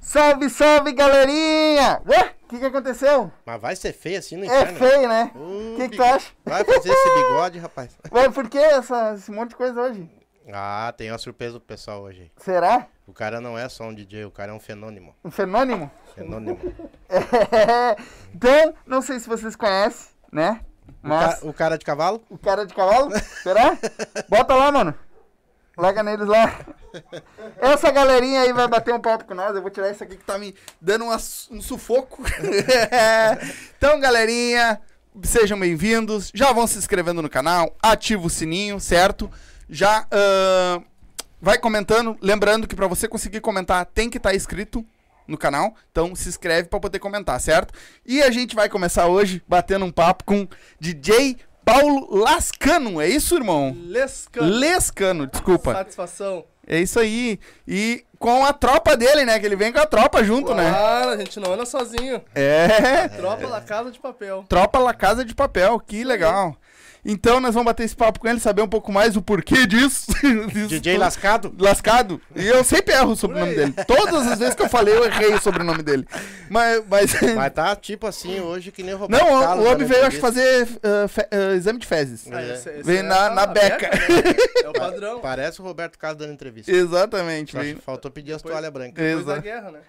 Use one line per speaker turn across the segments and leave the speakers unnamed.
Salve, salve, galerinha! Ué, o que, que aconteceu?
Mas vai ser feio assim no
É
inferno.
feio, né?
Ô,
O que, que
bi-
tu acha?
Vai fazer esse bigode, rapaz.
Ué, por que essa- esse monte de coisa hoje?
Ah, tem uma surpresa pro pessoal hoje.
Será?
O cara não é só um DJ, o cara é um fenômeno.
Um fenômeno?
Fenômeno.
Então, não sei se vocês conhecem, né? Mas
O, ca- o cara de cavalo?
o cara de cavalo, será? Bota lá, mano. Larga neles lá. Essa galerinha aí vai bater um papo com nós. Eu vou tirar isso aqui que tá me dando uma su- um sufoco.
então, galerinha, sejam bem-vindos. Já vão se inscrevendo no canal, ativa o sininho, certo? Já ahn, vai comentando. Lembrando que para você conseguir comentar, tem que estar inscrito no canal. Então, se inscreve para poder comentar, certo? E a gente vai começar hoje batendo um papo com DJ Paulo Lascano. É isso, irmão?
Lesca.
Lescano, desculpa.
Satisfação.
É isso aí. E com a tropa dele, né? Que ele vem com a tropa junto, né?
Claro, a gente não anda sozinho.
É.
Tropa da casa de papel.
Tropa La Casa de Papel, que legal. Então nós vamos bater esse papo com ele, saber um pouco mais o porquê disso. disso
DJ
tudo.
lascado?
Lascado. E eu sempre erro o sobrenome
Por aí.
dele. Todas as vezes que eu falei, eu errei o sobrenome dele. Mas. mas-
Mas tá tipo assim hoje que nem roubou.
não, o
né,
homem veio, acho, fazer eh, fe- eh, exame de fezes.
É.
Vem na- na
a
beca.
né? É o padrão.
Parece o Roberto Carlos dando entrevista.
Exatamente.
Só
veio-
que faltou pedir as toalhas brancas.
Depois da
Exato.
guerra, né?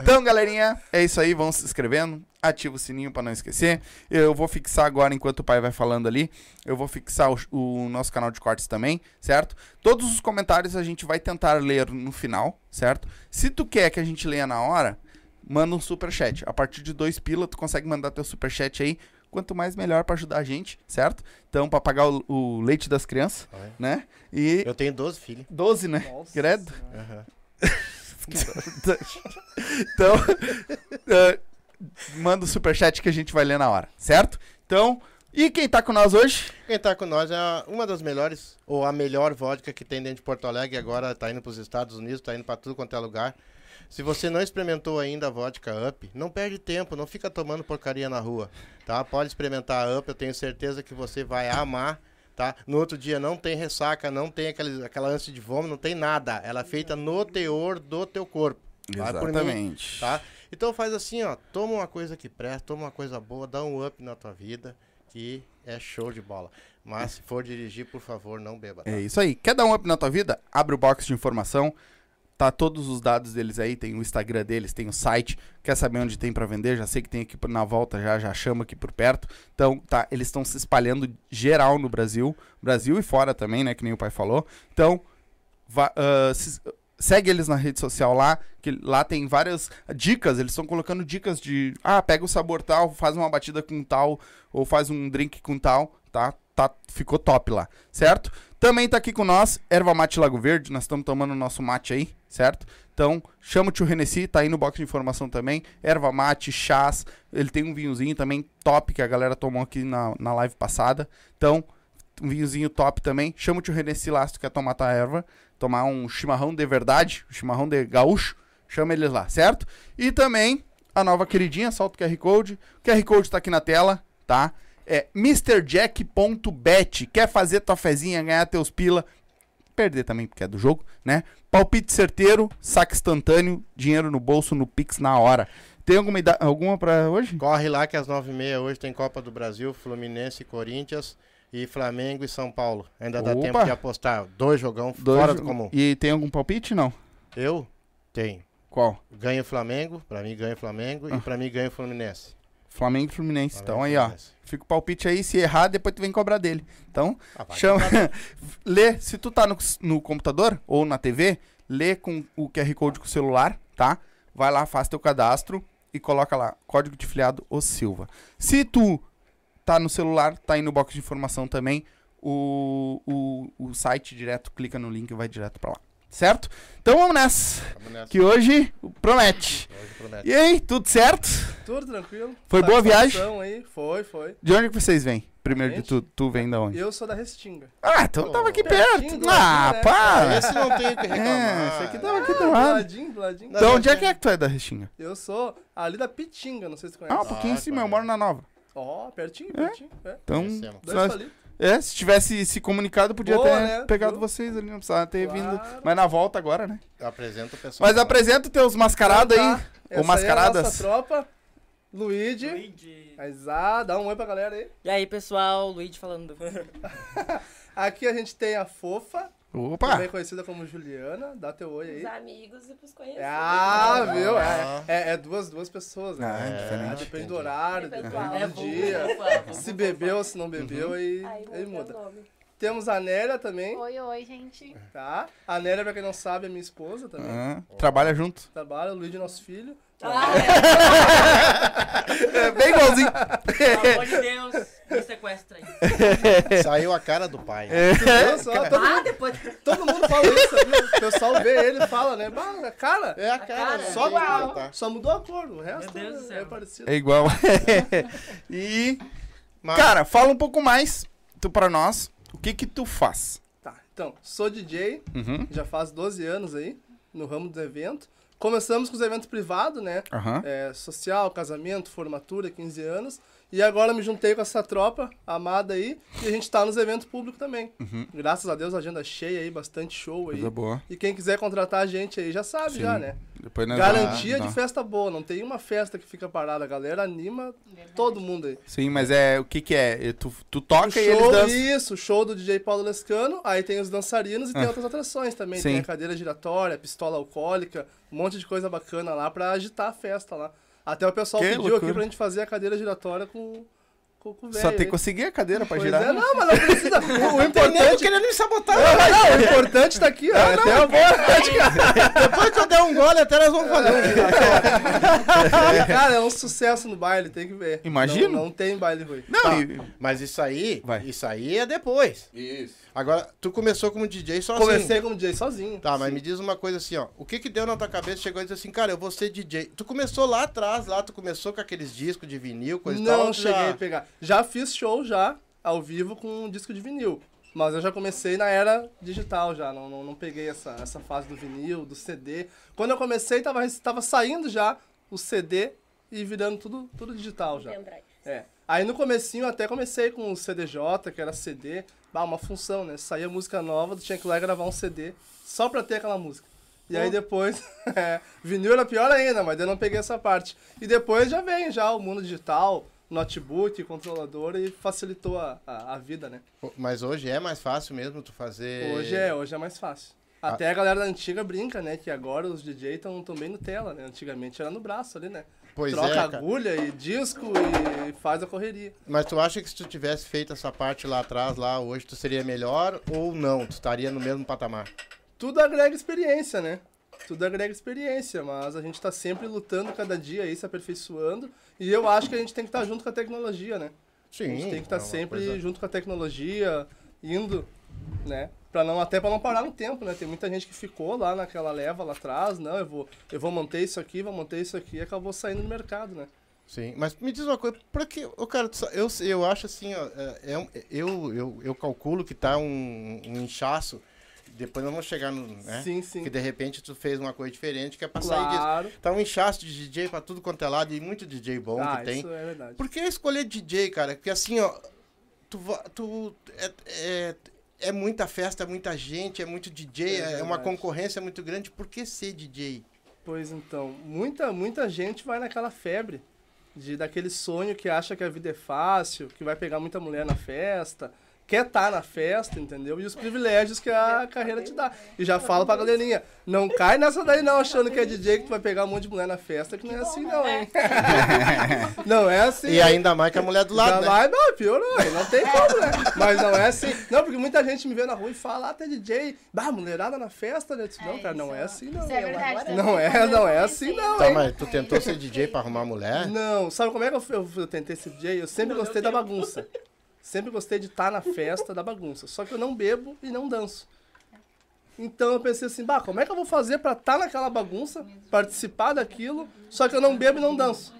Então, galerinha, é isso aí. Vão se inscrevendo. Ativa o sininho pra não esquecer. Eu vou fixar agora, enquanto o pai vai falando ali, eu vou fixar o, o nosso canal de cortes também, certo? Todos os comentários a gente vai tentar ler no final, certo? Se tu quer que a gente leia na hora, manda um superchat. A partir de dois pila, tu consegue mandar teu superchat aí. Quanto mais, melhor pra ajudar a gente, certo? Então, pra pagar o, o leite das crianças,
Olha.
né? E...
Eu tenho 12 filhos.
12, né?
Nossa
Credo.
Senhora.
Então, eh, manda o superchat que a gente vai ler na hora, certo? Então, e quem tá com nós hoje?
Quem tá com nós é uma das melhores, ou a melhor vodka que tem dentro de Porto Alegre, agora tá indo pros Estados Unidos, tá indo pra tudo quanto é lugar. Se você não experimentou ainda a vodka Up, não perde tempo, não fica tomando porcaria na rua, tá? Pode experimentar a Up, eu tenho certeza que você vai amar, tá? No outro dia não tem ressaca, não tem aquele, aquela ânsia de vômito, não tem nada. Ela é feita no teor do teu corpo. Vai por mim, tá? Então faz assim, ó, toma uma coisa que presta, toma uma coisa boa, dá um up na tua vida, que é show de bola. Mas se for dirigir, por favor, não beba. tá?
É isso aí. Quer dar um up na tua vida? Abre o box de informação. Tá todos os dados deles aí, tem o Instagram deles, tem o site. Quer saber onde tem pra vender? Já sei que tem aqui por- na volta, já já chama aqui por perto. Então, tá, eles estão se espalhando geral no Brasil, Brasil e fora também, né, que nem o pai falou. Então, va- ah, se- segue eles na rede social lá, que lá tem várias dicas, eles estão colocando dicas de, ah, pega o sabor tal, faz uma batida com tal, ou faz um drink com tal, tá? tá ficou top lá, certo? Também tá aqui com nós, Erva Mate Lago Verde, nós estamos tomando o nosso mate aí, certo? Então, chama o tio Renessi, tá aí no box de informação também, erva mate, chás, ele tem um vinhozinho também top que a galera tomou aqui na, na live passada, então, um vinhozinho top também, chama o tio Renessi lá se tu quer é tomar tua erva, tomar um chimarrão de verdade, um chimarrão de gaúcho, chama eles lá, certo? E também a nova queridinha, solta o QR Code. O QR Code tá aqui na tela, tá? É MrJack.bet. Quer fazer tua fezinha, ganhar teus pila, perder também porque é do jogo, né? Palpite certeiro, saque instantâneo, dinheiro no bolso, no Pix na hora. Tem alguma ida- alguma para hoje?
Corre lá que às 9h30 hoje tem Copa do Brasil, Fluminense, e Corinthians e Flamengo e São Paulo. Ainda dá
Opa!
tempo de apostar. Dois jogão
Dois-
fora do comum.
E tem algum palpite não?
Eu tenho.
Qual?
Ganho Flamengo, pra mim ganho Flamengo e pra mim ganho Fluminense.
Flamengo e Fluminense.
Flamengo
então Ah. aí,
e
ó.
Fluminense.
Fica o palpite aí, se errar, depois tu vem cobrar dele. Então,
Ah, vai
chama. lê, se tu tá no, no computador ou na TV, lê com o QR Code com o celular, tá? Vai lá, faz teu cadastro e coloca lá, código de filiado O Silva. Se tu tá no celular, tá aí no box de informação também, o, o, o site direto, clica no link e vai direto pra lá. Certo? Então vamos nessa,
Vamos nessa,
que hoje promete.
hoje promete.
E aí, tudo certo?
Tudo tranquilo.
Foi boa a viagem?
Satisfação Aí. Foi, foi.
De onde que vocês vêm? Primeiro de
Gente?
tudo, tu vem da onde?
Eu sou da Restinga.
Ah, então tava aqui perto.
Pertinho do
Ah,
ladinho, né?
para.
Esse não tem o que reclamar.
É, esse aqui tava aqui do
Do
lado.
ladinho, do ladinho.
Não.
Então, onde é que é que tu é da Restinga?
Ah, Eu sou ali da Pitinga, não sei se você
Ah, um
conhece.
pouquinho em
Ah,
cima, eu
claro.
moro na Nova.
Ó, pertinho, pertinho. É.
Então,
Conhecemos.
se
Dois
nós,
palitos.
É, se tivesse se comunicado, podia
Boa,
ter
né?
pegado
Viu?
vocês ali, não precisava ter
Claro.
vindo. Mas na volta agora, né?
Apresenta o pessoal.
Mas apresenta os teus mascarados aí.
Tá, Essa
Ou mascaradas.
Aí é a nossa tropa. Luigi.
Luigi.
Mas, ah, dá um oi pra galera aí.
E aí, pessoal, Luigi falando.
Aqui a gente tem a Fofa,
Opa!
também conhecida como Juliana. Dá teu oi
Os
aí.
amigos e pros conhecidos.
Ah, viu?
Ah.
É, é- é duas, duas pessoas, né?
Ah, é
Ah,
diferente.
depende
entendi.
do horário,
Depende
depende
do
É
É
do
álcool.
dia.
Ufa,
Se bebeu, se não bebeu, aí,
Aí muda.
aí
o
muda.
nome.
Temos a Nélia também,
Oi, oi, gente.
tá? A Nélia, pra quem não sabe, é minha esposa também.
Ah, trabalha junto.
Trabalha, o Luiz é nosso filho.
Ah,
É bem igualzinho.
é, pelo amor de Deus, me sequestra aí.
Saiu a cara do pai.
Olha só, todo,
Ah, depois.
todo mundo fala isso, viu? O pessoal vê ele e fala, né? "Bah, Cara,
É tá. a cara.
cara.
só,
não tem o que botar.
só mudou a cor, o resto
Meu Deus do
é,
céu.
é parecido.
É igual. e,
Ah.
Mas-
cara, fala um pouco mais tu pra nós. O que que tu faz?
Tá, então, sou DJ,
Uhum.
já faz 12 anos aí, no ramo dos eventos. Começamos com os eventos privados, né?
Aham.
É, social, casamento, formatura, 15 anos. E agora me juntei com essa tropa amada aí e a gente tá nos eventos públicos também. Graças a Deus, agenda cheia aí, bastante show aí.
Uhum. Coisa boa.
E quem quiser contratar a gente aí já sabe,
Sim. tá.
já, né?
Depois nós
Garantia
dá-
de
dá.
festa boa, não tem uma festa que fica parada, a galera anima todo mundo aí.
Sim, mas é o que que é? Tu, tu toca e eles
show,
dançam.
isso, show do DJ Paulo Lescano, aí tem os dançarinos e tem outras atrações também.
Ah. Sim.
Tem a cadeira giratória, pistola alcoólica, um monte de coisa bacana lá pra agitar a festa lá. Até o pessoal
Que
pediu
loucura.
aqui pra gente fazer a cadeira giratória com, com, com o velho.
Só tem
aí.
que conseguir a cadeira pra
Pois
girar.
é, não, mas não precisa. O, o
Entendeu?
importante...
querendo me sabotar.
é.
Não, o importante tá aqui, ó.
Ah,
é até uma boa-
Depois que eu der um gole, até nós vamos fazer um vídeo.
Cara, é um sucesso no baile, tem que ver.
Imagino.
Não, não tem baile ruim.
Não,
Tá.
e-
Mas isso aí,
Vai.
isso aí é depois.
Isso.
Agora, tu começou como DJ sozinho.
Comecei
assim.
como DJ sozinho.
assim? Tá, mas me diz uma coisa assim, ó. O que que deu na tua cabeça? Chegou e disse assim, cara, eu vou ser DJ. Tu começou lá atrás, lá tu começou com aqueles discos de vinil, coisa e tal.
Não
ou tu
cheguei
já-
a pegar. Já fiz show já, ao vivo, com um disco de vinil. Mas eu já comecei na era digital já, não, não, não peguei essa, essa fase do vinil, do CD. Quando eu comecei, tava, rec- tava saindo já o CD e virando tudo, tudo digital já.
Pendrive.
É. Aí no comecinho eu até comecei com um o CDJ, que era CD. Ah, uma função, né? Saía música nova, tu tinha que ir lá gravar um CD só pra ter aquela música. E aí depois, é, vinil era pior ainda, mas eu não peguei essa parte. E depois já vem já o mundo digital, notebook, controlador e facilitou a, a, a vida, né?
Mas hoje é mais fácil mesmo tu fazer...
Hoje é, hoje é mais fácil. Até a galera da antiga brinca, né? Que agora os DJ estão bem no tela, né? Antigamente era no braço ali, né?
Pois
Troca
é, cara.
agulha e disco e faz a correria.
Mas tu acha que se tu tivesse feito essa parte lá atrás, lá hoje, tu seria melhor ou não? Tu estaria no mesmo patamar?
tudo agrega experiência, né? Tudo agrega experiência, mas a gente tá sempre lutando cada dia aí, se aperfeiçoando. E eu acho que a gente tem que estar junto com a tecnologia, né?
Sim.
a gente tem que estar
é uma
sempre
coisa-
junto com a tecnologia, indo, né? Pra não, até para não parar no tempo, né? Tem muita gente que ficou lá naquela leva lá atrás, não, eu vou, eu vou manter isso aqui, vou manter isso aqui, e acabou saindo do mercado, né?
Sim, mas me diz uma coisa, pra que. Ô, cara, tu sa- eu, eu acho assim, ó, é, é um- eu, eu, eu calculo que tá um, um inchaço. Depois nós vamos chegar no. Né?
Sim, sim.
Que de repente tu fez uma coisa diferente que é pra sair
Claro.
disso. Tá um inchaço de DJ pra tudo quanto é lado e muito DJ bom
Ah,
que tem.
isso é verdade.
Por que escolher DJ, cara? Porque assim, ó. Tu. va- tu é, é, é muita festa, é muita gente, é muito DJ,
É
é, uma
verdade.
concorrência muito grande. Por que ser DJ?
Pois então, muita, muita gente vai naquela febre de daquele sonho que acha que a vida é fácil, que vai pegar muita mulher na festa, quer estar na festa, entendeu? E os privilégios que a carreira te dá. E já falo pra galerinha, não cai nessa daí não, achando que é DJ que tu vai pegar um monte de mulher na festa, que não é assim não,
né?
hein? Não é assim.
E ainda mais que a mulher do lado, né?
Já vai, não, piorou, aí não tem como, né? Mas não é assim. Não, porque muita gente me vê na rua e fala, ah, tem DJ, bah, mulherada na festa, né? Eu disse, Não, cara, não é assim não.
Isso é verdade.
agora-
tá?
Não é, não é assim não,
Tá,
hein?
mas tu tentou ser DJ pra arrumar mulher?
Não, sabe como é que eu, eu, eu tentei ser DJ? Eu sempre gostei da bagunça. Sempre gostei de estar na festa da bagunça. Só que eu não bebo e não danço. Então eu pensei assim, bah, como é que eu vou fazer pra estar naquela bagunça, participar daquilo, só que eu não bebo e não danço?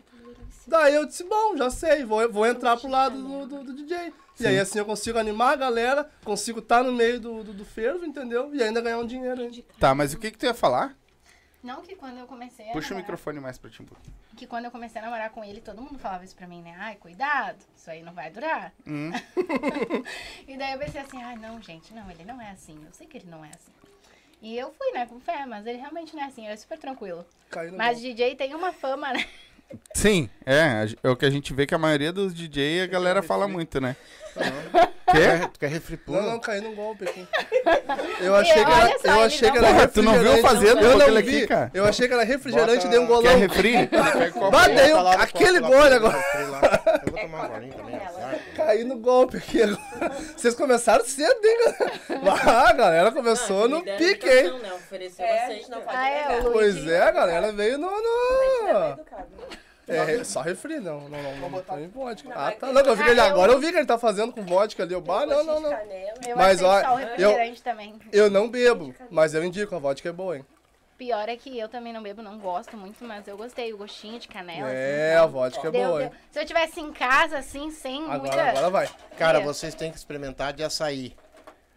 Daí eu disse, bom, já sei, vou, vou entrar pro lado do, do- do DJ. E aí assim eu consigo animar a galera, tá consigo estar no meio do, do, do fervo, entendeu? E ainda ganhar um dinheiro. hein?
Tá, mas o que que tu ia falar?
Não que quando eu
É.
comecei a
Puxa o
namorar-
microfone mais pra ti um pouquinho.
Que quando eu comecei a namorar com ele, todo mundo falava isso pra mim, né? Ai, cuidado, isso aí não vai durar.
Hum.
e daí eu pensei assim, ai, não, gente, não, ele não é assim. Eu sei que ele não é assim. E eu fui, né, com fé, mas ele realmente não é assim, ele é super tranquilo.
Caiu no
Mas
gol.
DJ tem uma fama, né?
Sim, é, a ge- é o que a gente vê que a maioria dos DJ a galera fala muito, né? Quê?
Tu quer refri puro?
Não, não, caiu num golpe aqui. Eu achei que
olha
era,
só,
eu
ele
achei que
não-
era
Porra, tu não viu
refrigerante.
fazendo
eu
aquele
não
aqui,
vi.
cara?
Eu achei que era refrigerante,
Bota-
dei um golão.
Quer refri?
Batei o- aquele gole agora.
Eu
É
vou tomar um golinho também.
Caí no golpe aqui agora. Vocês começaram cedo, hein, galera? Ah, a galera começou no pique, hein?
Não, né? ofereceu
É, a
vocês.
gente não
né?
pode
Ah, é,
negar.
o-
Pois é, a galera veio no...
Tá
no...
bem educado, né?
É, re- só refri, não. Não, não, não. não tem vodka. Ah, tá. Não, que eu vi que
é
ele agora, eu vi que ele tá fazendo com vodka ali. Eu, bah, Ah, não, não,
Coxinha de
não.
canela.
Eu
Mas,
aceito
ó,
só o
eu-
refrigerante também.
Eu não bebo, mas eu indico, a vodka é boa, hein?
Pior é que eu também não bebo, não gosto muito, mas eu gostei. O gostinho de canela,
É, a
assim.
vodka é
então, deu-
boa, hein?
deu. Se eu tivesse em casa, assim, sem muita...
Agora, agora vai.
Cara,
É.
vocês têm que experimentar de açaí.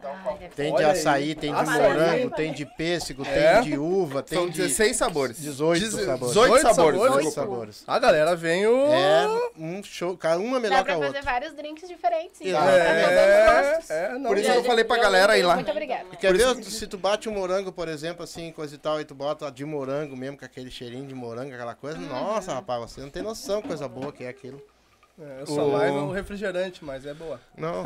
Ai, deve ser
Tem de
Olha aí.
açaí, tem de
Açaí.
morango, tem de pêssego,
É.
tem de uva, tem
São
de
16 sabores.
18
Deze-
sabores.
18
18
sabores,
sabores.
desculpa.
sabores.
A galera vem o...
né? É um show, cara, uma melhor
Dá
que a
pra
outra.
fazer vários drinks diferentes.
É.
então, pra todos os
É,
gostos.
é, não.
Por isso
E
que
a
eu falei pra
gente-
galera ir lá.
Muito obrigada.
Quer ver? Se tu bate um morango, por exemplo, assim, coisa e tal, e tu bota de morango mesmo, com aquele cheirinho de morango, aquela coisa,
Uhum.
nossa, rapaz, você não tem noção coisa boa que é aquilo.
É, eu sou
O-
mais um refrigerante, mas é boa.
Não.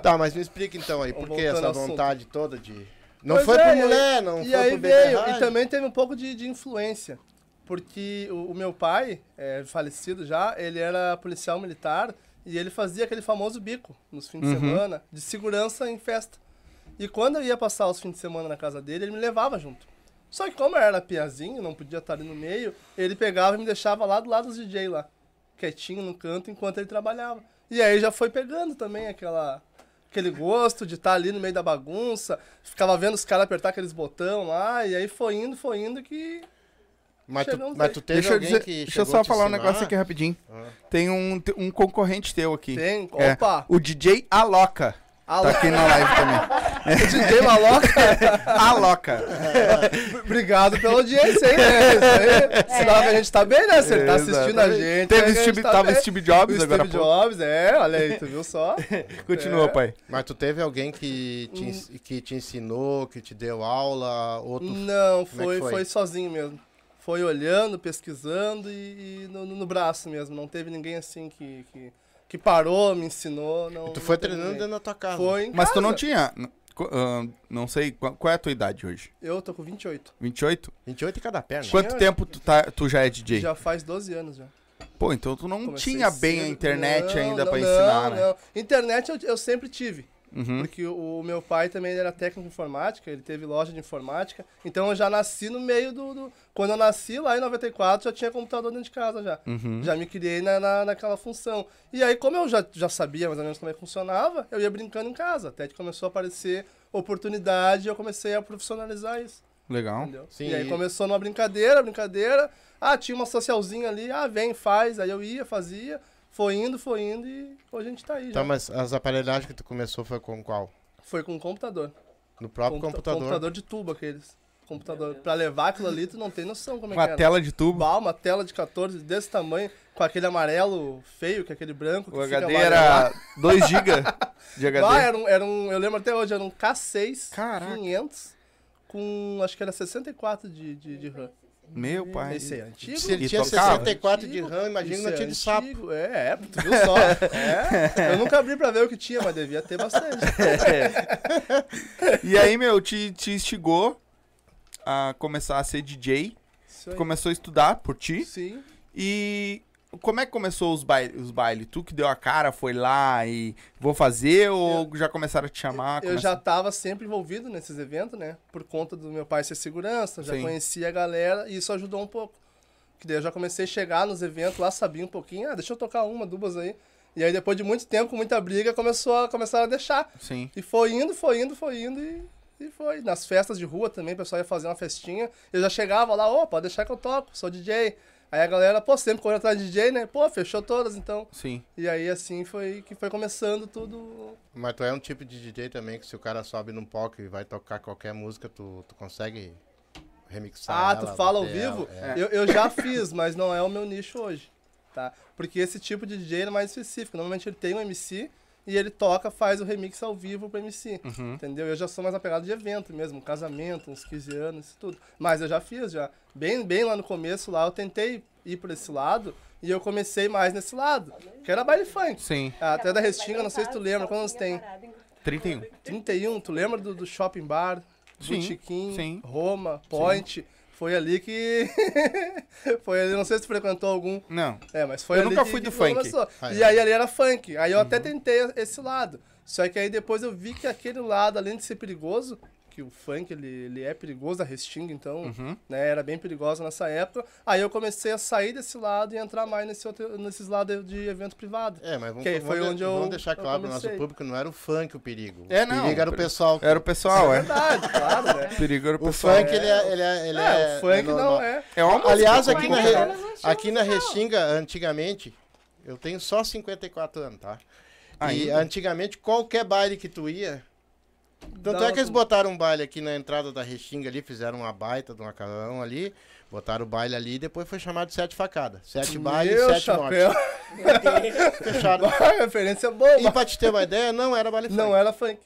tá, mas me explica então aí, por
Vamos
que
voltando
essa
ao assunto.
vontade toda de. Não
Pois
foi
é,
pro
e aí-
mulher, não
E
foi
aí
pro
veio,
beberragem.
e também teve um pouco de, de influência, porque o, o meu pai, é, falecido já, ele era policial militar e ele fazia aquele famoso bico nos
Uhum.
fins de semana, de segurança em festa. E quando eu ia passar os fins de semana na casa dele, ele me levava junto. Só que como eu era piazinho, não podia estar ali no meio, ele pegava e me deixava lá do lado dos DJ lá, quietinho no canto, enquanto ele trabalhava. E aí já foi pegando também aquela aquele gosto de estar ali no meio da bagunça, ficava vendo os caras apertar aqueles botão lá, e aí foi indo, foi indo que...
Mas tu,
Chegamos
mas
aí.
tu teve
Deixa eu,
alguém
dizer,
que
deixa eu
chegou
só
a te
falar um
ensinar?
negócio aqui rapidinho.
Ah.
Tem um, te- um concorrente teu aqui.
Tem,
É,
opa!
o DJ Aloca.
Aloca.
Tá aqui na live também.
DJ Maloca!
Aloca.
Obrigado pela audiência, hein? né? Isso aí, Sinal que a gente tá bem, né? Se ele tá assistindo a
Exatamente.
gente... é que
Teve
a gente
Steve,
tá
tava
bem.
Steve
O
Jobs
Steve
agora. há pouco.
Jobs, é, olha aí, tu viu só?
Continua,
É.
pai.
Mas tu teve alguém que
Um
te, ens- que te ensinou, que te deu aula, ou tu Como é
Não,
que
foi,
foi?
foi sozinho mesmo. Foi olhando, pesquisando e, e no, no- no braço mesmo. Não teve ninguém assim que, que, que parou, me ensinou. Não,
Tu foi
não teve
treinando
ninguém.
dentro da tua casa.
Foi em
Mas tu não
casa.
tinha. n- qu- ahn, não sei, qu- qual é a tua idade hoje?
Eu tô com 28.
28?
28 em cada perna.
Quanto tempo tu, tá, tu já é DJ?
Já faz 12 anos já.
Pô, então tu não
Comecei
tinha bem a
cedo.
internet
Não,
ainda
não,
pra
não,
ensinar, né?
não. Internet eu, eu sempre tive.
Uhum.
Porque o, o meu pai também ele era técnico de informática, ele teve loja de informática. Então eu já nasci no meio do. do- Quando eu nasci lá em 94, já tinha computador dentro de casa já.
Uhum.
Já me criei na, na, naquela função. E aí, como eu já, já sabia mais ou menos como é que funcionava, eu ia brincando em casa. Até que começou a aparecer oportunidade e eu comecei a profissionalizar isso.
Legal.
Entendeu?
Sim,
e aí
e-
começou numa brincadeira, brincadeira. Ah, tinha uma socialzinha ali, ah, vem, faz. Aí eu ia, fazia. Foi indo, foi indo e hoje a gente tá aí já.
Tá, mas as aparelhagens que tu começou foi com qual?
Foi com o computador.
No próprio
Computa-
computador.
computador de tubo aqueles. Computador. Pra levar aquilo ali, tu não tem noção como é
Com
que
a
era.
tela de tubo.
Bah, uma tela de 14 desse tamanho, com aquele amarelo feio, que é aquele branco.
O
que fica
HD era
amarelado.
2 GB de HD.
Bah, era um, era um- eu lembro até hoje, era um K6
Caraca.
500 com, acho que era 64 de, de, de RAM.
Meu pai.
Esse é antigo.
Se ele
E
tinha
tocava?
64 de RAM, imagina
Isso
não
é
tinha de sapo.
antigo. É, é, tu viu só. É. Eu nunca abri pra ver o que tinha, mas devia ter bastante.
E aí, meu, te, te instigou a começar a ser DJ.
Isso
Tu
aí.
começou a estudar por ti.
Sim.
E como é que começou os bailes? Os baile? Tu que deu a cara, foi lá e vou fazer ou já começaram a te chamar?
Eu
Começa-
já tava sempre envolvido nesses eventos, né? Por conta do meu pai ser segurança, já
Sim.
conhecia a galera e isso ajudou um pouco. Que daí eu já comecei a chegar nos eventos lá, sabia um pouquinho, ah, deixa eu tocar uma, duas aí. E aí depois de muito tempo, com muita briga, começou a, começaram a deixar.
Sim.
E foi indo, foi indo, foi indo e, e foi. Nas festas de rua também, o pessoal ia fazer uma festinha. Eu já chegava lá, ô, pode deixar que eu toco, sou DJ. Aí a galera, pô, sempre correu atrás de DJ, né? Pô, fechou todas então.
Sim.
E aí assim foi que foi começando tudo.
Mas tu é um tipo de DJ também que se o cara sobe num palco e vai tocar qualquer música, tu, tu consegue remixar
Ah, tu
ela,
fala ao
bater
vivo?
ela, é.
Eu, eu já fiz, mas não é o meu nicho hoje, tá? Porque esse tipo de DJ é mais específico. Normalmente ele tem um MC e ele toca, faz o remix ao vivo pro MC, entendeu? Eu já sou mais apegado de evento mesmo, casamento, uns 15 anos, isso tudo. Mas eu já fiz, já. Bem, bem lá no começo, lá eu tentei ir por esse lado e eu comecei mais nesse lado, que era baile funk.
Sim.
Até da Restinga, não sei se tu lembra, quantos tem?
31.
31, tu lembra do, do Shopping Bar,
Sim,
Botequim,
sim.
Roma, Point? Foi ali que... foi ali, não sei se tu frequentou algum.
Não.
É, mas foi
Eu
ali
nunca
que,
fui
que
do funk. Uhum.
começou.
Ah,
E
é.
aí ali era funk. Aí eu até tentei esse lado. Só que aí depois eu vi que aquele lado, além de ser perigoso, que o funk ele, ele é perigoso, a restinga, então,
Uhum.
né, era bem perigosa nessa época. Aí eu comecei a sair desse lado e entrar mais nesse outro, nesses lados de evento privado.
É, mas vamos,
Que aí
vamos
foi
de-
onde eu-
vamos deixar
eu
claro pro nosso
comecei.
público, não era o funk o perigo.
É,
o
não.
perigo era o pessoal.
Era o pessoal, é.
Verdade, claro, né?
Perigo era o
O
pessoal.
funk, ele é... Ele é, ele
É,
é-
o funk
é
não
normal.
é.
É uma música.
Aliás,
Funk
aqui na,
é
Re-
apenas um estilo
aqui na
musical.
Restinga, antigamente, eu tenho só 54 anos, tá? E
Ainda?
antigamente, qualquer baile que tu ia. Tanto
Dava
é que eles
com-
botaram um baile aqui na entrada da Restinga ali, fizeram uma baita de um macarrão ali, botaram o baile ali e depois foi chamado de Sete Facadas. Sete bailes,
Meu
sete
chapéu.
mortes. Fecharam.
referência é boa.
E pra te ter uma ideia, não era baile
Não
funk.
era funk.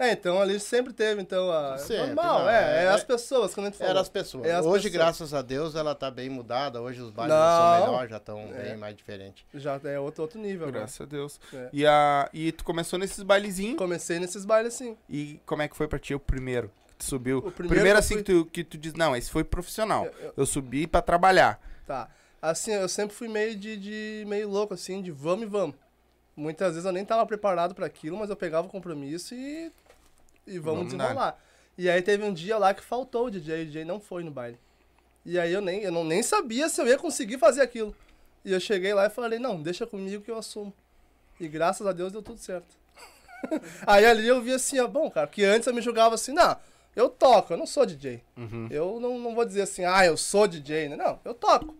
É, então ali sempre teve, então, a...
Sempre,
normal,
não,
é,
é-
é as pessoas, quando a gente fala.
Era as pessoas.
É as
Hoje,
pessoas.
graças a Deus, ela tá bem mudada. Hoje os bailes
Não. É.
são melhores, já estão bem mais diferentes.
Já é outro, outro nível agora.
assim?
Graças a Deus.
É.
E, a, e tu começou nesses bailezinhos.
Comecei nesses bailes assim.
E como é que foi pra ti o primeiro que tu subiu? O primeiro,
primeiro que eu
assim
fui-
que, tu, que tu diz, não, esse foi profissional. Eu,
Eu- eu-
subi pra trabalhar.
Tá. Assim, eu sempre fui meio de, de- meio louco, assim, de vamos e vamos. Muitas vezes eu nem tava preparado para aquilo, mas eu pegava o compromisso e. E vamos,
Vamos dar.
desenrolar. E aí teve um dia lá que faltou o DJ, o DJ não foi no baile. E aí eu nem, eu não, nem sabia se eu ia conseguir fazer aquilo. E eu cheguei lá e falei, não, deixa comigo que eu assumo. E graças a Deus deu tudo certo. aí ali eu vi assim, ó, bom, cara, porque antes eu me julgava assim, não, eu toco, eu não sou DJ. Eu não, não vou dizer assim, ah, eu sou DJ, né? Não, eu toco.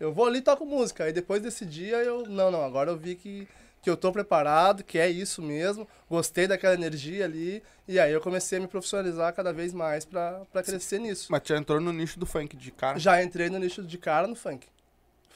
Eu vou ali e toco música. Aí depois desse dia eu, não, não, agora eu vi que, que eu tô preparado, que é isso mesmo, gostei daquela energia ali. E aí eu comecei a me profissionalizar cada vez mais pra, pra crescer nisso.
Mas tu já entrou no nicho do funk de cara.
Já entrei no nicho de cara no funk.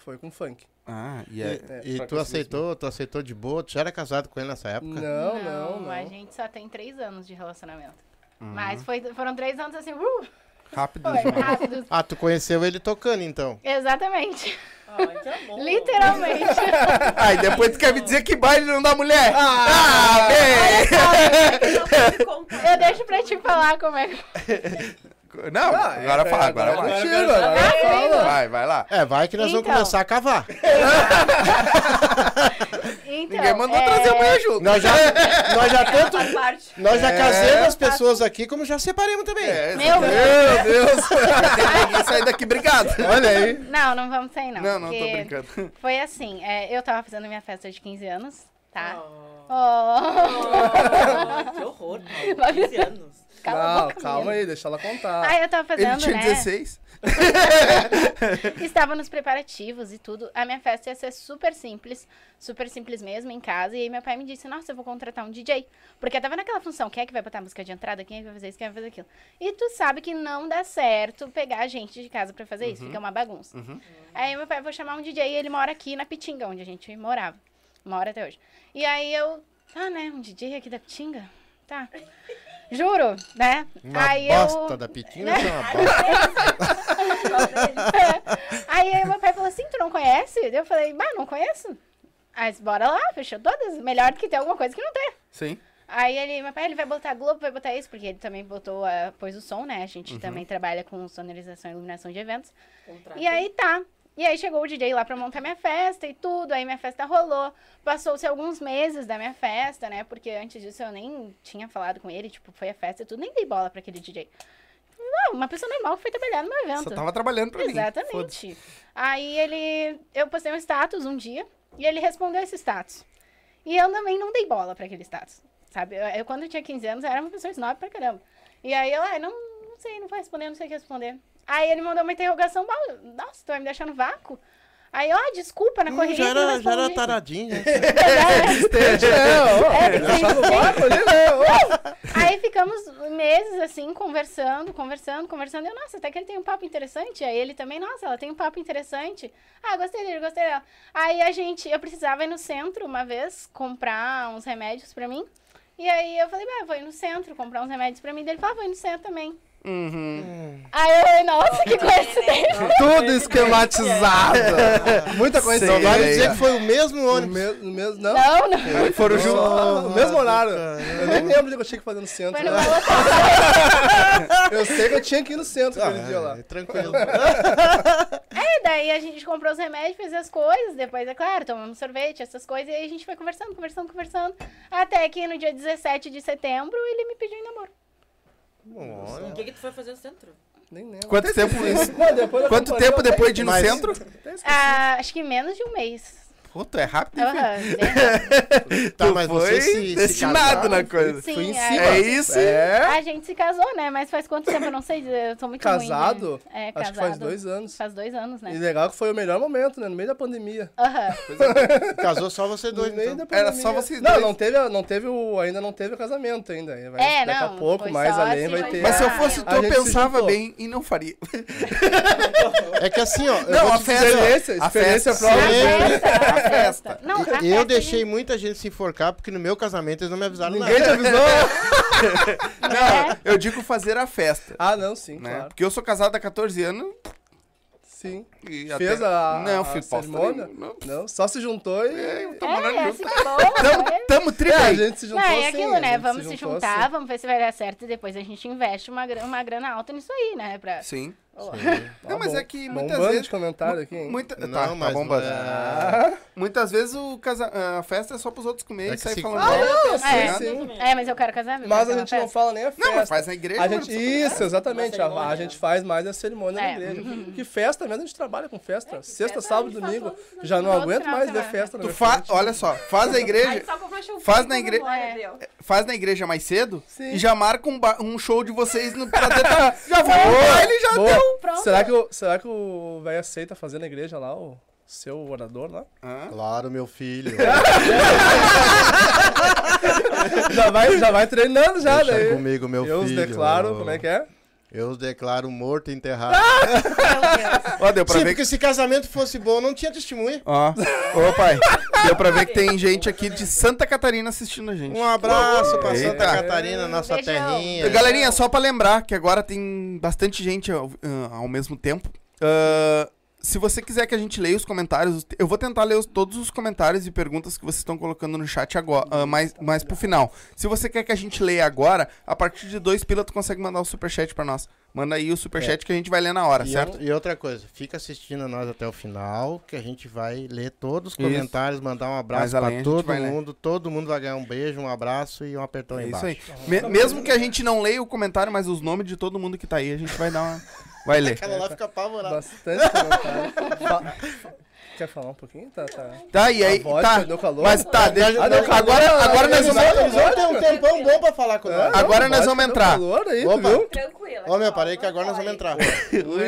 Foi com funk.
Ah, e é.
É,
E
pra
tu
conseguir
aceitou, tu aceitou de boa, tu já era casado com ele nessa época?
Não, não,
A
não.
gente só tem três anos de relacionamento. Mas foi, foram três anos assim, uh,
Rápido.
foi rápido.
Ah, tu conheceu ele tocando então.
Exatamente.
Ah, então é bom.
Literalmente.
Ah, e depois tu quer me dizer que baile não dá mulher? Ah, bem!
é Eu deixo pra te falar como é que
Não,
Ah,
agora
é,
fala, agora,
agora
vai.
eu quero saber.
Ah, sim.
Vai, vai lá.
É, vai que nós vamos
Então.
começar a cavar.
Então,
Ninguém mandou
é,
trazer mulher junto.
Nós já, nós já tanto,
Faz parte.
nós
É.
já casemos as pessoas aqui, como já separemos também.
Meu
Meu Deus! Tem ninguém sair daqui brigado. Olha aí.
Não, não vamos sair, não.
Não, não, tô
porque
brincando.
Foi assim, é, eu tava fazendo minha festa de 15 anos, tá?
Oh,
Oh,
que horror, Paulo. 15 anos.
cala a
Não,
boca,
calma
menino.
aí, deixa ela contar.
Aí eu tava fazendo,
Ele tinha
né?
16.
Estava nos preparativos e tudo. A minha festa ia ser super simples, super simples mesmo, em casa. E aí meu pai me disse, nossa, eu vou contratar um DJ. Porque eu tava naquela função, quem é que vai botar a música de entrada? Quem é que vai fazer isso? Quem é que vai fazer aquilo? E tu sabe que não dá certo pegar gente de casa pra fazer isso,
Uhum.
fica uma bagunça. Aí meu pai, vou chamar um DJ e ele mora aqui na Pitinga, onde a gente morava. Mora até hoje. E aí eu, ah, né, um DJ aqui da Pitinga? Tá. Juro, né?
Uma
aí
bosta
eu...
da pitinha, isso é uma bosta.
Aí, aí meu pai falou assim, tu não conhece? Eu falei, bah, não conheço. Aí disse, bora lá, fechou todas. Melhor do que ter alguma coisa que não tem.
Sim.
Aí ele, meu pai, ele vai botar Globo, vai botar isso, porque ele também botou, ah, pôs o som, né? A gente também trabalha com sonorização e iluminação de eventos.
Contrato.
E aí tá. E aí chegou o DJ lá pra montar minha festa e tudo, aí minha festa rolou. Passou-se alguns meses da minha festa, né? Porque antes disso eu nem tinha falado com ele, tipo, foi a festa e tudo, nem dei bola pra aquele DJ. Não, uma pessoa normal que foi trabalhar no meu evento.
Só tava trabalhando pra mim. Foda-se.
Exatamente. Aí ele. Eu postei um status um dia e ele respondeu esse status. E eu também não dei bola pra aquele status. Sabe? Eu, eu, quando eu tinha 15 anos, eu era uma pessoa snob pra caramba. E aí eu, ah, não, não sei, não vou responder, não sei o que responder. Aí ele mandou uma interrogação, "Bah, nossa, tu vai me deixar no vácuo? Aí, ó, desculpa, na correria.
já
não
era, já era
respondi.
taradinho. né?
É, sim.
Barco ali, né?
Aí ficamos meses assim, conversando, conversando, conversando. Eu, nossa, até que ele tem um papo interessante. Aí ele também, nossa, ela tem um papo interessante. Ah, gostei dele, gostei dela. Aí a gente, eu precisava ir no centro uma vez comprar uns remédios pra mim. E aí eu falei, bah, eu vou ir no centro comprar uns remédios pra mim. Daí ele falou, ah, vou ir no centro também. Aí eu falei, nossa, que coincidência.
Tudo esquematizado.
Muita coisa.
Não vai me dizer
Ideia.
que foi o mesmo
No
ônibus.
mesmo, no mesmo, não,
Não, não.
Foram juntos.
Só no mesmo horário.
Caramba.
Eu nem lembro do que eu tinha que fazer no centro.
Foi no
lá.
valor
Eu sei que eu tinha que ir no centro aquele dia lá.
Ah, é tranquilo.
E daí a gente comprou os remédios, fez as coisas, depois, é claro, tomamos sorvete, essas coisas, e aí a gente foi conversando, conversando, conversando, até que no dia 17 de setembro ele me pediu em namoro.
O que que tu foi fazer no centro?
Nem lembro.
Quanto tempo isso?
Não, depois eu
Quanto
acompanhei,
tempo
eu até-
depois de ir no
Mas-
centro?
Ah, acho que menos de um mês.
Pô, tu é rápido, hein, filho?
Aham, né? bem-
Tá,
Tu
mas
foi
você se, se
destinado
casar,
né?
na coisa.
Sim,
Foi em
a-
cima.
É isso?
É.
A gente se casou, né? Mas faz quanto tempo? Eu não sei, eu tô muito ruim, né?
Casado?
É, casado.
Acho que faz dois anos.
Faz dois anos,
E
né?
legal que foi o melhor momento, né? No meio da pandemia.
Aham.
casou só você dois,
No meio
então.
da pandemia.
Era só vocês
não,
dois.
não teve, não teve o, ainda não teve o casamento ainda. Vai-
É,
daqui
não,
a pouco,
foi
mais
só
além,
assim,
vai
mas
ter.
Mas se eu
Ah,
fosse
é.
tu,
A
eu
gente se
pensava
juntou.
bem e não faria.
É que assim, ó. eu
Não,
vou
a
te
festa- é
Experiência,
a festa.
experiência própria.
Eu-
A festa, a festa. Não, é a festa
Eu
a
deixei
gente-
muita gente se enforcar porque no meu casamento eles não me avisaram
Ninguém te
nada.
avisou?
Não,
É.
eu digo fazer a festa.
Ah, não, sim,
né?
claro.
Porque eu sou casado há 14 anos.
Sim.
E
Fez
até-
a,
Não,
a
filho, posso
cerimônia?
também, não.
Não, só se juntou e...
Eu tô
É,
morando
é
junto.
assim que é bom, né?
Tamo, tamo tri
É, a
bem.
gente se juntou
Não, é
assim,
aquilo,
a
né?
gente
Vamos se
juntou
juntar,
assim.
vamos ver se vai dar certo e depois a gente investe uma grana, uma grana alta nisso aí, né? Pra...
Sim.
Ó.
Tá
Não, mas
bom.
é que muitas
Bombando
vezes-
de comentário aqui, hein?
Muita...
Não,
tá, tá
mas-
bombando.
Ah.
Muitas vezes o casa... a festa é só pros outros comerem
É
e
que
sair
se-
falando
Ah,
mal.
Não,
É.
assim,
sim, sim.
É, mas eu quero casar, eu
Mas
quero
a
uma
gente não
festa.
fala nem a
Não, mas
festa.
faz na igreja.
A
mano,
gente,
só pra-
isso, exatamente.
Uma
A,
cerimônia.
a gente faz mais a cerimônia
É.
na igreja. Que festa mesmo, a gente trabalha com festa. Sexta,
festa,
sábado,
a gente faz
domingo.
todos os
Já não
outros
aguento
final de
mais ver
semana.
festa na
Tu
minha
fa...
frente.
Olha só, faz a igreja.
Aí só compra choupinha
Faz
e
na igre-
comemora,
É.
deu.
faz na igreja mais cedo
Sim.
e já marca um, ba- um show de vocês no, pra dentro. já foi um baile, já
Boa.
deu.
Pronto.
Será que o, será que o velho aceita fazer na igreja lá, o seu orador lá?
Claro, meu filho.
Já vai, já vai treinando já,
Deixa
daí.
comigo, meu
né? Eu os
filho.
declaro, como é que é?
Eu os declaro morto e enterrado.
Ó, deu pra ver tipo
Sim,
que...
porque se casamento fosse bom, não tinha testemunha.
Ó, ô pai, deu pra ver que tem gente aqui de Santa Catarina assistindo a gente.
Um abraço pra
Eita.
Santa Catarina, nossa
Beijão.
terrinha.
Galerinha, só pra lembrar que agora tem bastante gente ao, ah, ao mesmo tempo. Ah, se você quiser que a gente leia os comentários, eu vou tentar ler os- todos os comentários e perguntas que vocês estão colocando no chat agora, ah, mais, mais pro final. Se você quer que a gente leia agora, a partir de dois pila tu consegue mandar o superchat pra nós. Manda aí o
É.
superchat que a gente vai ler na hora, Tá
E,
certo?
outra- e outra coisa, fica assistindo a nós até o final, que a gente vai ler todos os
Isso.
comentários, mandar um
Mais além,
abraço
a
pra
gente
todo
vai ler.
mundo. Todo mundo vai ganhar um beijo, um abraço e um apertão
É isso
embaixo.
aí. Me- mesmo que a gente não leia o comentário, mas os nomes de todo mundo que tá aí, a gente vai dar uma. Vai ler.
Aquela lá fica apavorada.
Bastante comentário. Fa- fa- Quer falar um pouquinho? Tá, tá.
Tá, e aí.
A voz
Tá,
deu calor.
mas tá, deixa,
Ah, deu calor.
agora, agora nós
Eles
vamos.
vão- eles vão ter um tempão bom pra falar com nós.
Agora nós
Não, bate,
vamos
deu
entrar.
calor um aí, tu
Opa.
viu? é?
Tranquila.
Ô meu, parei que agora nós vamos entrar.
Ui.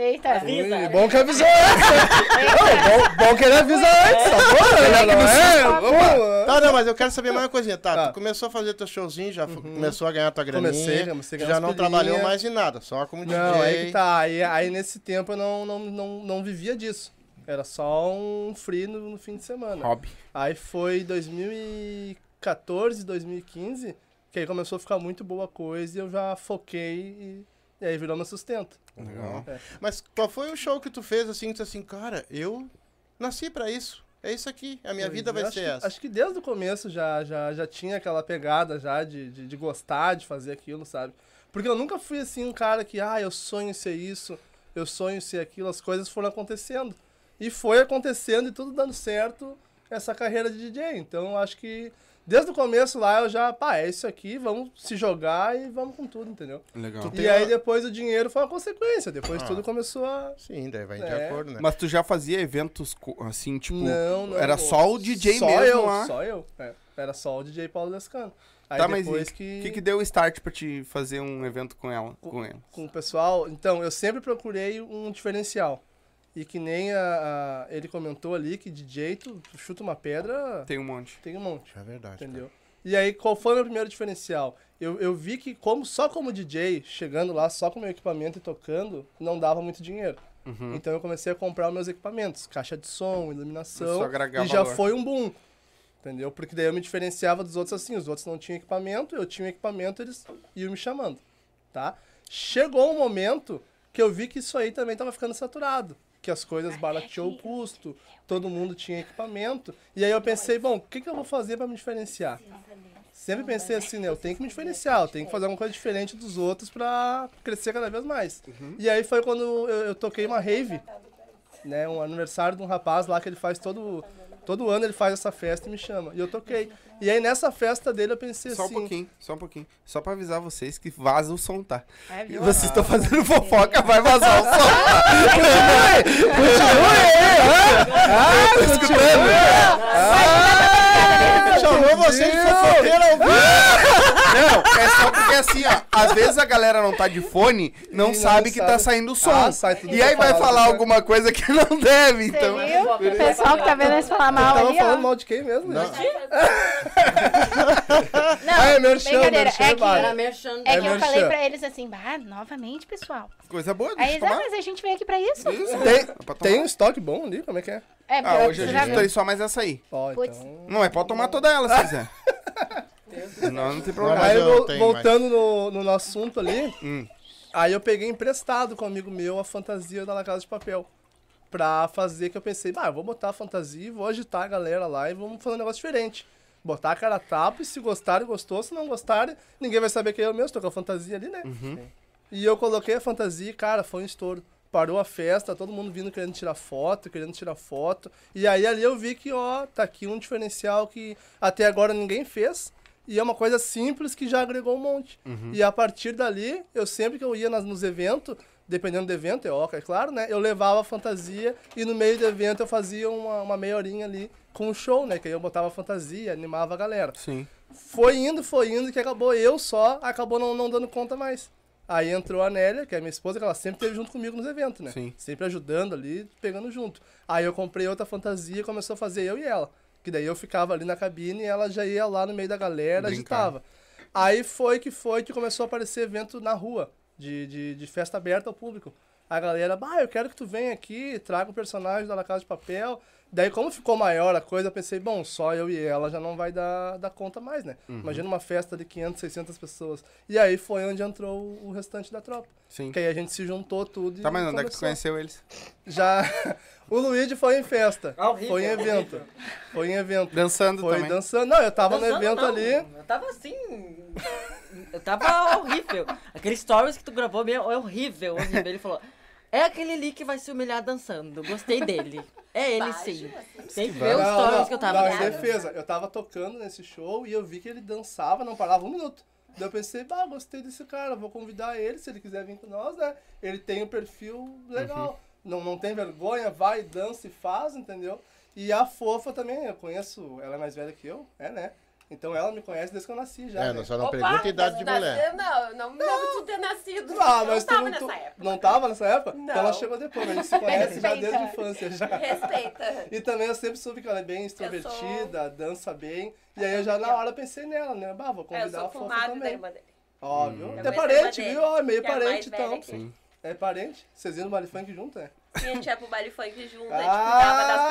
Eita.
Avisa.
Bom que avisou antes. bom, bom que ele avisa antes, tá bom? Não é?
Tá, não, mas eu quero saber mais uma coisinha. Tá,
Tá. Uhum.
tu começou a fazer teu showzinho, já fu- começou a ganhar tua graninha.
Comecei, comecei a
tu
ganhar
já
umas
não
pilinha.
trabalhou mais em nada, só como DJ.
Não, aí que tá. Aí, aí nesse tempo eu não, não, não, não vivia disso. Era só um free no, no fim de semana.
Hobby.
Aí foi 2014, 2015, que aí começou a ficar muito boa a coisa e eu já foquei e, e aí virou meu sustento.
Legal.
É.
Mas qual foi o show que tu fez assim, que tu assim, cara, eu nasci pra isso. É isso aqui, a minha
Pois
vida
é,
vai
acho
ser
que-
essa.
Acho que desde o começo já, já, já tinha aquela pegada já de, de, de gostar de fazer aquilo, sabe? Porque eu nunca fui assim um cara que, ah, eu sonho em ser isso, eu sonho em ser aquilo, as coisas foram acontecendo. E foi acontecendo e tudo dando certo essa carreira de DJ. Então eu acho que desde o começo lá eu já, pá, é isso aqui, vamos se jogar e vamos com tudo, entendeu?
Legal.
Tu-
E
Tem
aí
uma- Ah.
depois o dinheiro foi uma consequência, depois tudo começou a.
Sim, daí vai de
É.
acordo, né?
Mas tu já fazia eventos co- assim, tipo.
Não, não.
era só o DJ
só
mesmo
eu,
lá.
Só eu, é. Era só o DJ Paulo Lescano. Aí
Tá, mas
depois
e
que,
O que, que deu o start pra te fazer um evento com ela? Com ela.
com o pessoal, então eu sempre procurei um diferencial. E que nem a, a- ele comentou ali que DJ, tu tu chuta uma pedra,
Tem um monte.
tem um monte.
É verdade. cara.
Entendeu? E aí, qual foi o meu primeiro diferencial? Eu, eu vi que como só como DJ, chegando lá, só com meu equipamento e tocando, não dava muito dinheiro.
Uhum.
Então eu comecei a comprar os meus equipamentos, caixa de som, iluminação,
Isso agregar
e já
valor.
foi um boom. Entendeu? Porque daí eu me diferenciava dos outros assim, os outros não tinham equipamento, eu tinha equipamento, eles iam me chamando, tá? Chegou um momento que eu vi que isso aí também tava ficando saturado, que as coisas barateou o custo, todo mundo tinha equipamento, e aí eu pensei, bom, o que, que eu vou fazer para me diferenciar? Sempre pensei assim, né? Eu tenho que me diferenciar, eu tenho que fazer alguma coisa diferente dos outros pra crescer cada vez mais.
Uhum.
E aí foi quando eu, eu toquei uma rave, né? Um aniversário de um rapaz lá que ele faz todo. Todo ano ele faz essa festa e me chama. E eu toquei. E aí nessa festa dele eu pensei
Só
assim.
um pouquinho, só um pouquinho. Só pra avisar vocês que vaza o som, tá?
É,
E
viu?
vocês estão fazendo fofoca, vai vazar o som.
Chamou você de fofoqueiro ao vivo.
Não, é só porque assim, ó. Às vezes a galera não tá de fone, não
não
sabe que tá
sabe.
saindo o som.
Ah, sai tudo
e aí vai
separado,
falar
né?
alguma coisa que não deve,
Você
então.
viu? O pessoal que tá vendo eles falar
é
mal
Tava
ali, ó.
falando mal de quem mesmo? né?
Não.
gente?
Não,
Ah, é merchan,
brincadeira.
merchan
é que,
vale.
Era merchan.
é que eu
merchan.
falei pra eles assim, bah, novamente, pessoal.
Coisa boa,
Aí
deixa eu
eles, ah,
tomar.
mas a gente veio aqui pra isso.
Isso.
Tem,
pra tomar.
tem um estoque bom ali? Como é que é?
É,
Ah,
porque
hoje a
tu já
gente
viu.
tem só mais essa aí.
Ó,
Puts.
então.
Não, é pode tomar toda ela se quiser. não, não tem problema.
Mas
Aí
eu
vo-
tenho,
voltando no, no nosso assunto ali,
Hum.
aí eu peguei emprestado com um amigo meu a fantasia da La Casa de Papel. Pra fazer que eu pensei, bah, eu vou botar a fantasia e vou agitar a galera lá e vamos fazer um negócio diferente. Botar a cara a tapa e se gostarem, gostou. Se não gostarem, ninguém vai saber que é eu mesmo. Tô com a fantasia ali, né?
Uhum.
E eu coloquei a fantasia e, cara, foi um estouro. Parou a festa, todo mundo vindo querendo tirar foto, querendo tirar foto. E aí ali eu vi que, ó, tá aqui um diferencial que até agora ninguém fez. E é uma coisa simples que já agregou um monte. E a partir dali, eu sempre que eu ia nas- nos eventos, dependendo do evento, é oca, é claro, né? Eu levava a fantasia e no meio do evento eu fazia uma, uma meia horinha ali com o show, né? Que aí eu botava a fantasia, animava a galera.
Sim.
Foi indo, foi indo, que acabou eu só, acabou não, não dando conta mais. Aí entrou a Nélia, que é minha esposa, que ela sempre esteve junto comigo nos eventos, né?
Sim.
Sempre ajudando ali, pegando junto. Aí eu comprei outra fantasia e começou a fazer eu e ela. Que daí eu ficava ali na cabine e ela já ia lá no meio da galera,
Brincar.
agitava. Aí foi que foi que começou a aparecer evento na rua, de, de, de festa aberta ao público. A galera, bah, eu quero que tu venha aqui, traga o personagem da La Casa de Papel. Daí, como ficou maior a coisa, eu pensei, bom, só eu e ela já não vai dar, dar conta mais, né?
Uhum.
Imagina uma festa de 500, 600 pessoas. E aí foi onde entrou o, o restante da tropa.
Sim.
Que aí a gente se juntou tudo e
Tá, mas onde é que tu
começou.
conheceu eles?
Já. o Luigi foi em festa.
Ah, horrível.
Foi em evento. Foi em evento.
Dançando
Foi
também.
dançando. Não, eu tava
Dançando,
no evento
não.
ali.
Eu tava assim. Eu tava horrível. Aquele stories que tu gravou mesmo é horrível, horrível. Ele falou. É aquele ali que vai se humilhar dançando. Gostei dele. É ele sim. Tem que ver os
Não,
stories
não,
que eu tava
não, em
dançando.
defesa, eu tava tocando nesse show e eu vi que ele dançava, não parava um minuto. Daí eu pensei, bah, gostei desse cara, vou convidar ele, se ele quiser vir com nós, né? Ele tem um perfil
Uhum.
legal. Não, não tem vergonha, vai, dança e faz, entendeu? E a fofa também, eu conheço, ela é mais velha que eu, é, né? Então ela me conhece desde que eu nasci já.
É,
né?
não, só não pergunta a idade de mulher.
Não, eu não me lembro de ter nascido.
Ah,
não
mas tu
tava
não, tu-
nessa época.
não tava nessa época? Então ela
Não.
chegou depois, mas a gente se conhece já desde a
Respeita.
infância já.
Respeita.
E também eu sempre soube que ela é bem extrovertida, dança bem. E aí eu já na hora pensei nela, né? Bah, vou
É, eu
convidar a
sou
fofa
fumada da
também.
irmã dele.
Ó, viu?
Minha
É
mãe
parente,
irmã
viu?
dele,
Ó, é meio
que é a mais
parente
velha
então.
que ele.
É parente? Vocês viram no baile funk junto, é?
E a gente ia pro baile funk junto, a gente cuidava das
Ah,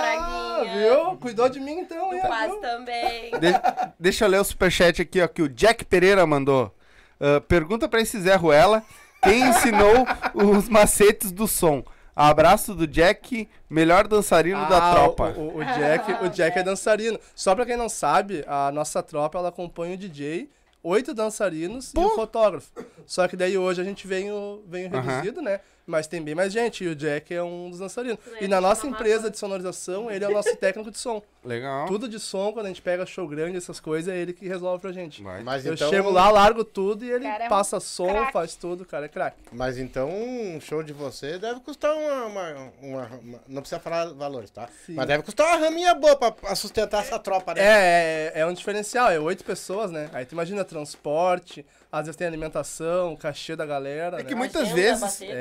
praguinhas.
viu? Cuidou de mim então,
Do
hein?
quase
viu?
também.
De- deixa eu ler o superchat aqui, ó, que o Jack Pereira mandou. Ah, pergunta pra esse Zé Ruela quem ensinou os macetes do som. Abraço do Jack, melhor dançarino da
Ah,
tropa.
O, o- o Jack, o Jack é dançarino. Só pra quem não sabe, a nossa tropa ela acompanha o DJ, oito dançarinos e o fotógrafo. Só que daí hoje a gente vem, o- vem o
Aham.
reduzido, né? Mas tem bem mais gente. E o Jack é um dos dançarinos. E na
Ele
tipo
nossa
chama
empresa de sonorização, ele é o nosso técnico de som.
Legal.
Tudo de som, quando a gente pega show grande, essas coisas, é ele que resolve pra gente.
Vai.
Mas
eu
então,
chego lá, largo tudo e ele
Cara, é um
passa som,
craque.
faz tudo, cara, é craque.
Mas então um show de você deve custar uma. uma- uma- uma- não precisa falar valores, tá?
Sim.
Mas deve custar uma raminha boa pra, pra sustentar essa tropa, né?
É, é, é um diferencial, é oito pessoas, né? Aí tu imagina transporte, às vezes tem alimentação, cachê da galera,
É que
né?
muito- Muitas
Agenda,
vezes-
bater,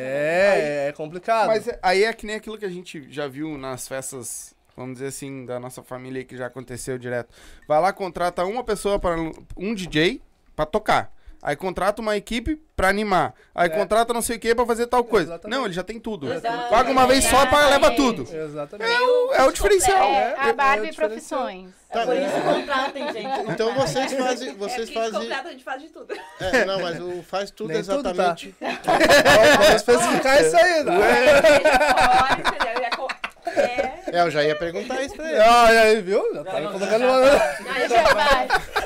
É, é complicado.
Mas é- aí é que nem aquilo que a gente já viu nas festas, vamos dizer assim, da nossa família aí, que já aconteceu direto. Vai lá, contrata uma pessoa para um DJ pra tocar. Aí contrata uma equipe pra animar. Aí contrata não sei o que pra fazer tal coisa.
Exatamente.
Não, ele já tem tudo.
Exatamente.
Paga uma vez só, paga, leva tudo.
Exatamente.
É o, é o diferencial.
É,
é
a
o
Barbie
diferencial.
Profissões.
É por isso que contratem, gente.
Tá Então vocês fazem.
É
Vocês
que
fazem.
contrato a gente faz de tudo.
É, não, mas o faz tudo
Nem tudo, tá?
exatamente.
Vou especificar isso aí, né?
Fora, entendeu? É, co- é,
É, eu já ia perguntar isso pra ele.
Ah, e aí, viu? Já tá me colocando uma...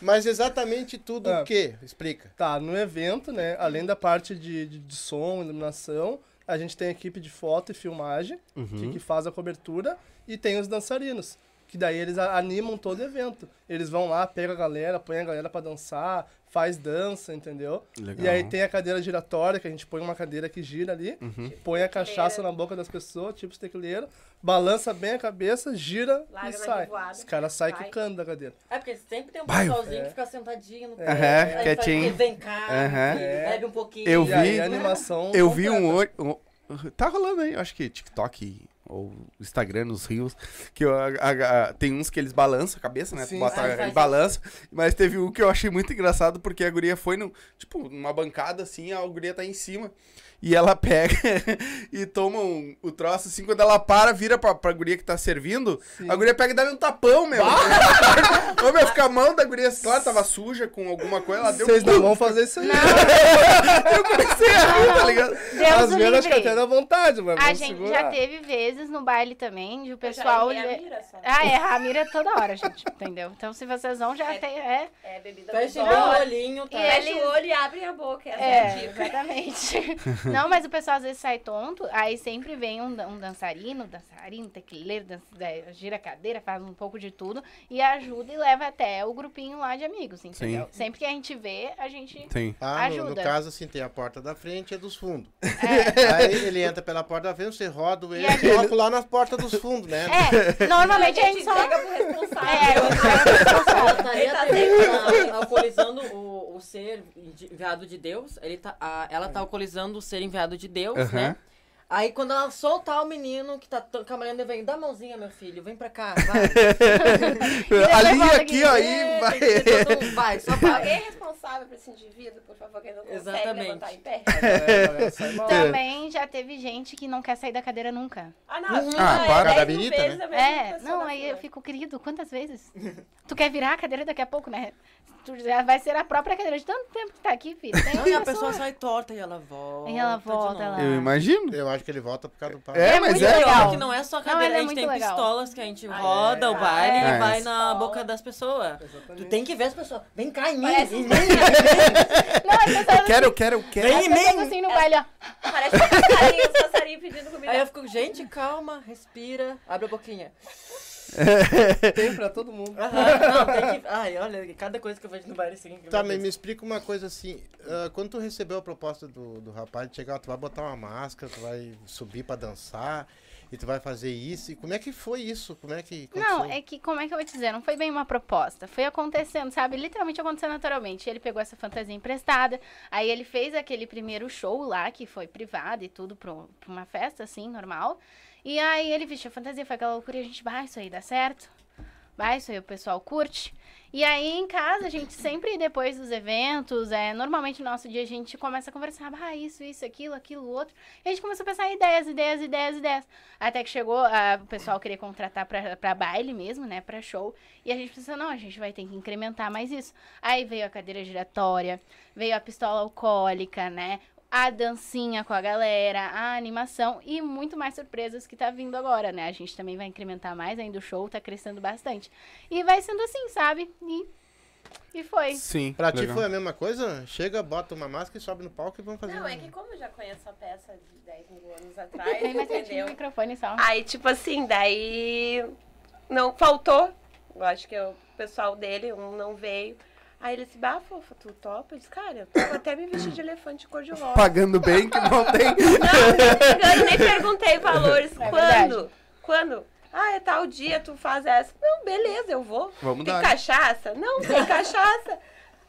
Mas exatamente tudo
É.
o quê? Explica.
Tá, no evento, né? Além da parte de, de, de som, iluminação, a gente tem a equipe de foto e filmagem,
Uhum.
que, que faz a cobertura, e tem os dançarinos. Que daí eles a- animam todo o evento. Eles vão lá, pegam a galera, põem a galera pra dançar, faz dança, entendeu?
Legal. Uhum.
E aí tem a cadeira giratória, que a gente põe uma cadeira que gira ali, põe a cachaça na boca das pessoas, tipo estequileiro, balança bem a cabeça, gira
Larga
e
na
sai.
revoada.
Os caras saem
Vai.
quicando da cadeira.
É porque sempre tem um
Vai,
pessoalzinho
É.
que fica sentadinho no pé.
Aham,
aí faz
quietinho.
que Vem cá,
Aham.
filho, bebe um pouquinho.
Eu
e
vi-
aí a animação.
Eu vi
completa.
um, oi- um. Tá rolando aí, eu acho que TikTok ou Instagram, nos rios, que eu- a- a- a- tem uns que eles balançam a cabeça, né?
Sim,
Tu bota
sim.
e balança. Mas teve um que eu achei muito engraçado, porque a guria foi no, tipo, numa bancada assim, a guria tá em cima. E ela pega e toma um- o troço assim, quando ela para, vira pra, pra guria que tá servindo, a guria pega e dá um tapão, meu. Ô, meu, fica a mão da guria, assim, claro, tava suja com alguma coisa, ela deu um
Vocês não vão fazer isso aí.
Eu comecei a rir, tá ligado?
Deus
Às
o
vezes acho que até
livre.
dá vontade, mas
A
vamos
gente
segurar.
já teve vezes no baile também, de o pessoal...
Eu já errei a
le-
mira só.
Ah, é, a mira toda hora, gente, entendeu? Então, se vocês vão, já
É.
tem... É,
É bebida
Fecha
alcoólica.
o olhinho, tá?
E
Fecha
eles-
o olho e abre a boca. Essa é, a
é
dica.
exatamente. Não, mas o pessoal às vezes sai tonto, aí sempre vem um, dan- um dançarino, dançarino, tequileiro, dan- da- gira a cadeira, faz um pouco de tudo, e ajuda e leva até o grupinho lá de amigos, entendeu? Sempre que a gente vê, a gente...
Sim.
Ah, no, no
Ajuda.
caso, assim, tem a porta da frente e a dos fundos. Aí ele entra pela porta da frente, você roda o
E
ele
a gente-
coloca lá na porta dos fundos, né?
É, normalmente a gente só...
entrega pro responsável.
É,
Ele tá sempre alcoolizando o, o ser de- enviado de Deus. Ele tá, a- ela tá alcoolizando o ser enviado de Deus,
Aham.
né? Aí quando ela soltar o menino que tá to- caminhando, ele vem, dá a mãozinha, meu filho, vem pra cá, vai.
Ali,
levanta
aqui,
aqui.
aí, vai.
Tem que ter todo um- vai, só vai.
Alguém é responsável por esse indivíduo, por favor, que ele não consegue
Exatamente.
levantar em pé.
É, galera, sai mal.
Também já teve gente que não quer sair da cadeira nunca.
Ah, não.
Ah, para.
da
Birita, né?
É, não, aí eu fico, querido, quantas vezes? tu quer virar a cadeira daqui a pouco, né? Tu já vai ser a própria cadeira de tanto tempo que tá aqui, filho. Tem
Não, e a pessoa sai torta e ela volta.
E ela
de
volta,
novo.
ela-
Eu imagino.
Eu acho que ele volta por causa do pai.
É,
É
mas
muito
E
é.
olha
legal.
que não é só a
Não,
cadeira,
ela é
a gente tem
muito legal.
pistolas que a gente roda o baile
É.
e vai na
Pistola.
boca das pessoas. Tu tem que ver as pessoas. Vem cá em mim,
Parece
em mim,
Não, as pessoas,
Eu quero, eu quero, eu quero.
vem em
as pessoas
mim.
assim no baile, ó.
Parece um passarinho, um passarinho pedindo comida.
Aí eu fico, gente, calma, respira, abre a boquinha.
Tem pra todo mundo.
Aham, não, tem que. Ai, olha, cada coisa que eu vejo no bar assim.
Tá, mas me explica uma coisa assim. ah, quando tu recebeu a proposta do, do rapaz de chegar, ó, tu vai botar uma máscara, tu vai subir pra dançar e tu vai fazer isso. E como é que foi isso? Como é que aconteceu?
Não, é que, como é que eu vou te dizer? Não foi bem uma proposta. Foi acontecendo, sabe? Literalmente aconteceu naturalmente. Ele pegou essa fantasia emprestada, aí ele fez aquele primeiro show lá, que foi privado e tudo, pra um- pra uma festa, assim, normal. E aí ele vestiu a fantasia, foi aquela loucura, e a gente, vai, isso aí dá certo. Vai, isso aí o pessoal curte. E aí em casa, a gente sempre depois dos eventos, é, normalmente no nosso dia a gente começa a conversar, ah, isso, isso, aquilo, aquilo, outro. E a gente começou a pensar em ideias, ideias, ideias, ideias. Até que chegou a, o pessoal querer contratar pra, pra baile mesmo, né? Pra show. E a gente pensou, não, a gente vai ter que incrementar mais isso. Aí veio a cadeira giratória, veio a pistola alcoólica, né? A dancinha com a galera, a animação e muito mais surpresas que tá vindo agora, né? A gente também vai incrementar mais ainda o show, tá crescendo bastante. E vai sendo assim, sabe? E, e foi.
Sim.
Pra ti
legal.
foi a mesma coisa? Chega, bota uma máscara e sobe no palco e vamos fazer.
Não,
um-
é que como eu já conheço a peça de 10 mil anos atrás,
Vem mais pertinho do
entendeu?
microfone só.
Aí, tipo assim, daí não faltou. Eu acho que é o pessoal dele, um não veio. Aí ele disse, bah, fofa, tu topa? Eu disse, cara, eu topo até me vestir de elefante cor-de-rosa.
Pagando bem que não tem.
Não, eu nem perguntei valores.
É
Quando? Quando? Ah, é tal dia, tu faz essa. Não, beleza, eu vou.
Vamos
tem
dar.
cachaça? Não, tem cachaça.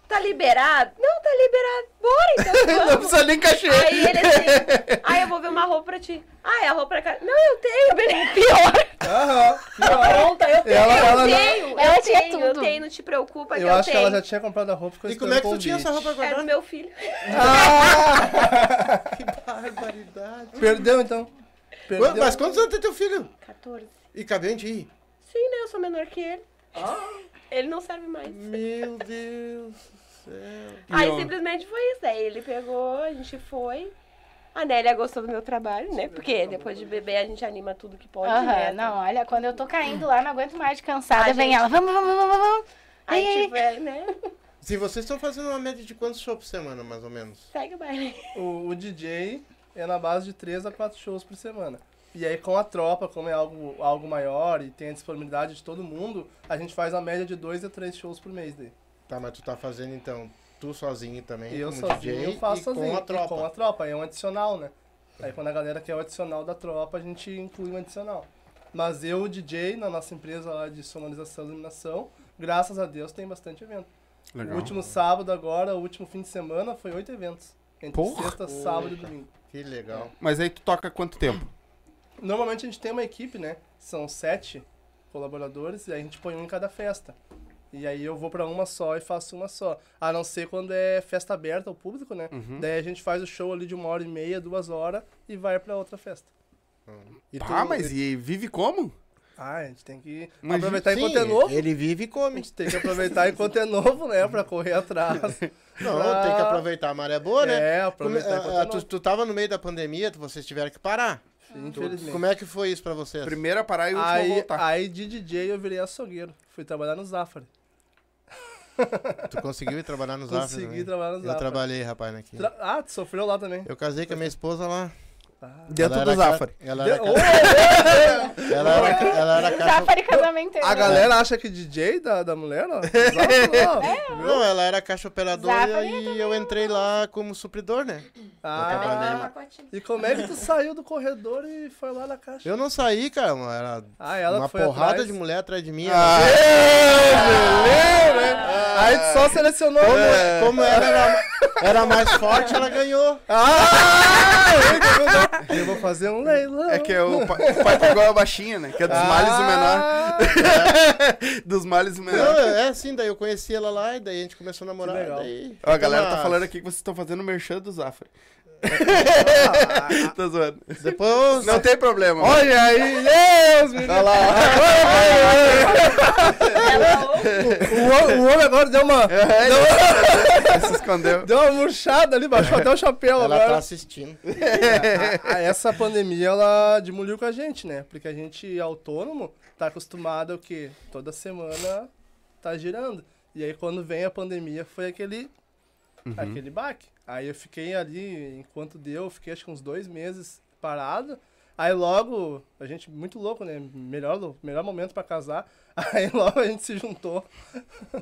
Tá liberado? Não, tá liberado. Bora, então vamos.
Não precisa nem cachê.
Aí ele assim, ah, eu vou ver uma roupa pra ti. Ah, é a roupa pra cá. Não, eu tenho, beleza. Pior.
Aham.
Pronta, eu tenho.
Ela- ela
eu
já-
tenho,
Ela
eu
tinha
tenho, eu
tudo.
tenho, não te preocupa que
Eu
eu,
acho que
tenho.
ela já tinha comprado a roupa ficou
E como é que tu
esperando
tinha essa
convite.
roupa
É do
guardada?
meu filho.
Que barbaridade.
Perdeu, então. Perdeu.
Ué, Mas quantos anos tem teu filho?
14.
E cabelo de ir?
Sim, né? Eu sou menor que ele. Ele não serve mais.
Meu Deus do céu.
Aí simplesmente foi isso. Aí ele pegou, a gente foi. A Nélia gostou do meu trabalho, né? Porque depois de beber a gente anima tudo que pode,
Aham,
né?
não, olha, quando eu tô caindo lá, não aguento mais de cansada,
Ah,
vem
gente.
ela, vamos, vamos, vamos, vamos.
Aí
Ei, ei.
tipo, é, né?
Se vocês estão fazendo uma média de quantos shows por semana, mais ou menos?
Segue o baile.
O, o DJ é na base de 3 a 4 shows por semana. E aí com a tropa, como é algo, algo maior e tem a disponibilidade de todo mundo, a gente faz a média de 2 a 3 shows por mês daí.
Tá, mas tu tá fazendo então, tu sozinho também,
eu
como
sozinho
DJ,
eu faço
um e
sozinho.
com a
E
tropa.
com a tropa, é um adicional, né? Aí quando a galera quer o adicional da tropa, a gente inclui um adicional. Mas eu, o DJ, na nossa empresa lá de sonorização e iluminação, graças a Deus tem bastante evento.
Legal.
O último sábado agora, o último fim de semana, foi oito eventos. Entre
Porra!
sexta, sábado e domingo.
Que legal.
Mas aí tu toca quanto tempo?
Normalmente a gente tem uma equipe, né? São sete colaboradores e aí a gente põe um em cada festa. E aí eu vou pra uma só e faço uma só. A não ser quando é festa aberta ao público, né?
Uhum.
Daí a gente faz o show ali de uma hora e meia, duas horas e vai pra outra festa.
E
Ah,
tu-
mas e vive como?
Ah, a gente tem que
Mas,
aproveitar
Sim,
enquanto é novo.
Ele vive e
A
come.
gente tem que aproveitar enquanto é novo, né? Pra correr atrás.
Não,
Ah.
tem que aproveitar a maré boa, né?
É,
Come-
aproveitar
ah,
enquanto é
ah, tu,
novo.
tu tava no meio da pandemia, tu- vocês tiveram que parar.
Infelizmente.
Como é que foi isso pra vocês?
Primeira parar e última
Aí,
voltar.
aí de DJ eu virei açougueiro. Fui trabalhar no Zafari.
Tu conseguiu ir trabalhar nos Zafra?
Consegui
né?
trabalhar no
Eu
Zafari.
trabalhei, rapaz, aqui.
Tra- Ah, tu sofreu lá também.
Eu casei com a minha esposa lá.
Dentro
Ela
do
era ca-
Zafari.
Ela era, ca-
Ô,
ela era, ca- ela era caixa...
Zafari casamento. né?
É.
A galera acha que DJ da, da mulher, ó. Exato, ó.
Não, ela era caixa operadora
Zafari
e eu entrei lá como supridor, né?
Ah,
trabalhei.
e como é que tu saiu do corredor e foi lá na caixa?
Eu não saí, cara. mano, Era
Ah, ela
uma
foi
porrada
atrás. É,
de mulher atrás de mim.
Ah,
né?
né? Aí tu só selecionou.
Como,
né?
como ela era, era mais forte, ela ganhou.
Eu vou fazer um leilão.
É que é o pai, o pai pegou a baixinha, né? Que é dos males o menor. Dos males o
Não,
menor.
é assim, daí eu conheci ela lá e daí a gente começou a namorar.
Que legal.
daí-
Ó, a galera tá
Mas-
falando aqui que vocês estão fazendo merchan do Zafra. Tô zoando.
Depois.
Não tem problema. mano.
Olha aí, Deus, menino.
O, o homem agora deu uma,
é Ele se escondeu.
deu uma murchada ali, baixou até o chapéu
Ela tá
agora.
assistindo.
A- a- essa pandemia, ela demoliu com a gente, né? Porque a gente é autônomo, tá acostumado ao que toda semana tá girando. E aí quando vem a pandemia, foi aquele, aquele baque. Aí eu fiquei ali, enquanto deu, eu fiquei acho que uns dois meses parado. Aí logo, a gente, muito louco, né? Melhor, lu- melhor momento pra casar. Aí logo a gente se juntou.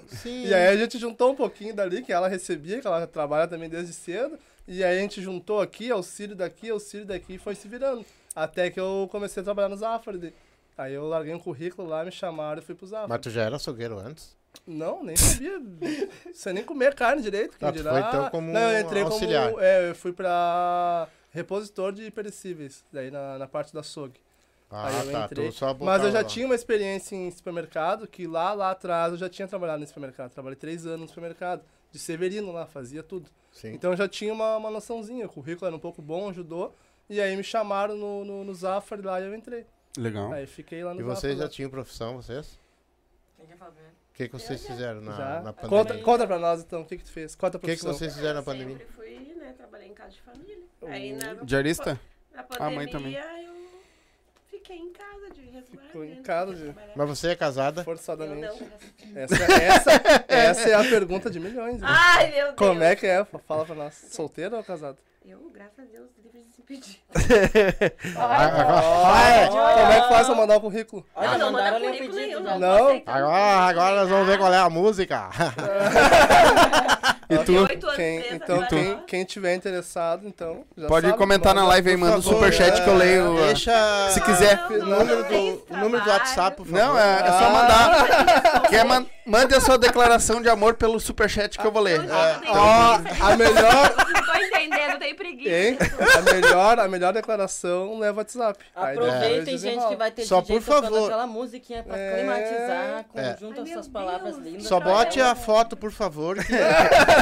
Sim.
E aí a gente juntou um pouquinho dali, que ela recebia, que ela trabalha também desde cedo. E aí a gente juntou aqui, auxílio daqui, auxílio daqui e foi se virando. Até que eu comecei a trabalhar no Zafari. daí. Aí eu larguei um currículo lá, me chamaram e fui pro Zafari.
Mas tu já era açougueiro antes?
Não, nem sabia. sem nem comer carne direito. Quem
Ah, tu
dirá.
foi, então, como
Não, eu entrei
auxiliar.
como... É, eu fui pra repositor de perecíveis, daí na, na parte da açougue.
Ah,
Aí eu
tá.
entrei.
Tu só
Mas eu já
botava lá.
tinha uma experiência em supermercado, que lá, lá atrás eu já tinha trabalhado no supermercado. Trabalhei três anos no supermercado, de Severino lá, fazia tudo.
Sim.
Então eu já tinha uma, uma noçãozinha, o currículo era um pouco bom, ajudou. E aí me chamaram no, no, no Zafari lá e eu entrei.
Legal.
Aí fiquei lá no
E vocês já
Zafari.
tinham profissão, vocês? O que, que vocês fizeram na,
já.
na pandemia?
Conta, conta pra nós então, o que que tu fez? Conta
O
pra
que, que vocês fizeram na pandemia?
Sempre fui, né? Trabalhei em casa de família. Aí na,
Diarista?
na
A mãe
pandemia eu fiquei em casa de resguardo.
Ficou em
né, não
casa
podia
de-
trabalhar.
Mas você é casada?
Eu não.
Forçadamente. Essa, essa, essa é a pergunta de milhões. né?
Ai, Ah, meu Deus.
Como é que é? Fala pra nós. Solteiro ou casado?
Eu, graças a Deus, livre de se pedir.
Ah, Agora,
é, como é que faz pra mandar o currículo?
Olha,
não, manda
mandaram nem
currículo
pedido.
nenhum, não.
Não?
aceita,
agora, agora nós vamos ver qual é a música.
E
Tem
tu
oito anos
Quem-
presa,
então,
vai
quem,
lá.
quem tiver interessado, então, já
pode
sabe,
comentar na
manda,
live aí,
por
manda o
favor.
superchat que eu leio. uh,
Ah, Deixa.
Se quiser.
Ah, Não, não,
número,
não tem
do,
esse
número do
trabalho.
WhatsApp, por favor.
Não, é, é só
Ah.
mandar. Quer man- mande a sua declaração de amor pelo superchat que eu vou
é,
ler.
Não,
Ah,
não, tem
Ó,
preguiça.
a melhor,
Não tô entendendo, tem preguiça.
hein? A melhor, a melhor declaração leva WhatsApp. Aí depois
Aproveitem, gente,
desenrola.
que vai ter
Só
DJ
por
tocando
favor.
aquela musiquinha pra
É.
climatizar,
É.
conjunto
Ai,
as
meu
suas palavras
Deus.
lindas.
Só
pra
bote
ela.
a foto, por favor. que-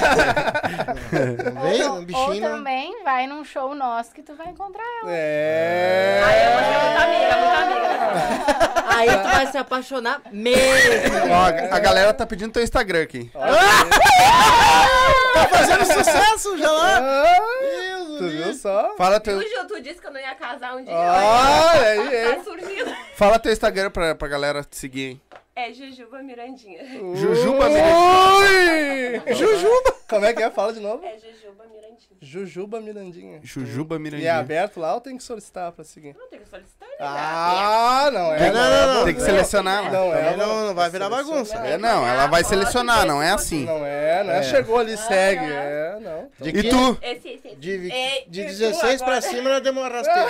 não vem, um
Ou, ou
bichinho. não-
também vai num show nosso que tu vai encontrar ela. Ah,
É.
Aí eu vou ser muito amiga, muito amiga.
Aí tu vai se apaixonar mesmo.
Ó, a a galera tá pedindo teu Instagram aqui.
Ah,
Tá fazendo sucesso já lá.
Tu viu só?
Fala teu,
Hoje tu disse que eu não ia casar um dia.
Ah, aí,
mas
aí.
Tá surgindo.
fala teu Instagram pra, pra galera te seguir,
É Jujuba Mirandinha.
hein? Jujuba Mirandinha.
Jujuba! Como é que é? Fala de novo.
É Jujuba Mirandinha.
Jujuba Mirandinha.
Jujuba
E é
Mirandinha.
aberto lá ou tem que solicitar pra seguir?
Não tem que solicitar, né?
Ah, não é.
Não, não, não.
é
Tem que
bom-
selecionar.
Não é.
Também não, não vai virar bagunça.
É, não, ela vai selecionar, não é assim.
Não é, não é. Chegou ali, segue. É, não.
De,
E
que-
tu?
Esse, esse, esse.
De,
Ei,
de
e tu
16 pra
agora?
cima não demora rasteira.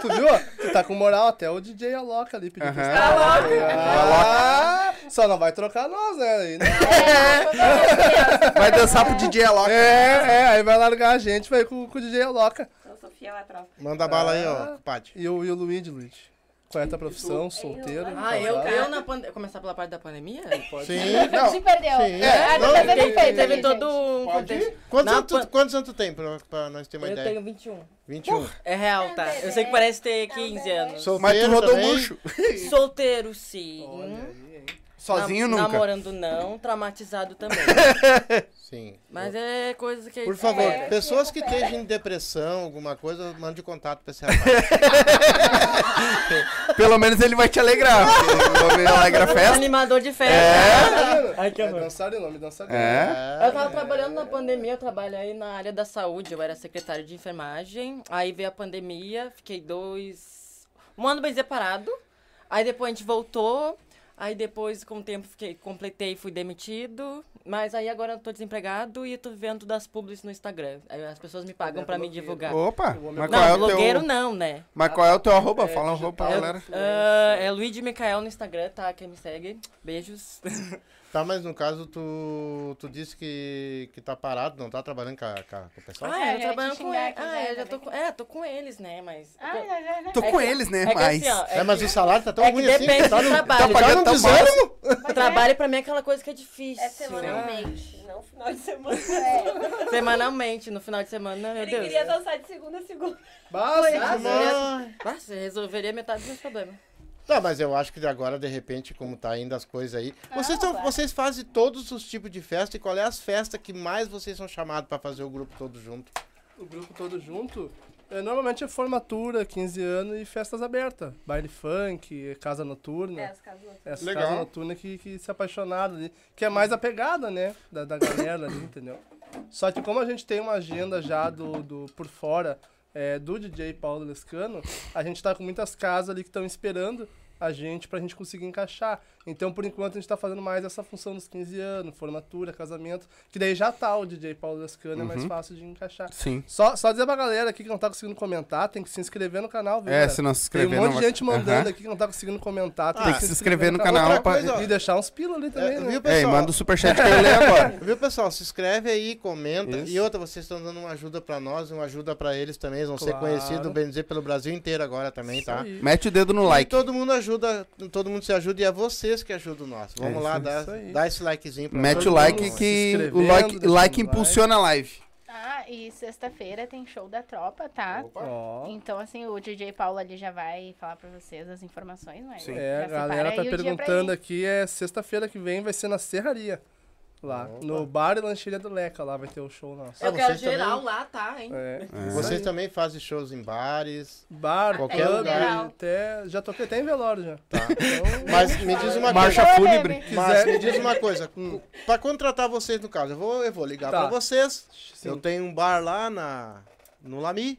Tu viu? ó? Tu tá com moral até o DJ Aloca ali pediu pra
Tá louco?
Ah, Só não vai trocar nós, né? Aí não-
Vai dançar pro DJ Alok.
É, é, aí vai largar a gente, vai com, com o DJ Aloca.
Eu sou fiel à tropa.
Manda bala aí, ó, compadre.
E o, e o Luigi, Luigi. Qual é a tua profissão? Solteiro?
Ah, eu,
casado?
eu na pandemia. Começar pela parte da pandemia?
Tá
Pode.
Sim.
A gente perdeu.
Sim.
Ah,
Não,
tá fazendo
Teve,
efeito
teve
ali,
todo
gente.
um contexto.
Quantos,
Na
anos tu,
pan-
quantos anos tu tem pra, pra nós ter uma
Eu
ideia?
tenho 21.
21.
É real, tá? Eu sei que parece ter 15 anos.
Solteiro
Mas tu rodou
também?
murcho.
Solteiro, sim.
Sozinho
Nam-
nunca.
Namorando não, traumatizado também.
Sim.
Mas é coisa que.
Por favor,
É.
pessoas que estejam em depressão, alguma coisa, mande contato pra esse rapaz.
Pelo menos ele vai te alegrar. porque Ele alegra a festa.
é Animador de festa. Ai, que
É
amor.
dançarino, me dançarino.
É.
Eu tava trabalhando na pandemia, eu trabalhei na área da saúde, eu era secretária de enfermagem. Aí veio a pandemia, fiquei dois. Um ano bem separado. Aí depois a gente voltou. Aí depois, com o tempo, fiquei, completei e fui demitido. Mas aí agora eu tô desempregado e tô vivendo das publis no Instagram. Aí as pessoas me pagam pra me divulgar.
Opa, mas qual é
Não,
o
blogueiro
teu.
não, né?
Mas qual é o teu arroba? Fala um arroba pra galera.
Ah, é Luigi Micael no Instagram, tá? Quem me segue. Beijos.
Tá, mas no caso, tu, tu disse que, que tá parado, não tá trabalhando com, a- com a- com o pessoal?
Ah,
já
eu
ia
tô
te
trabalhando com
xingar
ele. Ah,
aqui, já,
eu já
já
tô com. É, tô com eles, né? Mas.
Ah, já, já, já.
Tô com eles, né?
É que
Mas.
assim, ó, é
É, mas o salário tá tão
É que
ruim
depende
assim.
do
Tá no,
trabalho.
Tá
Pagando
no
tão
desânimo?
Trabalho pra mim é aquela coisa que é difícil.
É semanalmente, não final de semana. É.
Semanalmente, no final de semana, meu
Ele
Deus.
queria dançar de segunda a segunda.
Basta,
Mas-
Nossa, eu resolveria metade dos meus problemas.
Tá, mas eu acho que agora, de repente, como tá indo as coisas aí.
Ah,
Vocês, tão, vocês fazem todos os tipos de festa e qual é as festas que mais vocês são chamados pra fazer o grupo todo junto?
o grupo todo junto. É, normalmente é formatura, 15 anos e festas abertas. Baile funk, casa noturna.
É, as casas não
Essa
Legal.
casa noturna que, que se apaixonaram ali. Que é mais a pegada, né? Da, da galera ali, entendeu? Só que como a gente tem uma agenda já do, do por fora é, do DJ Paulo Lescano, a gente tá com muitas casas ali que estão esperando a gente pra gente conseguir encaixar. Então, por enquanto, a gente tá fazendo mais essa função dos 15 anos, formatura, casamento, que daí já tá o DJ Paulo Lescano, é mais
Uhum.
fácil de encaixar.
Sim.
Só, só dizer pra galera aqui que não tá conseguindo comentar, tem que se inscrever no canal, viu?
É,
galera?
se não se inscrever,
Tem um monte
não
de
vai-
gente mandando
Aham. Ah,
aqui que não tá conseguindo comentar.
Tem que se inscrever no canal.
outra
pra-
coisa, ó.
E deixar uns pila ali também,
É,
né?
viu,
Ei,
pessoal?
manda o superchat que eu leio agora.
Viu, pessoal? Se inscreve aí, comenta.
Isso.
E outra, vocês estão dando uma ajuda pra nós, uma ajuda pra eles também. Eles vão ser
Claro.
conhecidos, bem dizer, pelo Brasil inteiro agora também, tá?
Mete o dedo no
E
like.
todo mundo ajuda, todo mundo se ajuda e é vocês que ajudam nós. Vamos
É
lá,
isso,
dá,
isso aí.
dá esse likezinho pra
Mete
nós.
o like
mundo se
que
inscrevendo,
o like,
deixando
like
o like.
impulsiona a live.
Ah, e sexta-feira tem show da tropa, tá?
Ó.
Então, assim, o DJ Paulo ali já vai falar pra vocês as informações, não é?
tá É, a galera tá perguntando aqui, é sexta-feira que vem vai ser na Serraria. Lá.
Opa.
No bar e lancheria do Leca, lá vai ter o show nosso.
Ah,
Eu quero
vocês também?
geral lá, tá, hein?
É.
Vocês também fazem shows em bares.
Bar,
Qualquer
pub,
lugar.
até. Já toquei até em velório já.
Tá.
Então,
Mas me diz uma
Marcha
coisa.
fúnebre.
Mas me diz uma coisa. Pra contratar vocês, no caso, eu vou, eu vou ligar
Tá.
pra vocês.
sim,
Eu tenho um bar lá na, no Lami.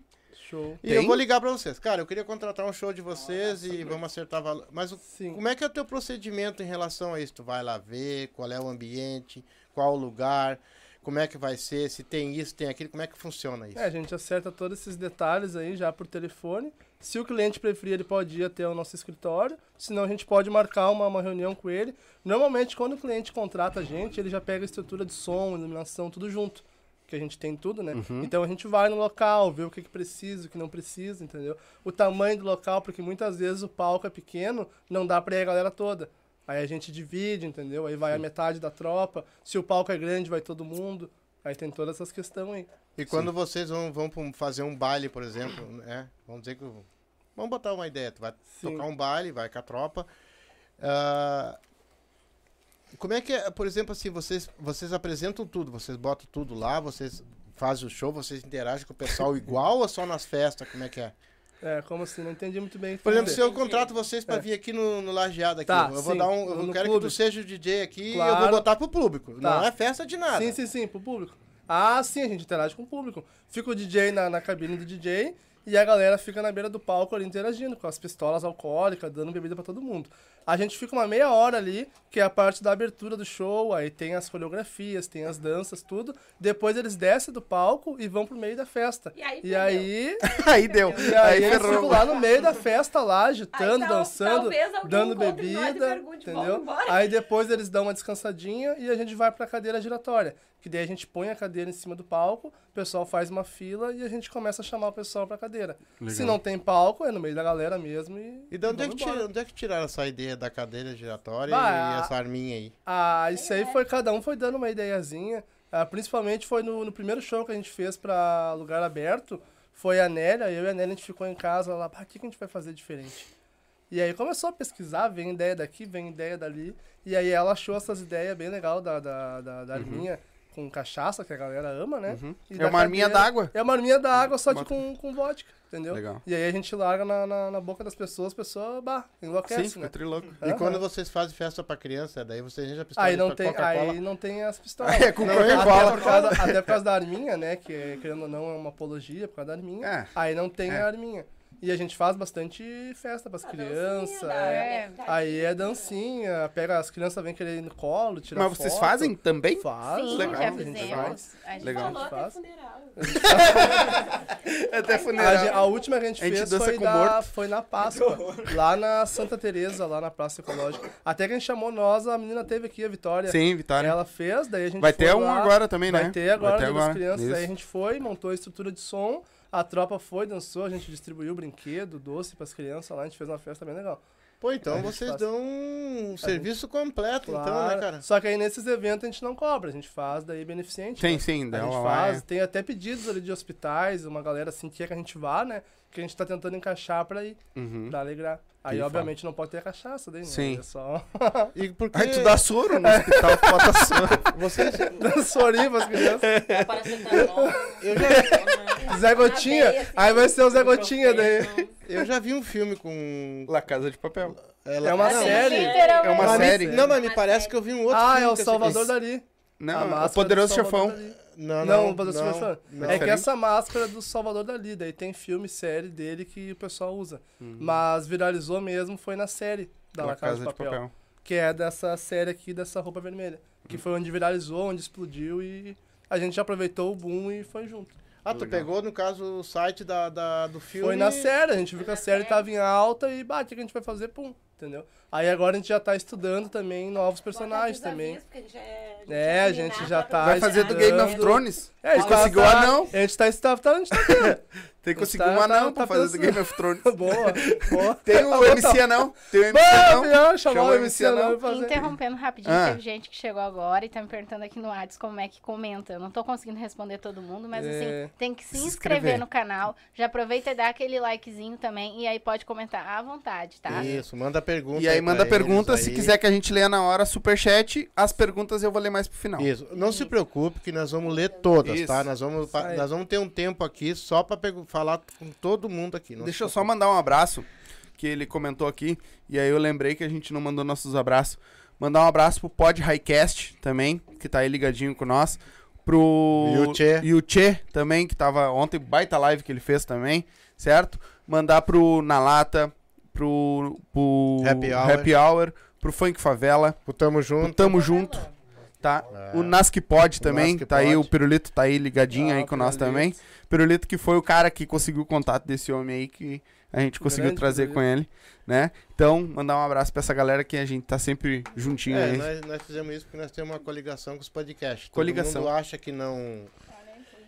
show.
E
Tem?
eu vou ligar pra vocês. Cara, eu queria contratar um show de vocês e vamos acertar valor. Mas o-
Sim.
como é que é o teu procedimento em relação a isso? Tu vai lá ver qual é o ambiente, qual o lugar, como é que vai ser, se tem isso, tem aquilo, como é que funciona isso?
É, a gente acerta todos esses detalhes aí já por telefone. Se o cliente preferir, ele pode ir até o nosso escritório. Senão a gente pode marcar uma, uma reunião com ele. Normalmente, quando o cliente contrata a gente, ele já pega a estrutura de som, iluminação, tudo junto. Que a gente tem tudo, né? Então a gente vai no local, vê o que, que precisa, o que não precisa, entendeu? O tamanho do local, porque muitas vezes o palco é pequeno, não dá pra ir a galera toda. Aí a gente divide, entendeu? Aí vai a metade da tropa. Se o palco é grande, vai todo mundo. Aí tem todas essas questões aí.
E quando vocês vão, vão pra um- fazer um baile, por exemplo, né? Vamos dizer que. eu- Vamos botar uma ideia. Tu vai
Sim.
tocar um baile, vai com a tropa. Ah, como é que é, por exemplo, assim, vocês, vocês apresentam tudo, vocês botam tudo lá, vocês fazem o show, vocês interagem com o pessoal igual ou só nas festas? Como é que é?
É, como assim? Não entendi muito bem. o que
Por
quer
exemplo,
dizer.
se eu contrato vocês pra vir aqui no, no Lajeado aqui,
Tá,
eu vou
sim,
dar um. Eu
no
quero que
clube.
tu seja o DJ aqui e eu vou
Claro.
botar pro público.
Tá.
Não é festa de nada.
Sim, sim, sim, pro público. Ah, sim, a gente interage com o público. Fica o DJ na, na cabine do DJ e a galera fica na beira do palco ali interagindo com as pistolas alcoólicas, dando bebida pra todo mundo. A gente fica uma meia hora ali, que é a parte da abertura do show, aí tem as coreografias, tem as danças, tudo. Depois eles descem do palco e vão pro meio da festa.
E aí
e
perdeu.
aí,
Aí deu.
e aí
Aí
eles ficam
ferrou.
lá no meio da festa lá, agitando,
Aí tal-
dançando,
talvez alguém
dando
encontre nós e
bebida,
pergunte, "Vamos
entendeu?
embora?"
Aí depois eles dão uma descansadinha e a gente vai pra cadeira giratória, que daí a gente põe a cadeira em cima do palco, o pessoal faz uma fila e a gente começa a chamar o pessoal pra cadeira. Se não tem palco, é no meio da galera mesmo e...
E de onde é, que
vamos embora.
tira, onde é que tiraram essa ideia da cadeira giratória
Então Bah,
e essa arminha aí?
Ah, isso aí foi, cada um foi dando uma ideiazinha. Ah, principalmente foi no, no primeiro show que a gente fez pra lugar aberto. Foi a Nélia, eu e a Nélia, a gente ficou em casa lá, "Bah, o que, que a gente vai fazer diferente? E aí começou a pesquisar, vem ideia daqui, vem ideia dali. E aí ela achou essas ideias bem legal da, da, da,
Uhum.
da arminha com cachaça, que a galera ama, né? E
É
da
uma arminha
cadeira-
d'água.
É uma arminha da água, só que
Bota.
com, com vodka, entendeu?
Legal.
E aí a gente larga na, na, na boca das pessoas, a pessoa, bah, enlouquece,
Sim, fica
né?
triloco.
E
Aham.
quando vocês fazem festa pra criança, daí vocês já pistola
Aí não,
pra
tem,
Coca-Cola.
aí não tem as pistolas.
É, com
Não,
Coca-Cola.
Até por, causa, até por causa da arminha, né? Que, é, querendo ou não, é uma apologia por causa da arminha.
É.
Aí não tem
É.
a arminha. E a gente faz bastante festa pras crianças. é.
tá.
Aí é dancinha, pega as crianças, vêm querer ir no colo, tirar
Mas vocês
foto.
fazem também?
Faz.
Sim,
legal,
já
Ah, a gente faz.
fizemos. A gente
Legal.
Falou até
Faz.
funeral.
Até
A, gen- a
funeral.
última que a gente
A gente
fez
dança
foi,
com
da-
morto.
foi na Páscoa, lá na Santa Teresa, lá na Praça Ecológica. Até quem chamou nós, a menina teve aqui, a Vitória.
Sim, Vitória.
Ela fez, daí a gente
Vai
foi
ter um
lá,
agora também, né?
Vai ter agora,
Vai ter
Dia das
agora,
crianças.
isso.
Aí a gente foi, montou a estrutura de som, a tropa foi, dançou, a gente distribuiu brinquedo, doce pras crianças lá, a gente fez uma festa bem legal.
Pô, então
gente
vocês
faz.
dão um serviço completo, então, né,
Claro.
cara?
Só que aí nesses eventos a gente não cobra, a gente faz daí beneficente.
Sim,
né?
sim,
A
dá
gente
uma
faz,
lá. é.
tem até pedidos ali de hospitais, uma galera assim que quer que a gente vá, né? Que a gente tá tentando encaixar pra ir,
Uhum.
pra alegrar. Aí,
Que
obviamente, não pode ter cachaça, daí, né?
Sim.
É só
E porque
Aí tu dá soro no hospital, tu bota soro.
vocês,
sorrir pras crianças.
Parece que tá bom.
Zé Gotinha,
Amei, assim,
aí vai ser o Zé Gotinha daí.
eu já vi um filme com
La Casa de Papel.
ela. Ah,
É uma
Assim,
série.
É uma
Mas me-
série.
Não, mas me
Uma
parece
série.
que eu vi um outro
Ah,
filme
é o
que eu-
Salvador Dali. A
Não, é o
máscara
Poderoso
do Salvador
Chefão.
Dali.
Não,
Não,
não,
o Poderoso
não,
Chefão.
não.
É que
Diferente?
essa máscara do Salvador Dali, daí tem filme, série dele que o pessoal usa. Mas viralizou mesmo, foi na série da La Casa, de, Papel, Que é dessa série aqui, dessa roupa vermelha. Que foi onde viralizou, onde explodiu e a gente já aproveitou o boom e foi junto.
Ah, tu pegou, no caso, o site da, da- do filme.
Foi na série, a gente viu que a série tava em alta e bate, o que a gente vai fazer? Pum, entendeu? Aí agora a gente já tá estudando também novos personagens também. É, a
né?
gente já tá
Vai fazer do Game of
Estudando.
Thrones?
É, a
Ele conseguiu ah,
tá,
anão.
A gente tá, tá, tá, a gente tá vendo.
Tem que conseguir
Tá-
um anão
tá-
pra
tá
fazer esse
pensando.
Game of Thrones.
Boa, boa. Tá
Tem um o MC anão. Tem o MC
Bah,
anão.
pior, chamar
Chama
o MC
não.
não. fazer.
Interrompendo rapidinho,
Ah.
teve gente que chegou agora e tá me perguntando aqui no Whats como é que comenta. Eu não tô conseguindo responder todo mundo, mas
É.
assim, tem que se
Se
inscrever.
inscrever.
no canal. Já aproveita e dá aquele likezinho também. E aí pode comentar à vontade, tá?
Isso, manda pergunta.
E aí manda
pra eles
pergunta, se
aí.
quiser que a gente leia na hora, superchat. As perguntas eu vou ler mais pro final.
Isso. Não se preocupe que nós vamos ler todas,
Isso.
tá? Nós vamos, pa-
aí.
nós vamos ter um tempo aqui só pra pego- falar com todo mundo aqui. não
Deixa eu
se
só mandar um abraço, que ele comentou aqui, e aí eu lembrei que a gente não mandou nossos abraços. Mandar um abraço pro Pod Highcast também, que tá aí ligadinho com nós. Pro
E o Tchê.
e o Tchê também, que tava ontem, baita live que ele fez também, certo? Mandar pro Na Lata, pro, pro
Happy Hour.
Happy Hour, pro Funk Favela,
preocupe. Tamo
pro
junto.
Então, Tamo Junto, tá? O Nasc Pod também,
É. Nasc
tá aí,
Pod.
o Pirulito tá aí ligadinho
Ah,
aí
o
com nós
Pirulito.
também. Pirulito que foi o cara que conseguiu o contato desse homem aí, que a gente conseguiu
Grande
trazer
Pirulito.
com ele, né? Então, mandar um abraço pra essa galera que a gente tá sempre juntinho
É,
aí.
nós, nós fizemos isso porque nós temos uma coligação com os podcasts.
Coligação.
Todo mundo acha que não.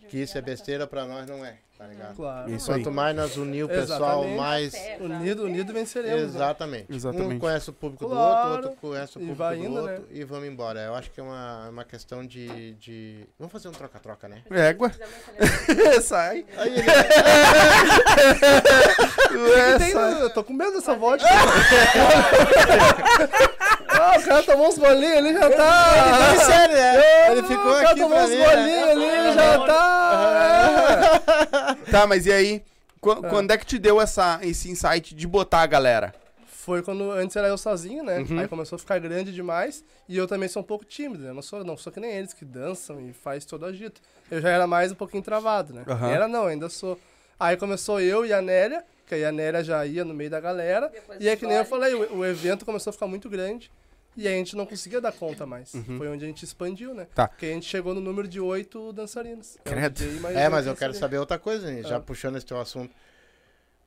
Que isso é besteira, pra nós não é, tá ligado?
Claro.
Isso aí.
Quanto mais nós unir o pessoal,
Exatamente. É,
mais.
Unido, unido venceremos. né?
Exatamente.
Exatamente.
Um conhece o público do
Claro.
outro, outro conhece o
E
público
vai
do
indo, né?
outro e vamos embora. Eu acho que é uma, uma questão de, de. Vamos fazer um troca-troca, né?
Égua. Sai.
Aí ele- é-
Que tem, né? eu tô com medo dessa vodka. ah, o cara tomou uns bolinhos ali, já tá. Ah,
sério, né? Ele
o
ficou
cara
aqui
tomou
pra
uns
mim,
bolinhos
né?
ali, já tá.
Tá, mas e aí?
Ah.
Qu- Quando é que te deu essa, esse insight de botar a galera?
Foi quando antes era eu sozinho, né?
Uhum.
Aí começou a ficar grande demais. E eu também sou um pouco tímido, né? Não sou, não sou que nem eles que dançam e faz todo agito. Eu já era mais um pouquinho travado, né?
Aham.
Era não, ainda sou. Aí começou eu e a Nélia, que aí a Nélia já ia no meio da galera.
Depois
e é que nem eu
escolhe.
falei, o, o evento começou a ficar muito grande. E a gente não conseguia dar conta mais. Foi onde a gente expandiu, né?
Uhum. Tá.
Porque a gente chegou no número de oito dançarinas. É Ah. o
Credo.
DJ mais
É,
oito
mas eu quero
dançarinas.
saber outra coisa, né? já puxando esse teu assunto.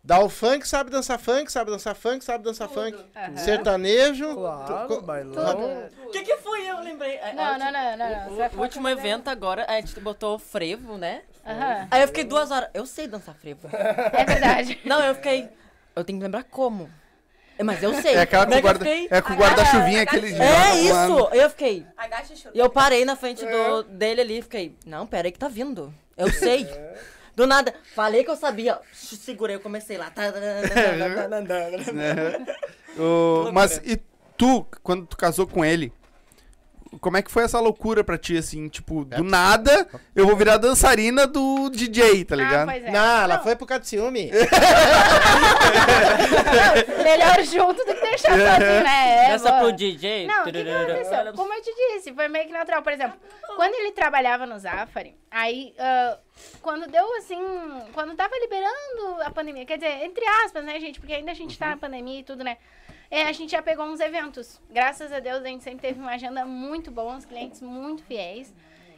Dá o funk, sabe dançar funk, sabe dançar funk, sabe dançar funk.
Aham.
Sertanejo. tu-
Claro,
co-
bailão.
O que que foi? Eu lembrei. É,
Não,
é,
não, não, não, não. Você vai
O, o
falar
último
com a galera.
evento agora, a gente botou frevo, né?
Aham,
Aí eu fiquei duas horas. Eu sei dançar frevo.
É verdade.
Não, eu fiquei. Eu tenho que lembrar como. Mas eu sei.
É aquela com o
Como é que eu
guarda,
fiquei?
é com o guarda-chuvinha
Ah,
aquele dia.
É isso! Eu fiquei.
Agacha e chuta.
E eu parei na frente
É.
do, dele ali e fiquei, não, pera aí que tá vindo. Eu sei.
É.
Do nada, falei que eu sabia. Ch- Segurei, eu comecei lá. Tá, tá, tá, tá, tá, tá, tá.
Ô, mas e tu, quando tu casou com ele, como é que foi essa loucura pra ti, assim, tipo, do nada eu vou virar dançarina do DJ, tá
Ah,
ligado?
pois é.
Não, ela foi por causa de ciúme.
É.
Melhor junto do que deixar sozinho, né? É,
Essa
boa.
pro DJ.
Não, o que, que
turururu.
aconteceu? Como eu te disse, foi meio que natural. Por exemplo, quando ele trabalhava no Zafari, aí ah, quando deu assim. Quando tava liberando a pandemia, quer dizer, entre aspas, né, gente? Porque ainda a gente tá na pandemia e tudo, né? É, a gente já pegou uns eventos. Graças a Deus, a gente sempre teve uma agenda muito boa, uns clientes muito fiéis.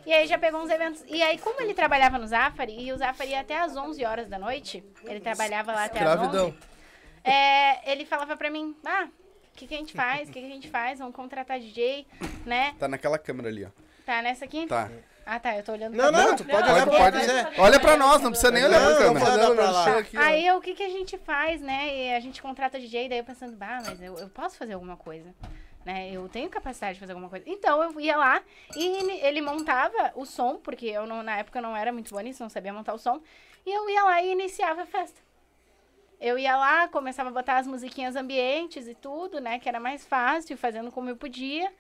E aí já pegou uns eventos. E aí, como ele trabalhava no Zafari, e o Zafari ia até às 11 horas da noite, ele trabalhava lá até às 11
Gravidão.
é, ele falava pra mim, ah, o que, que a gente faz? O que, que a gente faz? Vamos contratar DJ, né?
Tá naquela câmera ali, ó.
Tá nessa aqui?
Tá.
Ah, tá, eu tô olhando
Não,
pra
não,
baixo.
tu pode olhar
Pode,
pra onde
pode.
quiser.
Olha pra nós, não precisa nem olhar pra
Não,
Tão
câmera.
pode.
fazendo
pra lá.
merchan aqui, ó.
Aí eu, o que, que a gente faz, né? E a gente contrata DJ, daí eu pensando, bah, mas eu, eu posso fazer alguma coisa. Né? Eu tenho capacidade de fazer alguma coisa. Então eu ia lá e ele- ele montava o som, porque eu não- na época eu não era muito boa nisso, não sabia montar o som. E eu ia lá e iniciava a festa. Eu ia lá, começava a botar as musiquinhas ambientes e tudo, né? Que era mais fácil, fazendo como eu podia.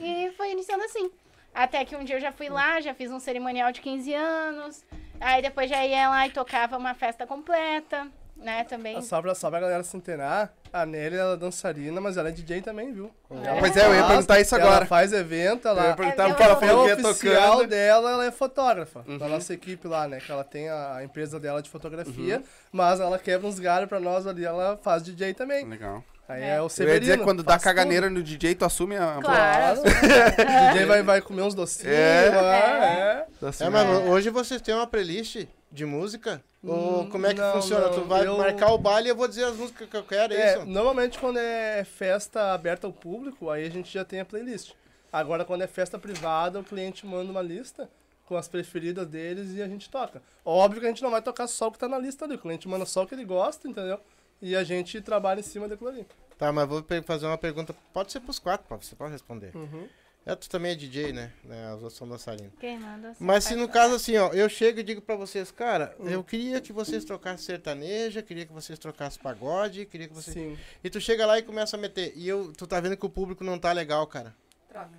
E foi iniciando assim. Até que um dia eu já fui lá, já fiz um cerimonial de 15 anos. Aí depois já ia lá e tocava uma festa completa, né? Também.
Só pra, só pra galera se inteirar, a Nelly ela é dançarina, mas ela é DJ também, viu? Ela
Pois é, eu ia
faz-
perguntar isso
Ela
agora.
faz evento,
Eu ia
ela
perguntar
É,
porque ela
eu-
é
falou que ia
oficial
tocando. Uhum.
dela, ela é fotógrafa. Da nossa equipe lá, né? Que ela tem a a empresa dela de fotografia,
Uhum.
mas ela quebra uns galhos pra nós ali, ela faz DJ também.
Legal.
Aí é, o
Eu
Severino.
ia dizer que quando dá
faz tudo.
caganeira no DJ, tu assume a.
Claro.
O DJ vai, vai comer uns docinhos
É.
lá, é.
Tu assume
É, mas hoje vocês têm uma playlist de música? Ou como é que
Hum, não,
funciona?
não,
tu vai
eu-
marcar o baile e eu vou dizer as músicas que eu quero, é,
É,
isso?
normalmente quando é festa aberta ao público, aí a gente já tem a playlist. Agora, quando é festa privada, o cliente manda uma lista com as preferidas deles e a gente toca. Óbvio que a gente não vai tocar só o que tá na lista ali. O cliente manda só o que ele gosta, entendeu? E a gente trabalha em cima daquilo ali.
Tá, mas vou pe- fazer uma pergunta. Pode ser pros quatro, Paulo. Você pode responder.
Uhum.
É, tu também é DJ, né? É, os outros são dançarino.
Quem manda assim
Mas se
faz
no
é
lá.
caso assim, ó, eu chego e digo pra vocês, cara,
Hum.
eu queria que vocês trocassem sertaneja, queria que vocês trocassem pagode, queria que vocês.
Sim,
E tu chega lá e começa a meter. E eu, tu tá vendo que o público não tá legal, cara.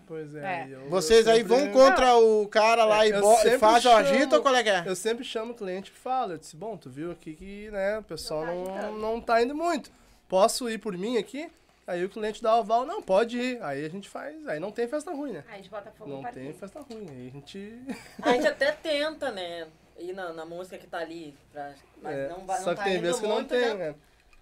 pois é.
É.
aí eu-
Vocês
eu
aí
sempre- é,
vão contra o cara lá e,
Eu
bo- e
sempre
faz o
chamo-
agito ou qual é que é?
Eu sempre chamo o cliente e falo, eu disse, bom, tu viu aqui que, né, o pessoal não, não tá indo muito. Posso ir por mim aqui? Aí o cliente dá o aval, não, pode ir. Aí a gente faz, aí não tem festa ruim, né?
A gente bota fogo
Não
no
tem
parquinho.
festa ruim, aí a gente...
A gente até tenta, né? Ir na, na música que tá ali. pra- mas
É,
não, vai-
só
não
que
tá
tem
indo
vezes que não
muito,
tem,
né?
né?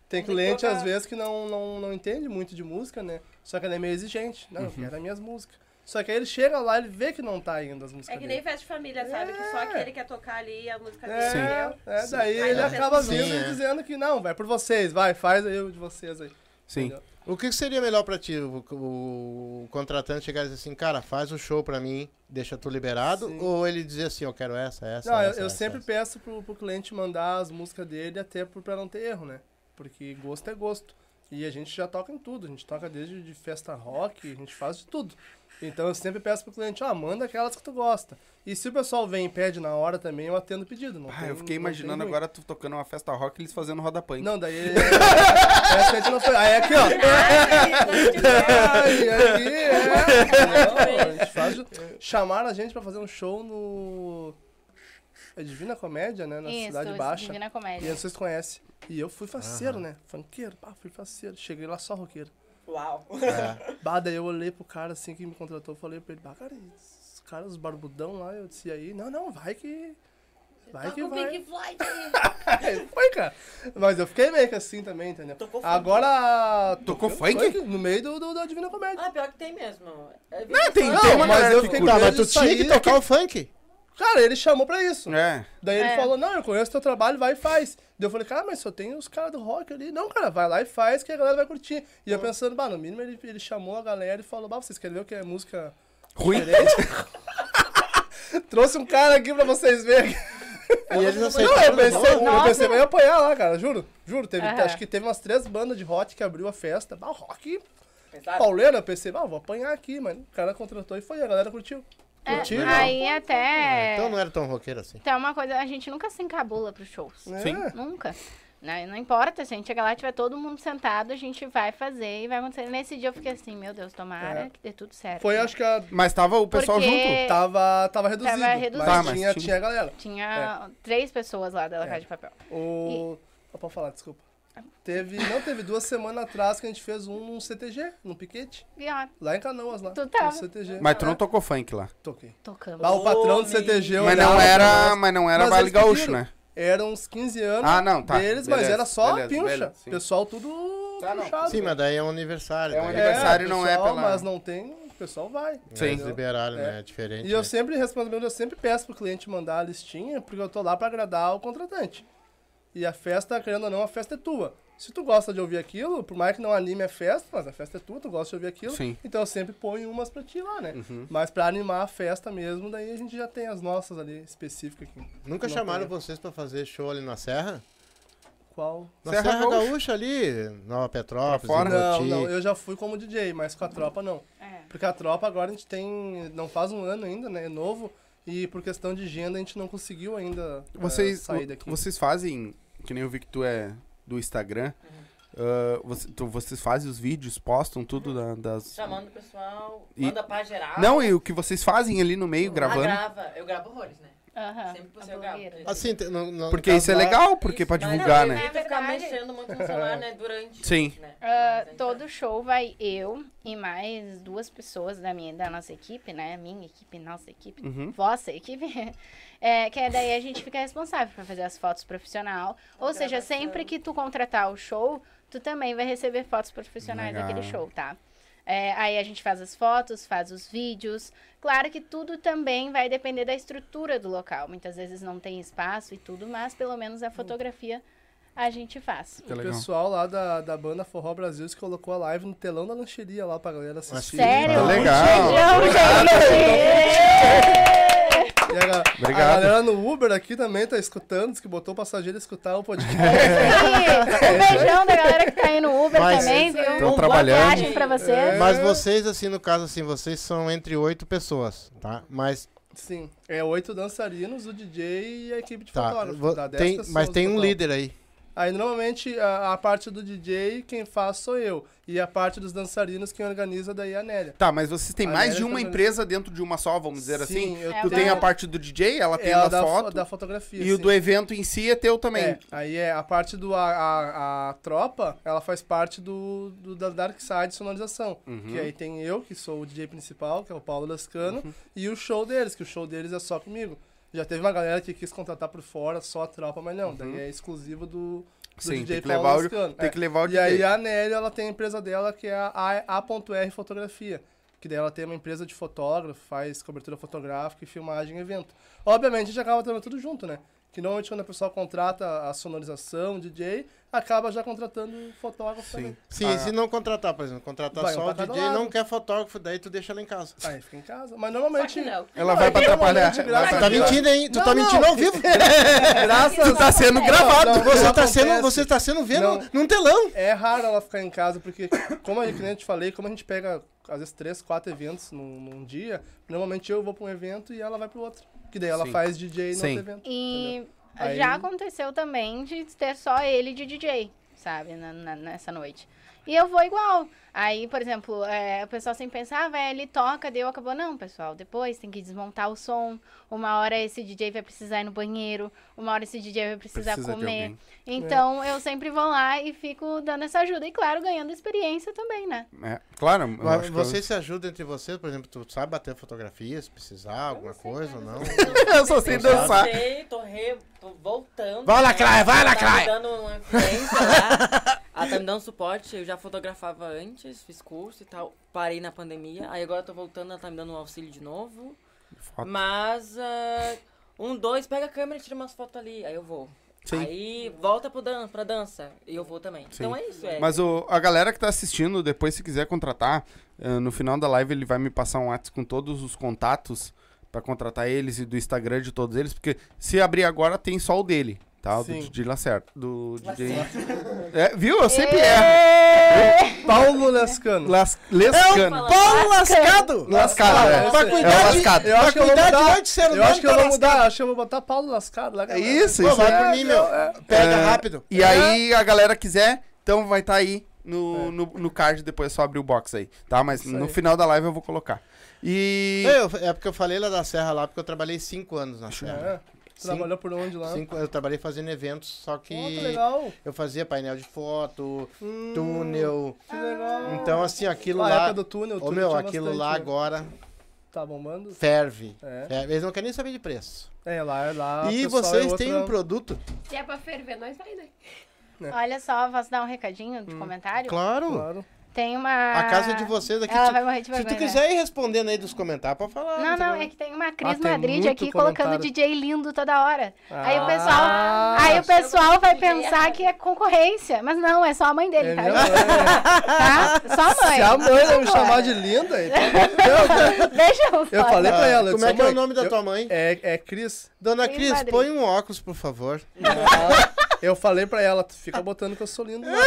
Tem
Tem que
cliente, às
tocar.
vezes, que não, não, não entende muito de música, né? Só que ele é meio exigente.
Uhum.
Não, eu quero as minhas músicas. Só que aí ele chega lá, ele vê que não tá indo as músicas
É que
dele.
nem festa de família, sabe? Que só aquele quer tocar ali a música dele.
É,
entendeu?
é, daí
Aí
ele
não tem
acaba
como.
vindo
assim.
Sim,
e
é.
dizendo que não, vai por vocês, vai, faz aí o de vocês aí.
Sim.
Entendeu?
O que seria melhor pra ti? O, o- o contratante chegar e dizer assim, cara, faz o show pra mim, deixa tu liberado?
Sim.
Ou ele dizer assim, eu quero essa, essa,
Não, eu,
essa, é
eu
essa,
sempre
essa.
peço pro, pro cliente mandar as músicas dele até por, pra não ter erro, né? Porque gosto é gosto. E a gente já toca em tudo, a gente toca desde de festa rock, a gente faz de tudo. Então eu sempre peço pro cliente, ó, manda aquelas que tu gosta. E se o pessoal vem e pede na hora também, eu atendo o pedido. Não
Ah,
tem-
eu fiquei
não tem
imaginando
ruim.
agora tu tocando uma festa rock e eles fazendo roda punk.
Não, daí. é, Essa a gente não foi. Aí é aqui, ó. Ai, aqui, é. Não, a gente faz. Chamaram a gente pra fazer um show no. É Divina Comédia, né? Na
Isso,
Cidade
isso,
Baixa.
Divina
E
Comédia.
vocês conhecem. E eu fui faceiro, né? Funkeiro, pá, fui faceiro. Cheguei lá só roqueiro.
Uau.
É.
Bah, daí eu olhei pro cara assim que me contratou, falei pra ele, bah, cara, esses caras, os barbudão lá, eu disse, e aí? Não, não, vai que. Vai que
Toca um
vai.
Pink Floyd aí.
Aí Foi, cara. Mas eu fiquei meio que assim também, entendeu?
Tocou funk.
Agora.
Tocou
tocando
funk?
No meio do, do- da Divina Comédia.
Ah, pior que tem mesmo. É,
tem-
Não,
tem uma
mas
galera
eu
que
fiquei
curte.
com
Tá, mas
medo
tu
disso
tinha
aí,
que tocar o funk.
Cara, ele chamou pra isso.
É.
Daí ele
É.
falou, não, eu conheço teu trabalho, vai e faz. Daí eu falei, cara, mas só tem os caras do rock ali. Não, cara, vai lá e faz que a galera vai curtir. E eu pensando, bah, no mínimo ele, ele chamou a galera e falou, bah, vocês querem ver o que é música
Ruim.
Trouxe um cara aqui pra vocês verem.
E eles não
Não, eu
aceitaram.
pensei, eu
Nossa.
pensei, eu ia apanhar lá, cara, juro. Juro, teve,
Aham.
acho que teve umas três bandas de rock que abriu a festa. Bah, rock
Pesado.
pauleira, eu pensei, bah, vou apanhar aqui, mano. O cara contratou e foi, a galera curtiu. né?
É,
curtiram?
aí
É.
até.
Então não era tão roqueiro assim.
Então é uma coisa, a gente nunca se encabula pros shows.
É,
Sim.
Nunca. Né? Não importa, se a gente chegar lá e tiver todo mundo sentado, a gente vai fazer e vai acontecer. Nesse dia eu fiquei assim, meu Deus, tomara
É.
que dê tudo certo. né?
Foi, acho que a
Mas tava o pessoal
Porque-
junto?
tá? Tava, tava reduzido.
Tava reduzido.
Mas,
Tá, mas
tinha,
tinha-
tinha a galera. É.
Tinha três pessoas lá da Casa de Papel.
O. Ah, pode falar, desculpa. Teve, não, teve duas semanas atrás que a gente fez um num CTG, num piquete,
E ó,
lá em Canoas, lá.
Tu
no
tava.
CTG.
Mas tu não tocou funk lá.
Toquei.
tocamos.
Lá o patrão do CTG
mas,
olhava
não
pra
era,
nós.
mas não era
Mas
Vale
eles
Gaúcho,
pediram.
né?
Eram uns 15 anos
Ah, não, tá.
deles, mas
Beleza,
era só
beleza,
pincha.
beleza, sim.
pessoal tudo
Tá, não.
pinchado.
Sim, mas daí é um aniversário.
É um
daí
aniversário não é
pessoal,
pela-
Mas não tem, o pessoal vai.
É,
Sim.
Eles liberaram,
É.
né? É diferente.
E eu
né?
sempre responsabilizo, eu sempre peço pro cliente mandar a listinha, porque eu tô lá pra agradar o contratante. E a festa, querendo ou não, a festa é tua. Se tu gosta de ouvir aquilo, por mais que não anime a festa, mas a festa é tua, tu gosta de ouvir aquilo,
Sim. Uhum.
então eu sempre ponho umas pra ti lá, né? Mas pra animar a festa mesmo, daí a gente já tem as nossas ali específicas aqui.
Nunca
Não
chamaram
tem.
vocês pra fazer show ali na Serra?
Qual?
Na
Serra
Serra,
Gaúcha.
Gaúcha ali, Nova Petrópolis,
Pra fora?
Não,
Iroti.
não, eu já fui como DJ, mas com a tropa não.
É.
Porque a tropa agora a gente tem. Não faz um ano ainda, né? É novo. E por questão de agenda a gente não conseguiu ainda eh,
Vocês,
sair
vo-
daqui.
vocês fazem, que nem eu vi que tu é do Instagram,
Uhum.
ah, você- tu- vocês fazem os vídeos, postam tudo da- das...
Chamando o pessoal,
E-
manda pra geral.
Não, e o que vocês fazem ali no meio,
tá. Ah,
gravando?
grava. Eu gravo horrores, né?
Aham.
Sempre por
a
eu gravo.
blogueira.
Assim, tem- no- no-
Porque
no
isso é
caso lá-
legal, porque pra
Isso.
divulgar, né?
Não, Eu tento É ficar
verdade.
mexendo muito no celular, né? Durante.
Sim.
Né?
Ah,
Mas aí
todo show vai eu e mais duas pessoas da minha da nossa equipe, né? Minha equipe, nossa equipe,
Uhum.
vossa equipe. É, que daí a gente fica responsável pra fazer as fotos profissional. Ou seja, sempre que tu contratar o show, tu também vai receber fotos profissionais
Legal.
daquele show, tá? É, aí a gente faz as fotos, faz os vídeos. Claro que tudo também vai depender da estrutura do local. Muitas vezes não tem espaço e tudo, mas pelo menos
Hum.
a fotografia a gente faz.
Que
O
legal.
pessoal lá da, da banda Forró Brasil se colocou a live no telão da lancheria
Ah,
lá pra galera assistir.
Sério?
Tá legal.
Beijão, gente!
E a, ga-
Obrigado.
a galera no Uber aqui também tá escutando, diz que botou o passageiro a escutar o podcast.
Um beijão da galera que tá aí no Uber
Mas-
também, viu?
Tão
Boa
trabalhando.
viagem pra vocês.
Mas vocês, assim, no caso, assim, vocês são entre oito pessoas, tá? Mas,
Sim. É oito dançarinos, o DJ e a equipe de
tá,
fotógrafo.
vo-
dá dez
tem,
pessoas
mas tem
no
um
total.
líder aí.
Aí normalmente a, a parte do DJ quem faz sou eu. E a parte dos dançarinos quem organiza daí é a Nélia.
Tá, mas vocês têm
A
mais de
América
uma
também.
empresa dentro de uma só, vamos dizer assim?
eu
É,
Tu
tenho-
tem a parte do DJ, ela tem
é a
a
da, fo-
foto,
da fotografia.
e o
sim.
do evento em si é teu também.
É, aí é a parte do a, a, a tropa, ela faz parte do, do da Dark Side sonorização,
Uhum.
que aí tem eu que sou o DJ principal, que é o Paulo Lascano,
Uhum.
e o show deles, que o show deles é só comigo. Já teve uma galera que quis contratar por fora só a tropa, mas não, daí é exclusivo do, do
Uhum. Sim,
DJ
tem que,
Paulo
levar o,
Lascano.
tem
É.
que levar o
E
DJ.
aí a Nelly, ela tem a empresa dela que é a A- A.R Fotografia. Que daí ela tem uma empresa de fotógrafo, faz cobertura fotográfica e filmagem e evento. Obviamente a gente acaba tendo tudo junto, né? Que normalmente quando a pessoa contrata a sonorização, o DJ, acaba já contratando o fotógrafo também.
Sim, se não contratar, por exemplo, contratar
Vai, um
só o
pra cada
DJ,
lado. Tá,
não quer fotógrafo, daí tu deixa ela em casa.
Aí fica em casa. Mas
Só
normalmente.
que não.
Ela vai pra
Não, é
atrapalhar.
de
Vai
graça,
pra
Tá
Tá
atrapalhar.
mentindo, hein? Tu tá
Não,
mentindo
não.
ao vivo.
Graças
Tu tá sendo gravado.
Não, não.
Você tá,
acontece.
sendo, você tá sendo vendo
Não.
num telão.
É raro ela ficar em casa, porque, como a cliente falei, como a gente pega, às vezes, três, quatro eventos num, num dia, normalmente eu vou pra um evento e ela vai pro outro. Que daí ela
Sim.
faz DJ no
Sim.
outro evento.
E
Aí-
já aconteceu também de ter só ele de DJ, sabe, na- na- nessa noite. E eu vou igual. Aí, por exemplo, é, o pessoal sempre pensa, ah, velho, ele toca, deu, acabou. Não, pessoal, depois tem que desmontar o som. Uma hora esse DJ vai precisar ir no banheiro, uma hora esse DJ vai precisar
Precisa de
comer.
alguém.
Então, eu sempre vou lá e fico dando essa ajuda. E, claro, ganhando experiência também, né?
É, claro, eu
Mas
acho que eu-
Vocês se ajudam entre vocês, por exemplo, tu sabe bater fotografia, se precisar, alguma coisa ou não?
eu só
assim,
sei dançar.
Eu sei, tô, re... tô voltando.
Vai, Lacraia, vai,
Ela
Lacraia!
Tá me dando uma influência lá. Ela tá me dando suporte. Eu já fotografava antes, fiz curso e tal. Parei na pandemia. Aí agora eu tô voltando, ela tá me dando um auxílio de novo.
Foto.
Mas, ah, um, dois, pega a câmera e tira umas fotos ali. Aí eu vou.
Sim.
Aí volta pro dan pra dança. E eu vou também. Então é isso, é.
Mas o, a galera que tá assistindo, depois se quiser contratar, eh, no final da live ele vai me passar um WhatsApp com todos os contatos pra contratar eles e do Instagram de todos eles, porque se abrir agora tem só o dele, tá? O do
Sim.
DJ Lacerda. Do DJ... É, viu? Eu sempre erro.
Paulo Lescano.
Las... Lescano.
Paulo lascado!
Ah,
Lascado, é.
Pra
É
cuidar
o
de...
lascado.
Eu acho que eu vou
cuidar de
mudar.
noite, sério,
eu acho que eu
tá
vou mudar. Acho que eu vou botar Paulo Lascado lá.
É
galera.
isso,
Pô,
isso
vai por
é...
mim, meu. Pega
É.
rápido.
E aí a galera quiser, então vai estar aí no, no, no card, depois é só abrir o box aí, tá? Mas no
aí.
final da live eu vou colocar. E...
Eu- é porque eu falei lá da Serra lá, porque eu trabalhei cinco anos na Serra.
É. Trabalhou por onde lá?
Cinco, eu trabalhei fazendo eventos, só que
Pô, que legal.
eu fazia painel de foto, túnel.
Que legal.
Então, assim, aquilo
Ah,
lá.
época do túnel, o
Ô,
túnel
meu,
tinha
aquilo
bastante,
lá
né?
agora
Tá bombando?
ferve.
É.
Ferve. Eles não querem nem saber de preço.
É, lá, é lá.
e
o pessoal é
vocês
outra-
têm um produto?
Se é pra ferver, nós vai, né?
Olha só, posso dar um recadinho de comentário?
Claro.
É. Hum, Claro. é Ah,
Tem uma...
A casa de vocês aqui.
Ela
se-
vai morrer de
se tu
vergonha, né?
quiser ir respondendo aí dos comentários, pode falar.
Não,
tem
não,
problema.
é que tem uma Cris
Ah, tem
Madrid
muito
aqui colocando
comentário.
DJ lindo toda hora. aí o pessoal,
Ah,
aí o pessoal vai
DJ
pensar
errado.
que é concorrência, mas não, é só a mãe dele,
É
tá?
minha mãe.
Tá? Só a mãe.
Se a mãe não me chamar de linda, então...
Deixa eu
eu
fora.
falei pra ela. eu
Como
disse,
é que é o
"Mãe,
nome da
eu-
tua mãe?
É, é Cris.
Dona
Sim,
Cris,
madrinha.
põe um óculos, por favor.
Eu falei pra ela, tu fica botando que eu sou lindo. né?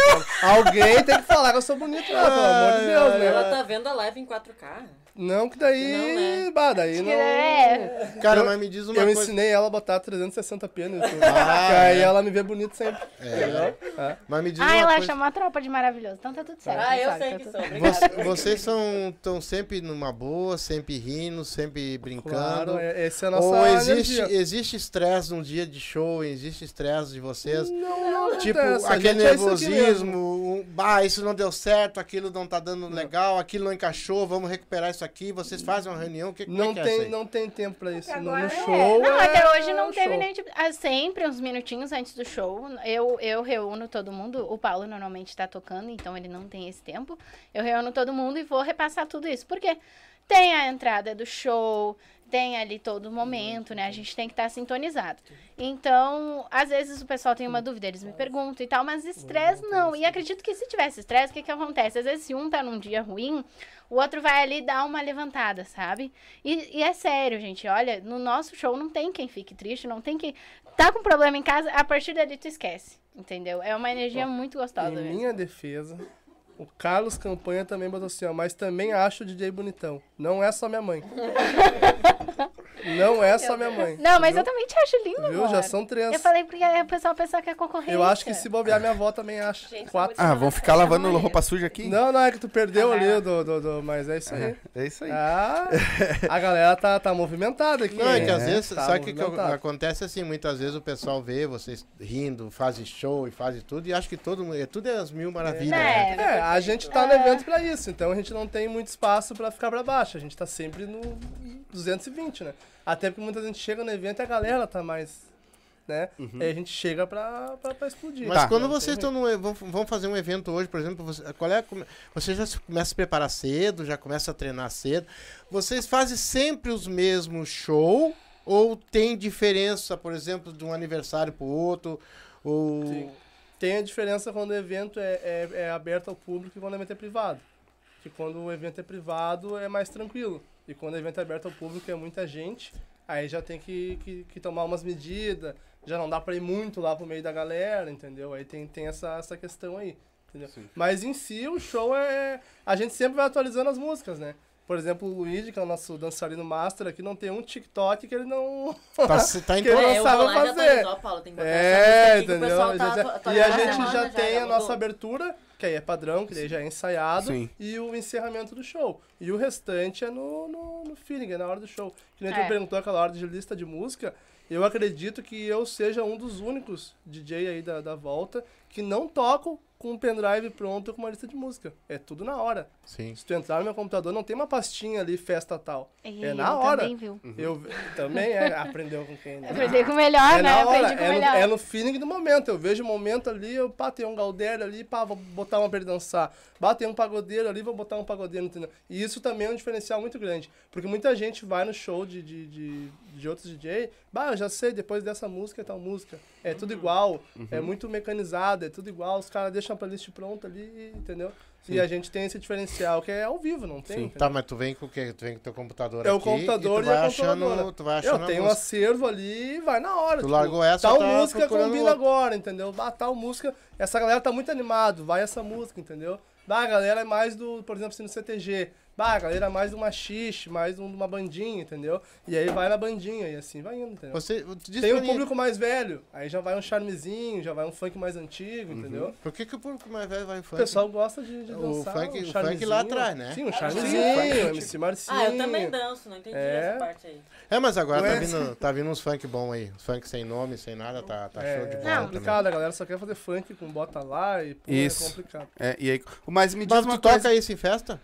Alguém tem que falar que eu sou bonito, né? Pelo amor de Deus, né?
Ela tá vendo a live em 4K.
Não, que daí.
Não,
Bah, daí não.
né? É,
Cara,
Eu-
mas me diz uma
Eu
coisa.
ensinei ela a botar 360p no YouTube. né?
Ah,
que aí
é.
ela me vê bonito sempre. entendeu? É.
Mas me diz
Ah,
uma
ela
coisa.
chamou a tropa de maravilhoso, então tá tudo certo.
Ah, eu
sabe, tá
sei que
tudo-
sou. Obrigada.
Você- Vocês são tão sempre numa boa, sempre rindo, sempre brincando.
Claro, é- essa é a nossa
Ou existe tipo
energia.
existe estresse num dia de show, existe estresse de vocês?
Não
tipo,
acontece, a
aquele
gente é isso aqui
nervosismo,
mesmo.
um, bah, isso não deu certo, aquilo não tá dando legal, aquilo não encaixou, vamos recuperar isso aqui, vocês fazem uma reunião, o que, como é
Não
que é
tem,
isso aí?
não tem tempo pra isso. né? No,
agora
no
é.
show.
Não,
é
até hoje não
show.
teve nem tipo. ah, sempre, uns minutinhos antes do show, eu, eu reúno todo mundo. O Paulo normalmente tá tocando, então ele não tem esse tempo. Eu reúno todo mundo e vou repassar tudo isso. Porque tem a entrada do show, tem ali todo momento, né? A gente tem que estar sintonizado. Então, às vezes o pessoal tem uma dúvida, eles me perguntam e tal, mas estresse não. E acredito que se tivesse estresse, o que, que acontece? Às vezes, se um tá num dia ruim, o outro vai ali dar uma levantada, sabe? E, e é sério, gente. Olha, no nosso show não tem quem fique triste, não tem que. Tá com problema em casa, a partir dali tu esquece. Entendeu? É uma energia muito gostosa
Em
mesmo.
minha defesa, o Carlos Campanha também botou assim, ó, mas também acho o DJ bonitão. Não é só minha mãe. Não é só minha mãe.
Não, mas
viu?
eu também te acho lindo,
Viu?
amor.
Já são três.
Eu falei porque aí o pessoal pensa que é concorrência.
Eu acho que se bobear, minha avó também acha.
Gente, eu
Quatro.
vou
Ah, vão ficar lavando roupa suja aqui?
é Não, não, é que tu
Ah,
perdeu ali, do, do, do- mas é isso aí.
É isso aí.
Ah, a galera tá, tá movimentada aqui.
Não, é que às vezes,
Tá
só que, o que
movimentado.
acontece assim, muitas vezes o pessoal vê vocês rindo, fazem show e fazem tudo, e acha que todo mundo, é tudo é as mil maravilhas. né?
Né?
É, a gente tá no evento pra isso, então a gente não tem muito espaço pra ficar pra baixo. A gente tá sempre no 220, né? Até porque muita gente chega no evento e a galera tá mais. né? Aí a gente chega pra, pra, pra explodir.
Uhum. Mas
Tá.
quando vocês estão num- vão, vão fazer um evento hoje, por exemplo, você, qual é a come- você já se- começa a se preparar cedo, já começa a treinar cedo. Vocês fazem sempre os mesmos show ou tem diferença, por exemplo, de um aniversário pro outro? Ou...
Sim. Tem a diferença quando o evento é, é, é aberto ao público e quando o evento é privado. Que quando o evento é privado é mais tranquilo. E quando o evento é aberto ao público é muita gente, aí já tem que, que, que tomar umas medidas, já não dá pra ir muito lá pro meio da galera, entendeu? Aí tem, tem essa, essa questão aí. entendeu? Mas em si o show é. A gente sempre vai atualizando as músicas, né? Por exemplo, o Luigi, que é o nosso dançarino master aqui, não tem um TikTok que ele não.
Tá, se- tá em
Que-
todo-
não
É, eu
sabe
vou lá e já
fazer.
atualizou, Paulo, tem que botar essa música
É,
aqui que o
entendeu?
pessoal tá
Já- já- e
atu-
a
atualizando
gente já
semana,
tem a
mudou.
nossa abertura, que aí é padrão, que daí já é ensaiado,
Sim.
e o encerramento do show. E o restante é no, no, no feeling, é na hora do show. Que nem
É.
tu perguntou aquela hora de lista de música, eu acredito que eu seja um dos únicos DJ aí da, da volta que não toco com um pendrive pronto ou com uma lista de música. É tudo na hora.
Sim.
Se tu entrar no meu computador, não tem uma pastinha ali, festa tal.
E
é
ele
na hora.
Também, viu?
Eu também é, aprendeu com quem, né?
Aprendi com o melhor,
é
né?
na hora,
Aprendi com o
é no,
melhor.
é no feeling do momento. Eu vejo o momento ali, eu, pá, tem um Galdério ali, pá, vou botar uma pra ele dançar. Bah, tem um pagodeiro ali, vou botar um pagodeiro, entendeu? E isso também é um diferencial muito grande. Porque muita gente vai no show de, de, de, de outros DJ, bah, eu já sei, depois dessa música é tal música. É
Uhum.
tudo igual, é muito mecanizado, é tudo igual, os caras deixam a playlist pronta ali, entendeu? E a gente tem esse diferencial que é ao vivo, não tem? entendeu?
Tá, mas tu vem com o quê? Tu vem com o teu computador
É o
aqui e
computador e,
tu vai
a
achando,
controladora.
tu vai Tá achando
Eu
a
tenho um
música.
acervo ali e vai na hora. tipo,
Tu largou essa,
Tal
tá
música
procurando
combina
outra.
agora, entendeu? Ah, tal música... Essa galera tá muito animado, vai essa música, entendeu? Ah, a galera é mais do... Por exemplo, assim, no CTG. Ah, a galera é mais de uma xixi, mais um, de uma bandinha, entendeu? E aí vai na bandinha e assim vai indo, entendeu?
Você, tu diz
Tem
pra
um
mim,
público mais velho, aí já vai um charmezinho, já vai um funk mais antigo, entendeu?
Por que, que o público mais velho vai em
O
funk?
pessoal gosta de, de
Uhum. O
dançar.
funk-
um
o funk lá
charmezinho.
atrás, né?
Sim, um
funk,
charmezinho, MC Marcinho.
Ah, eu também danço, não entendi
É.
essa parte aí.
É, mas agora tá
Ué.
vindo, tá vindo uns funk bom aí. Uns funk sem nome, sem nada, tá, tá show de
É,
bola.
é
Não.
também.
complicado, a galera só quer fazer funk com bota lá e pô,
Isso.
é complicado.
É, e aí, mas me diz
Mas
uma
tu
coisa.
toca isso em festa?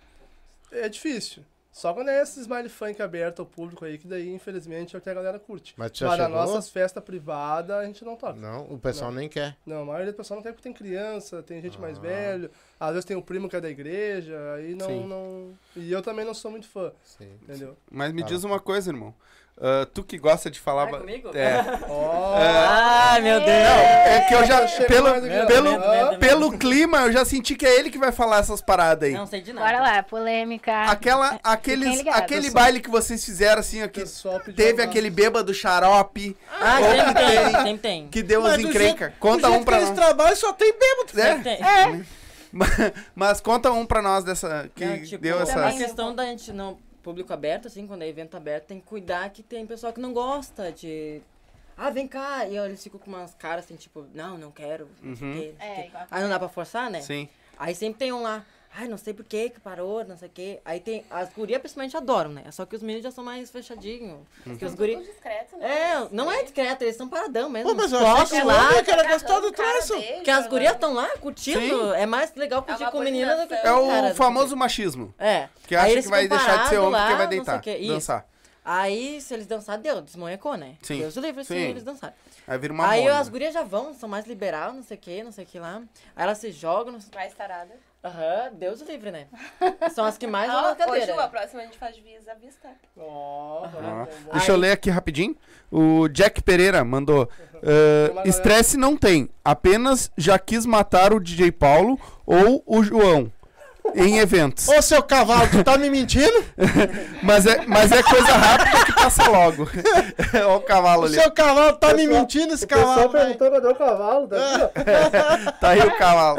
É difícil. Só quando é esse smile funk aberto ao público aí, que daí, infelizmente, é o que a galera curte.
Mas tu já
nas
chegou?
nossas festas privadas, a gente não toca. Não.
Não, o pessoal nem quer.
a maioria do pessoal não quer porque tem criança, tem gente
Ah.
mais velho, às vezes tem o primo que é da igreja, aí não,
Sim.
não... E eu também não sou muito fã,
Sim.
entendeu?
Mas me
Ah.
diz uma coisa, irmão. Ah, tu que gosta de falar.
Vai
ba-
comigo?
É.
Ó,
Ah, meu Deus.
É que eu já.
chegou
Pelo,
mais do que-
pelo,
Medo, medo, medo.
pelo clima, eu já senti que é ele que vai falar essas paradas aí.
Não É, sei de nada.
Bora lá, polêmica.
Aquela, aqueles,
ligados.
aquele baile que vocês fizeram assim, ó,
o
que
pessoal pediu
teve
uma-
aquele bêbado xarope
Ah, sempre tem, sempre tem.
que deu uns
do
encrenca.
jeito-
Conta
do jeito
um pra
que eles
nós.
trabalham só tem bêbado.
É?
né?
Sempre tem.
Mas, mas conta um pra nós dessa. Que
Não, tipo,
deu essa.
A questão da gente não. Público aberto, assim, quando é evento aberto, tem que cuidar que tem pessoal que não gosta de. Ah, vem cá! E eles ficam com umas caras assim, tipo, não, não quero. Não sei o
Uhum.
quê, não sei o
É,
quê.
igual.
Aí não dá pra forçar, né?
Sim.
Aí sempre tem um lá, ai, não sei por que que parou, não sei o quê. Aí tem, as gurias principalmente adoram, né? Só que os meninos já são mais
Uhum.
fechadinhos. Porque os
Tudo
guri...
discreto, né?
É, não é discreto, eles são paradão mesmo.
Pô, mas eu
Toca
achei que
lá, tá
lá, que era gostar do
Casando cara
troço.
dele,
porque as
né?
gurias estão lá curtindo.
Sim.
É mais legal
É
curtir
uma
com menina do que
coordenação.
com
É
cara,
o
não
famoso
sei o quê.
machismo.
É.
Que
Aí
acha
eles
que vai
ficam
deixar de ser
parados
homem porque
lá,
vai
não sei o
deitar.
quê. Isso.
Dançar.
Aí, se eles dançarem, deu, desmonhecou, né?
Sim.
Deus o livre se
Sim.
eles dançarem.
Aí vira uma né?
Aí
mona.
as gurias já vão, são mais liberal, não sei o que, não sei o que lá. Aí elas se jogam, não sei...
Mais tarada.
Aham, Deus livre, né? São as que mais vão na
Ah, ô, Ju, a
cadeira.
próxima a gente faz vis à vista.
Ó,
Ah,
bom, bom.
Deixa eu ler aqui rapidinho. O Jack Pereira mandou. ah,
galera-
Estresse não tem. Apenas já quis matar o DJ Paulo ou o João. Em eventos.
Ô, seu cavalo, tu tá me mentindo?
Mas é, mas é coisa rápida que passa logo. Olha o cavalo
O
ali.
seu cavalo tá me mentindo, esse
O pessoal
cavalo, velho.
perguntou cadê o cavalo, tá aqui, ó.
Tá aí o
É.
cavalo.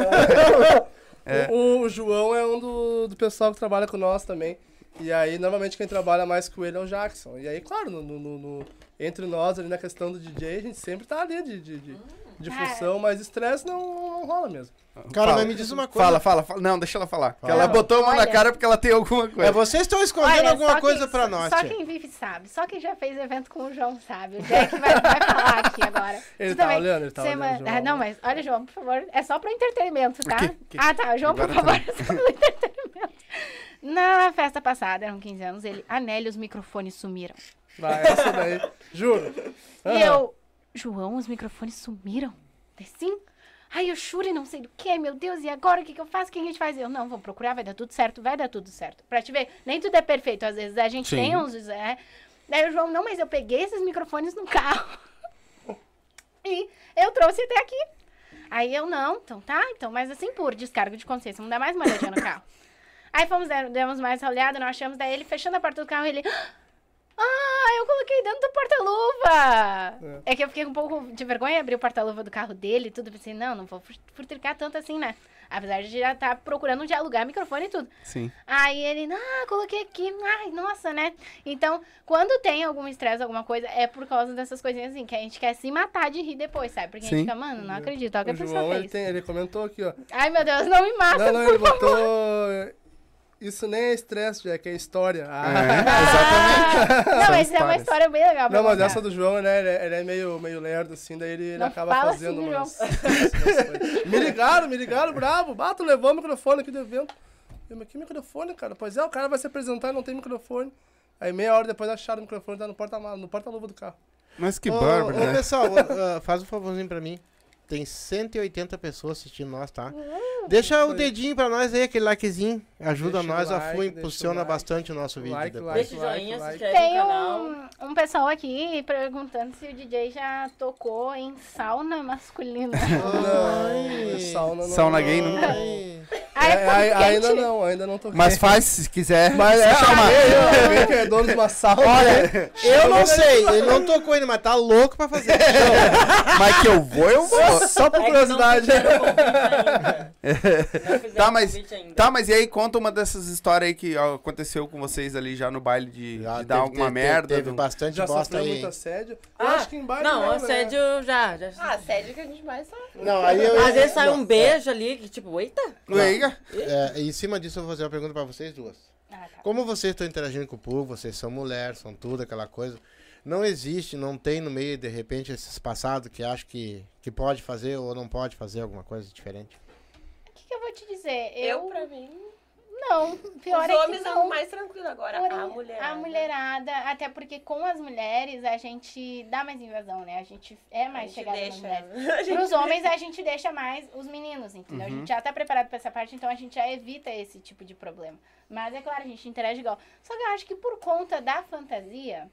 O, o João é um do, do pessoal que trabalha com nós também. E aí, normalmente, quem trabalha mais com ele é o Jackson. E aí, claro, no, no- no- no- entre nós, ali na questão do DJ, a gente sempre tá ali de, de, de, de função, mas estresse não, não rola mesmo.
Cara,
Fala.
mas me diz uma coisa.
Fala, fala, fala. Não, deixa ela falar. Que ela
Fala.
botou a mão na
Olha.
cara porque ela tem alguma
É,
coisa.
vocês estão
é,
escondendo
Olha,
alguma
só
coisa
quem-
pra nós,
Só
tia.
quem vive sabe. Só quem já fez evento com o João sabe. O Jack vai, vai falar aqui agora.
Ele
Tu
tá
também.
olhando, ele tá
Você
olhando,
manda-
João.
Ah, não, mas olha, João, por favor. É só pro entretenimento, tá?
quê? Que-
Ah, tá. João, por
Agora
favor, é só pro entretenimento. Na festa passada, eram 15 anos, ele. A Nelly, os microfones sumiram.
Vai, essa daí, juro.
E eu, João, os microfones sumiram? Daí, Sim? Ai, eu juro e não sei do que, meu Deus, e agora o que, que eu faço? O que a gente faz? Eu, não, vou procurar, vai dar tudo certo, vai dar tudo certo. Pra te ver, nem tudo é perfeito, às vezes a gente
Sim.
tem uns. É... Daí o João, não, mas eu peguei esses microfones no carro e eu trouxe até aqui. Aí eu, não, então tá, então, mas assim, por descargo de consciência, não dá mais uma olhadinha no carro. Aí fomos, dar- demos mais uma olhada, nós achamos, daí ele fechando a porta do carro, ele... Ah, eu coloquei dentro do porta-luva! É. que eu fiquei com um pouco de vergonha abrir o porta-luva do carro dele e tudo. Pensei, não, não vou fur- furtricar tanto assim, né? Apesar de já estar procurando onde alugar microfone e tudo.
Sim.
Aí ele, ah, coloquei aqui, ai, nossa, né? Então, quando tem algum estresse, alguma coisa, é por causa dessas coisinhas assim, que a gente quer se matar de rir depois, sabe? Porque a
Sim.
gente fica, mano, não acredito, olha o que
O
a pessoa
João, ele,
fez.
tem, ele comentou aqui, ó.
Ai, meu Deus, não me
Não,
mata,
não,
por
ele botou... Isso nem é estresse, Jack, é história. Ah.
Exatamente. Não,
São
mas é uma
histórias.
história bem legal. pra
Não, mas
contar.
essa do João, né? Ele é, ele é meio, meio lerdo, assim, daí ele, ele
Não
acaba
fala
fazendo
assim,
umas, umas coisas. Me ligaram, me ligaram, bravo. Bato, levou o microfone aqui do evento. Eu, mas que microfone, cara? Pois é, o cara vai se apresentar e não tem microfone. Aí meia hora depois acharam o microfone tá no porta-luva no porta do carro.
Mas que
Ô,
bárbaro,
Ô,
né?
pessoal, ô, ô, faz um favorzinho pra mim. Tem 180 pessoas assistindo nós, tá? Deixa o dedinho pra nós aí, aquele likezinho. Ajuda
Deixa o
nós, a
like,
FU
deixa o
impulsiona
like.
bastante o nosso vídeo.
Like,
depois.
like.
Deixa o joinha,
like,
se
like.
inscreve no
Tem
canal.
um, um pessoal aqui perguntando se o DJ já tocou em sauna masculina.
Não, é sauna não.
Sauna gay nunca.
Ai,
É, ai-
Ah, porque
ainda
te-
não, ainda não toquei.
Mas faz se quiser.
Mas é,
Se chamar.
alguém- alguém que é dono de uma sauna.
Olha, eu não sei, ele não tocou ainda, mas tá louco pra fazer.
Mas que eu vou, eu vou.
só por
É que não
curiosidade.
fizeram convite ainda. Não fizeram
Tá, mas-
convite ainda.
Tá, mas e aí conta uma dessas histórias aí que ó, aconteceu com vocês ali já no baile de,
ah,
de dar alguma merda.
Teve
do-
bastante
Já
bosta
sofreu
aí.
muito
hein?
assédio. Eu
Ah,
acho que em baile
não,
né?
assédio já. já-
Ah, sede que a gente mais sabe.
Não, aí eu-
Às vezes sai
não,
um beijo ali, que tipo, eita.
Ué,
É, em cima disso, eu vou fazer uma pergunta pra vocês duas.
Ah, tá.
Como vocês estão interagindo com o público, vocês são mulher, são tudo, aquela coisa. Não existe, não tem no meio, de repente, esses passados que acham que, que pode fazer ou não pode fazer alguma coisa diferente.
O que, que eu vou te dizer?
Eu,
Eu,
pra mim,
não. Pior
os
é
homens
que
são
não.
mais tranquilos agora.
Porém,
a mulher.
A mulherada, até porque com as mulheres a gente dá mais invasão, né? A gente é
A
mais
gente
chegada nas
deixa.
mulheres.
A gente-
Pros homens a gente deixa mais os meninos, entendeu? A gente já tá preparado pra essa parte, então a gente já evita esse tipo de problema. Mas é claro, a gente interage igual. Só que eu acho que por conta da fantasia,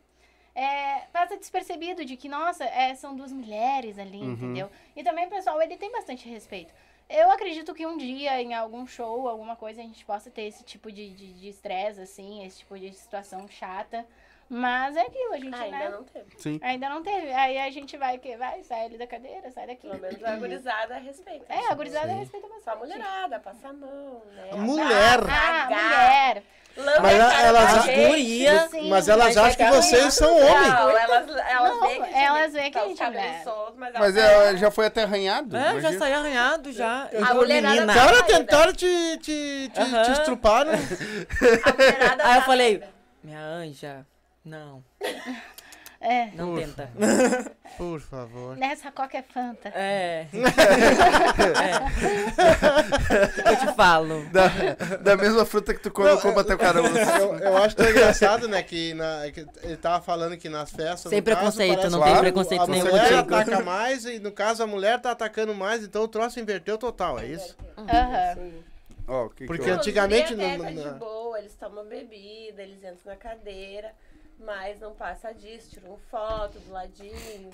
é, passa despercebido de que, nossa, é, são duas mulheres ali, entendeu? E também o pessoal, ele tem bastante respeito. Eu acredito que um dia, em algum show, alguma coisa, a gente possa ter esse tipo de estresse, de, estresse, assim, esse tipo de situação chata. Mas é aquilo, a gente
Ah,
né,
ainda não teve.
ainda não teve. Aí a gente vai, o quê? Vai, sai ali da cadeira, sai daqui.
Pelo menos a gurizada respeita.
É, a gurizada
Sim.
respeita bastante.
Só a mulherada, passa a mão, né?
A mulher.
Ah,
Cagar.
mulher.
Lambe
Mas
a
ela-
cara
elas
da
já-
gente.
Guria.
Sim.
Mas elas
mas
acham que
é que
vocês são homens.
Não, elas, elas
Não,
veem que
elas veem que a
tá os
gente é
cabelos
mulher.
soltos, mas,
Mas
elas-
é, já foi até arranhado.
É, já
imagina.
saí arranhado já.
A
Eu,
mulherada
menina.
tá-
Cara, tentaram te, te, te,
né? Aham.
te estrupar, né?
a mulherada
Aí eu
tá-
falei, minha anja, não,
É.
não tenta.
Por
Uhum.
favor.
Nessa coca é fanta.
É. é. Eu te falo.
Da, da mesma fruta que tu
Não,
come,
eu-
como até o caroço.
Eu, eu acho tão engraçado, né? Que, na- que ele tava falando que nas festas.
Sem
no caso,
preconceito,
parece
não
que
tem
a-
preconceito
a
nenhum,
mulher
Rodrigo.
ataca
Uhum.
mais e, no caso, a mulher tá atacando mais, então o troço inverteu total, é isso?
Aham.
Ó, o que que
Porque
eu-
eu- antigamente
não,
não-
tá de
não-
boa, eles tomam bebida, eles entram na cadeira, mas não passa disso, tiram foto do ladinho.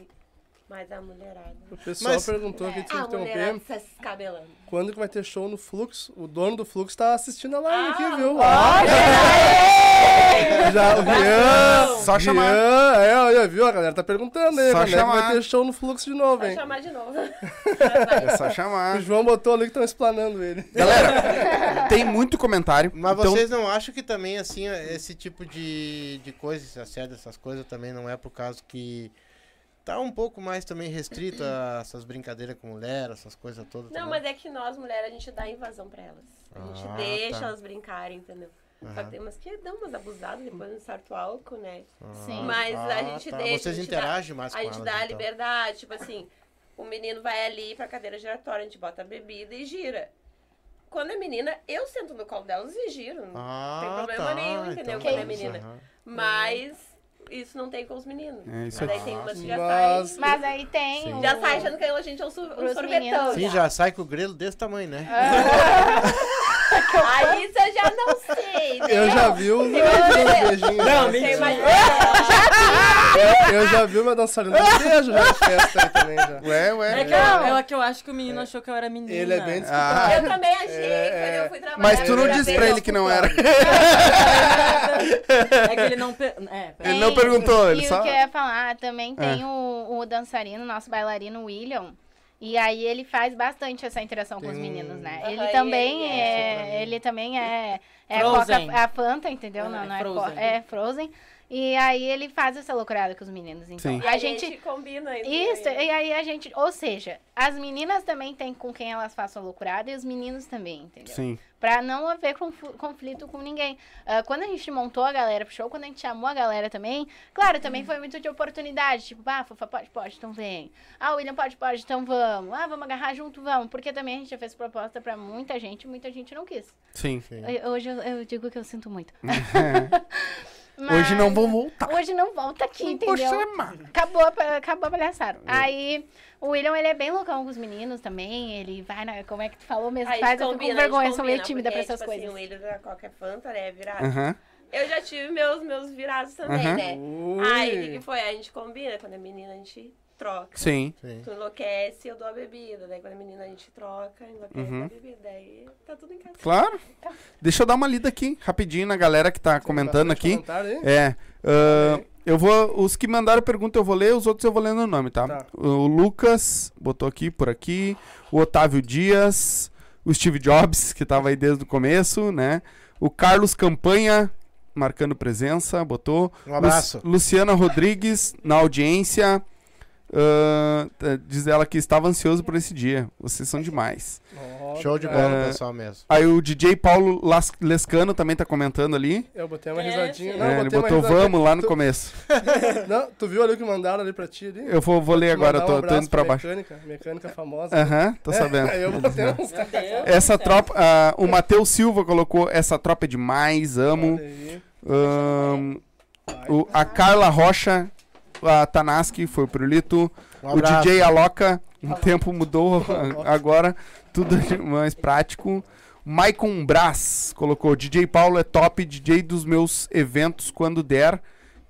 Mas a mulherada.
O pessoal
Mas-
perguntou aqui, tinha
a
que interromper.
mulherada tá se escabelando.
Quando que vai ter show no Fluxo? O dono do Fluxo tá assistindo a live
Ah,
aqui, viu? Já o Rian.
Só chamar.
Rian, é, olha, viu? A galera tá perguntando aí.
Só
quando é que
chamar.
vai ter show no Fluxo de novo,
Vai
hein?
chamar de novo.
É só chamar.
O João botou ali que estão explanando ele.
Galera, tem muito comentário.
Mas
então,
vocês não acham que também, assim, esse tipo de, de coisa, esse assédio, essas coisas, também não é por causa que tá um pouco mais também restrito a essas brincadeiras com mulher, essas coisas todas
Não,
também?
mas é que nós, mulheres, a gente dá invasão pra elas. A gente
Ah,
deixa
tá.
elas brincarem, entendeu? Só que tem umas que dão umas abusadas depois de um certo álcool, né?
Ah.
Sim.
Mas a gente deixa.
Ah, tá. Vocês
a gente
interagem
dá,
mais com
A gente
elas,
dá a
então.
liberdade, tipo assim, o menino vai ali pra cadeira giratória, a gente bota a bebida e gira. Quando é menina, eu sento no colo delas e giro. Não tem
Ah,
problema
tá,
nenhum, entendeu?
então
Quando é
tá,
menina.
aham.
Mas isso não tem com os meninos.
É, isso
Mas
aí.
Daí tem umas que já
Mas-
saem.
Mas aí tem. o-
Já sai achando que a gente é um, sur- um
Pros
sorvetão.
meninos.
Sim, já sai com o grelo desse tamanho, né?
Aí isso eu já não sei. né?
Eu já vi o dando beijinho.
Não,
né?
mentira.
Mas-
Eu já vi uma dançarina dando beijo já na né? festa aí também já.
Ué, ué.
É que eu,
Não.
é que eu acho que o menino achou que eu era menina.
Ele é bem disputado.
Ah,
Eu também achei
É,
quando eu fui trabalhar.
mas tu não
primeira
disse
vez,
pra
eu
ele que não era.
escutando.
É que ele não... pe- É,
Ele não perguntou, ele
e
só- É.
o que eu ia falar, também tem o, o dançarino, nosso bailarino William. E aí ele faz bastante essa interação com os
um
meninos, né?
Aham,
Ele
e
também
ele
é, ele também é, é
Frozen.
Coca- é a Fanta, entendeu?
Ah,
Não,
é
não é, co-
Frozen.
é Frozen. E aí ele faz essa loucurada com os meninos, então.
Sim.
E
A gente
combina isso.
isso,
aí.
e aí a gente, ou seja, as meninas também têm com quem elas façam loucurada e os meninos também, entendeu?
Sim.
Pra não haver confu- conflito com ninguém. Ah, quando a gente montou a galera pro show, quando a gente chamou a galera também, claro, também foi muito de oportunidade. Tipo, ah, Fofa, pode, pode, então vem. Ah, William, pode, pode, então vamos. Ah, vamos agarrar junto, vamos. Porque também a gente já fez proposta pra muita gente, muita gente não quis.
Sim.
Eu- Hoje eu, eu digo que eu sinto muito.
Hoje não
Mas
vou voltar.
Hoje não volta aqui, entendeu?
Poxa, é má.
Acabou, a pa- acabou a palhaçada. Aí, o William, ele é bem loucão com os meninos também. Ele vai na... Como é que tu falou mesmo?
Aí
Faz, eu fico
combina,
com vergonha,
combina,
sou meio tímida pra
porque,
essas
tipo
coisas.
Assim, o William da Coca é fanta, né? Virado.
Aham.
Eu já tive meus, meus virados também,
Aham.
né?
Ui.
Aí o que foi? A gente combina. Quando é menina, a gente troca.
Sim.
Sim.
Tu enlouquece, eu dou a bebida. Daí quando é menina, a gente troca, enlouquece, dá a bebida. Daí tá tudo em casa.
Claro. Deixa eu dar uma lida aqui, rapidinho, na galera que tá comentando
Bastante
aqui.
comentário aí.
É. ah, eu vou. Os que mandaram pergunta eu vou ler, os outros eu vou lendo o nome, tá?
Tá.
O Lucas botou aqui por aqui. O Otávio Dias. O Steve Jobs, que tava aí desde o começo, né? O Carlos Campanha, marcando presença, botou.
Um abraço.
Lu- Luciana Rodrigues, na audiência. ah, tá- diz ela que estava ansioso por esse dia. Vocês são demais.
Ó,
Show de
cara.
bola,
É.
pessoal mesmo.
Aí o DJ Paulo Las- Lescano também tá comentando ali.
Eu botei uma
É,
risadinha.
sim.
Não,
É,
eu
ele
botei uma
botou
risadinha.
vamos lá no
Tu-
começo.
Não, tu viu ali o que mandaram ali pra ti ali?
Eu vou, vou ler agora,
Mandar
tô,
um
tô
abraço
indo pra baixo.
Mecânica, mecânica famosa.
Aham, tô sabendo.
Aí eu botei uns
Meu Deus.
Essa tropa. ah, o Matheus Silva colocou essa tropa é demais, amo.
Olha aí.
Ahn, o, a Carla Rocha, a Tanaski, foi o Pirulito.
Um
o
abraço.
DJ Aloca, o tempo mudou a- agora, tudo de mais prático. Maicon Brás colocou: DJ Paulo é top, DJ dos meus eventos quando der.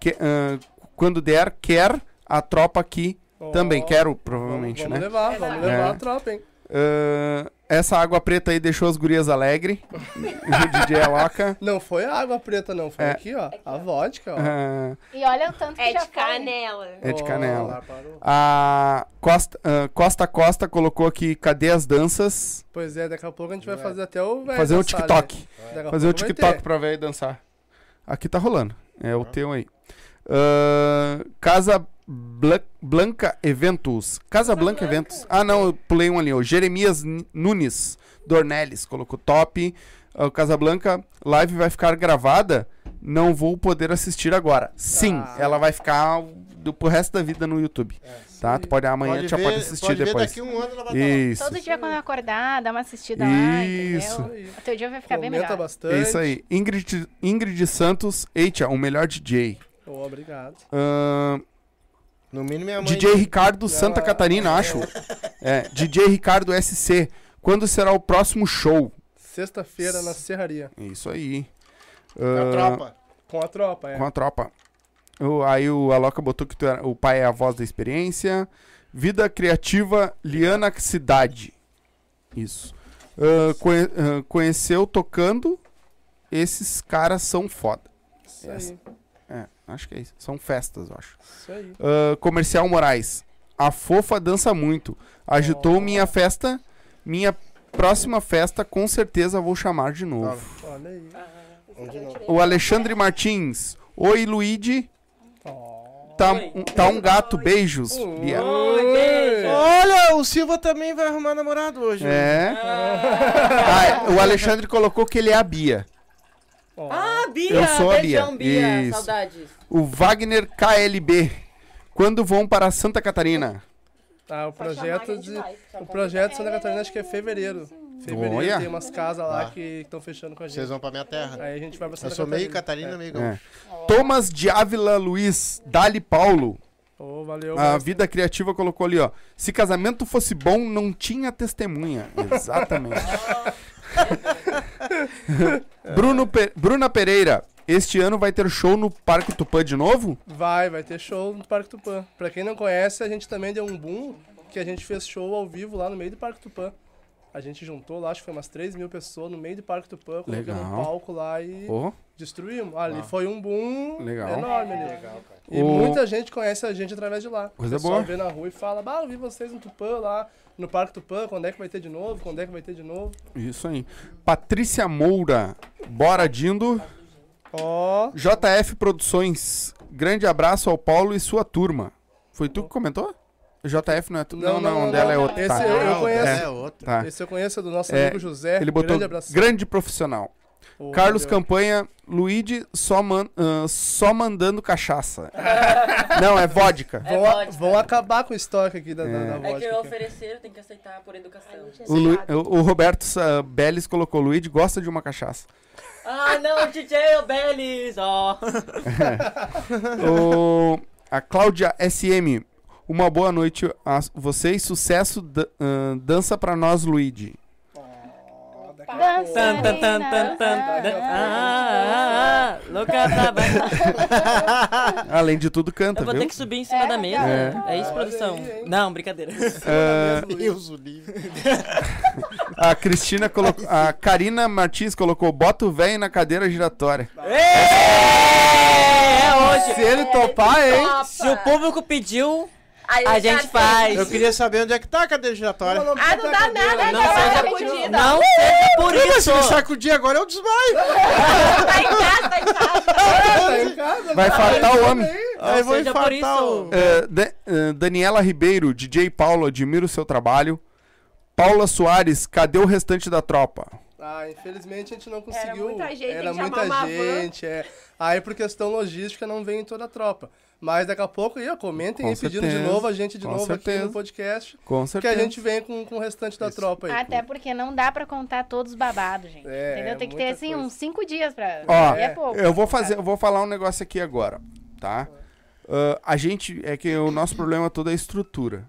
Que, ahn, quando der, quer a tropa aqui. Também
Ó,
quero,
Vamos,
provavelmente,
vamos
né?
levar, vamos
É.
levar a tropa, hein?
Ahn, essa água preta aí deixou as gurias alegre. o DJ Aloca.
Não foi a água preta, não. Foi
É.
aqui, ó. A vodka, ó.
Ahn,
E olha o tanto que
É
já
de
foi.
canela.
é de
Ó,
canela.
lá, parou.
A Costa, ahn, Costa Costa colocou aqui: cadê as danças?
Pois é, daqui a pouco a gente vai fazer até o... velho
Fazer um
dançar ali.
TikTok.
Daqui a
Fazer o
pouco vai
TikTok
ter.
pra ver e dançar. Aqui tá rolando. É o teu aí. Ahn, Casa Blan- Blanca Eventos. Casa Blanca Eventos. Ah, não, eu pulei um ali. ó. Jeremias N- Nunes Dornelles colocou top. Ah, O Casa Blanca live vai ficar gravada. Não vou poder assistir agora. Sim,
Ah.
ela vai ficar do, pro resto da vida no YouTube. tá? Tu pode amanhã já pode assistir
pode ver
depois.
daqui um ano ela vai estar lá.
Isso.
Todo dia quando eu acordar, dá uma assistida lá,
Isso.
entendeu? O teu dia vai ficar bem
Comenta
melhor.
bastante.
É isso aí. Ingrid, Ingrid Santos, Eitia, o melhor DJ.
Ô, obrigado.
Ahn,
No mínimo minha mãe...
DJ
Ah,
Ricardo Santa
é-
Catarina, acho. É, DJ Ricardo SC. Quando será o próximo show?
Sexta-feira na Serraria.
É isso aí.
A
Ah,
tropa. né?
Com a tropa, é.
Com a tropa. O- aí o Aloca botou que tu era- o pai é a voz da experiência. Vida criativa, Liana Cidade. Isso. Ah, conhe- ah, conheceu tocando. Esses caras são foda.
Isso aí.
É, acho que é isso. São festas, eu acho.
Isso aí.
Ah, comercial Moraes. A fofa dança muito. Agitou
Oh.
minha festa. Minha próxima festa, com certeza vou chamar de novo.
Olha aí.
Onde não?
O Alexandre Martins. Oi, Luigi. Tá,
Oi.
um- tá um gato, beijos. Bia.
Oi, beijo.
Olha, o Silva também vai arrumar namorado hoje.
É. Tá, o Alexandre colocou que ele é a Bia.
Ah, Bia!
Eu sou a
Beijão,
Bia.
Bia.
Isso.
Saudades.
O Wagner KLB. Quando vão para Santa Catarina?
Tá, o
é
projeto de. O
Projeto...
projeto de Santa Catarina acho que é fevereiro. Fevereiro
Olha.
tem umas casas lá
Ah.
que estão fechando com a
Vocês
gente.
vão pra minha terra.
Aí a gente vai pra
Eu
Santa
sou
Catarina.
meio Catarina, meio
É.
gaúcho.
Thomas de Ávila Luiz, Dali Paulo.
É. Ô, valeu.
Ah.
A
mas-
vida criativa colocou ali, ó. Se casamento fosse bom, não tinha testemunha. Exatamente. Bruno Pe- Bruna Pereira. Este ano vai ter show no Parque Tupã de novo?
Vai, vai ter show no Parque Tupã. Pra quem não conhece, a gente também deu um boom, que a gente fez show ao vivo lá no meio do Parque Tupã. A gente juntou lá, acho que foi umas 3 mil pessoas no meio do Parque Tupã, colocamos um
Legal.
palco lá e
Ô,
destruímos. Ali foi um boom
Legal.
enorme ali. E
O-
muita gente conhece a gente através de lá.
Coisa
o pessoal
boa.
vê na rua e fala, bah, eu vi vocês no Tupã lá, no Parque Tupã, quando é que vai ter de novo, quando é que vai ter de novo.
isso aí. Patrícia Moura. Bora, Dindo.
Ó,
JF Produções. Grande abraço ao Paulo e sua turma. Foi tu que comentou? JF não é tu? Não, não, dela é outra.
Esse
tá.
eu- eu
Não,
conheço.
É outro.
Tá.
esse eu conheço do nosso
É,
amigo José.
Ele botou
Grande abraço.
grande profissional.
Ô,
Carlos
meu.
Campanha, Luigi só, man- ahn, só mandando cachaça. Não, é vodka.
É
Vão, a-
vodka.
vão acabar com o estoque aqui da, da- da
É que eu
vodka. aqui.
oferecer, eu tenho que aceitar por educação.
O, Lu- o- o Roberto Sa- Belis colocou, Luigi gosta de uma cachaça.
Ah, não, DJ Obelis, ó.
O- a Cláudia SM, uma boa noite a vocês, sucesso, da- ahn, dança pra nós, Luigi.
Dança,
Tan, tan, tan, tan, tan, tan. Ah, ah, ah, louca pra baixo.
Além de tudo, canta,
Eu vou
viu?
ter que subir em cima da mesa.
É.
É isso, produção?
Olha aí, hein?
Não, brincadeira.
Ahn,
Deus o livre.
Ah, a Cristina colocou, a Karina Martins colocou, bota o velho na cadeira giratória.
É hoje.
Se ele topar, hein?
Se o público pediu,
Aí
a
eu já
gente
sei.
faz.
Eu queria saber onde é que tá a cadeira giratória.
tá
Ah, não dá
Não
nada, não
seja
é
punido.
punido.
Não seja por
Se me
isso.
sacudir agora, eu desmaio.
Tá em casa, tá em casa.
Vai
tá
fartar o homem.
Aí vou
seja por
infartar
isso.
o...
Eh, Da- eh, Daniela Ribeiro, DJ Paulo, admiro o seu trabalho. Paula Soares, cadê o restante da tropa?
Ah, infelizmente a gente não conseguiu.
muita gente, tem
Era
que
muita
chamar uma
gente, é. Aí por questão logística não vem toda a tropa. Mas daqui a pouco, aí, ó, comentem
Com
aí, pedindo de
certeza,
novo a gente de
com
novo aqui
certeza.
no podcast.
Com
Que
certeza.
a gente vem com, com o restante da tropa aí.
Até porque não dá pra contar todos os babados, gente.
É,
Entendeu? Tem que ter,
muita
assim,
coisa.
uns cinco dias pra...
Ó,
e é pouco.
Eu vou fazer, eu vou falar um negócio aqui agora, tá? Ah, a gente é que o nosso problema todo é a estrutura.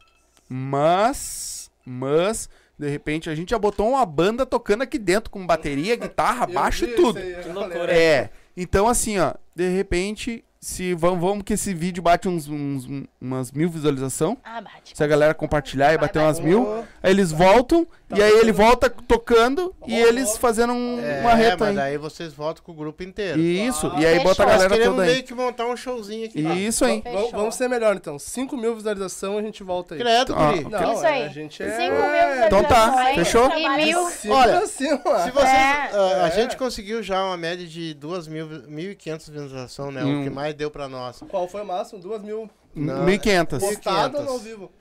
Mas, mas de repente a gente já botou uma banda tocando aqui dentro com bateria, guitarra,
Eu
baixo
vi
e tudo.
isso aí, eu
Que
falei,
loucura.
É. Então, assim, ó, de repente, se vamos, vamos que esse vídeo bate uns, uns- umas mil visualizações.
Ah, bate.
Se a galera compartilhar e
Vai,
bater
vai.
umas mil, aí eles voltam e aí ele volta tocando e eles fazendo um,
É,
uma reta
mas é
aí.
aí vocês votam com o grupo inteiro.
E Isso, e aí
Fechou.
bota a
Nós
galera
queremos
toda
meio
aí.
que montar um showzinho aqui.
E Isso aí.
Fechou.
Vamos, vamos ser melhor então. 5 mil visualizações a gente volta aí.
Credo,
Ah,
Cri.
Não,
Isso aí.
a gente é.
5 mil visualizações.
Então tá,
hein?
fechou?
E mil...
Cinco
Olha,
pra cima.
Se vocês,
É.
ah, a
É.
gente conseguiu já uma média de 2.000 1.500 visualizações, né?
Hum.
O que mais deu pra nós.
Qual foi o máximo? 2 mil
Não,
1.500.
é-
postado ou
500.
ao vivo?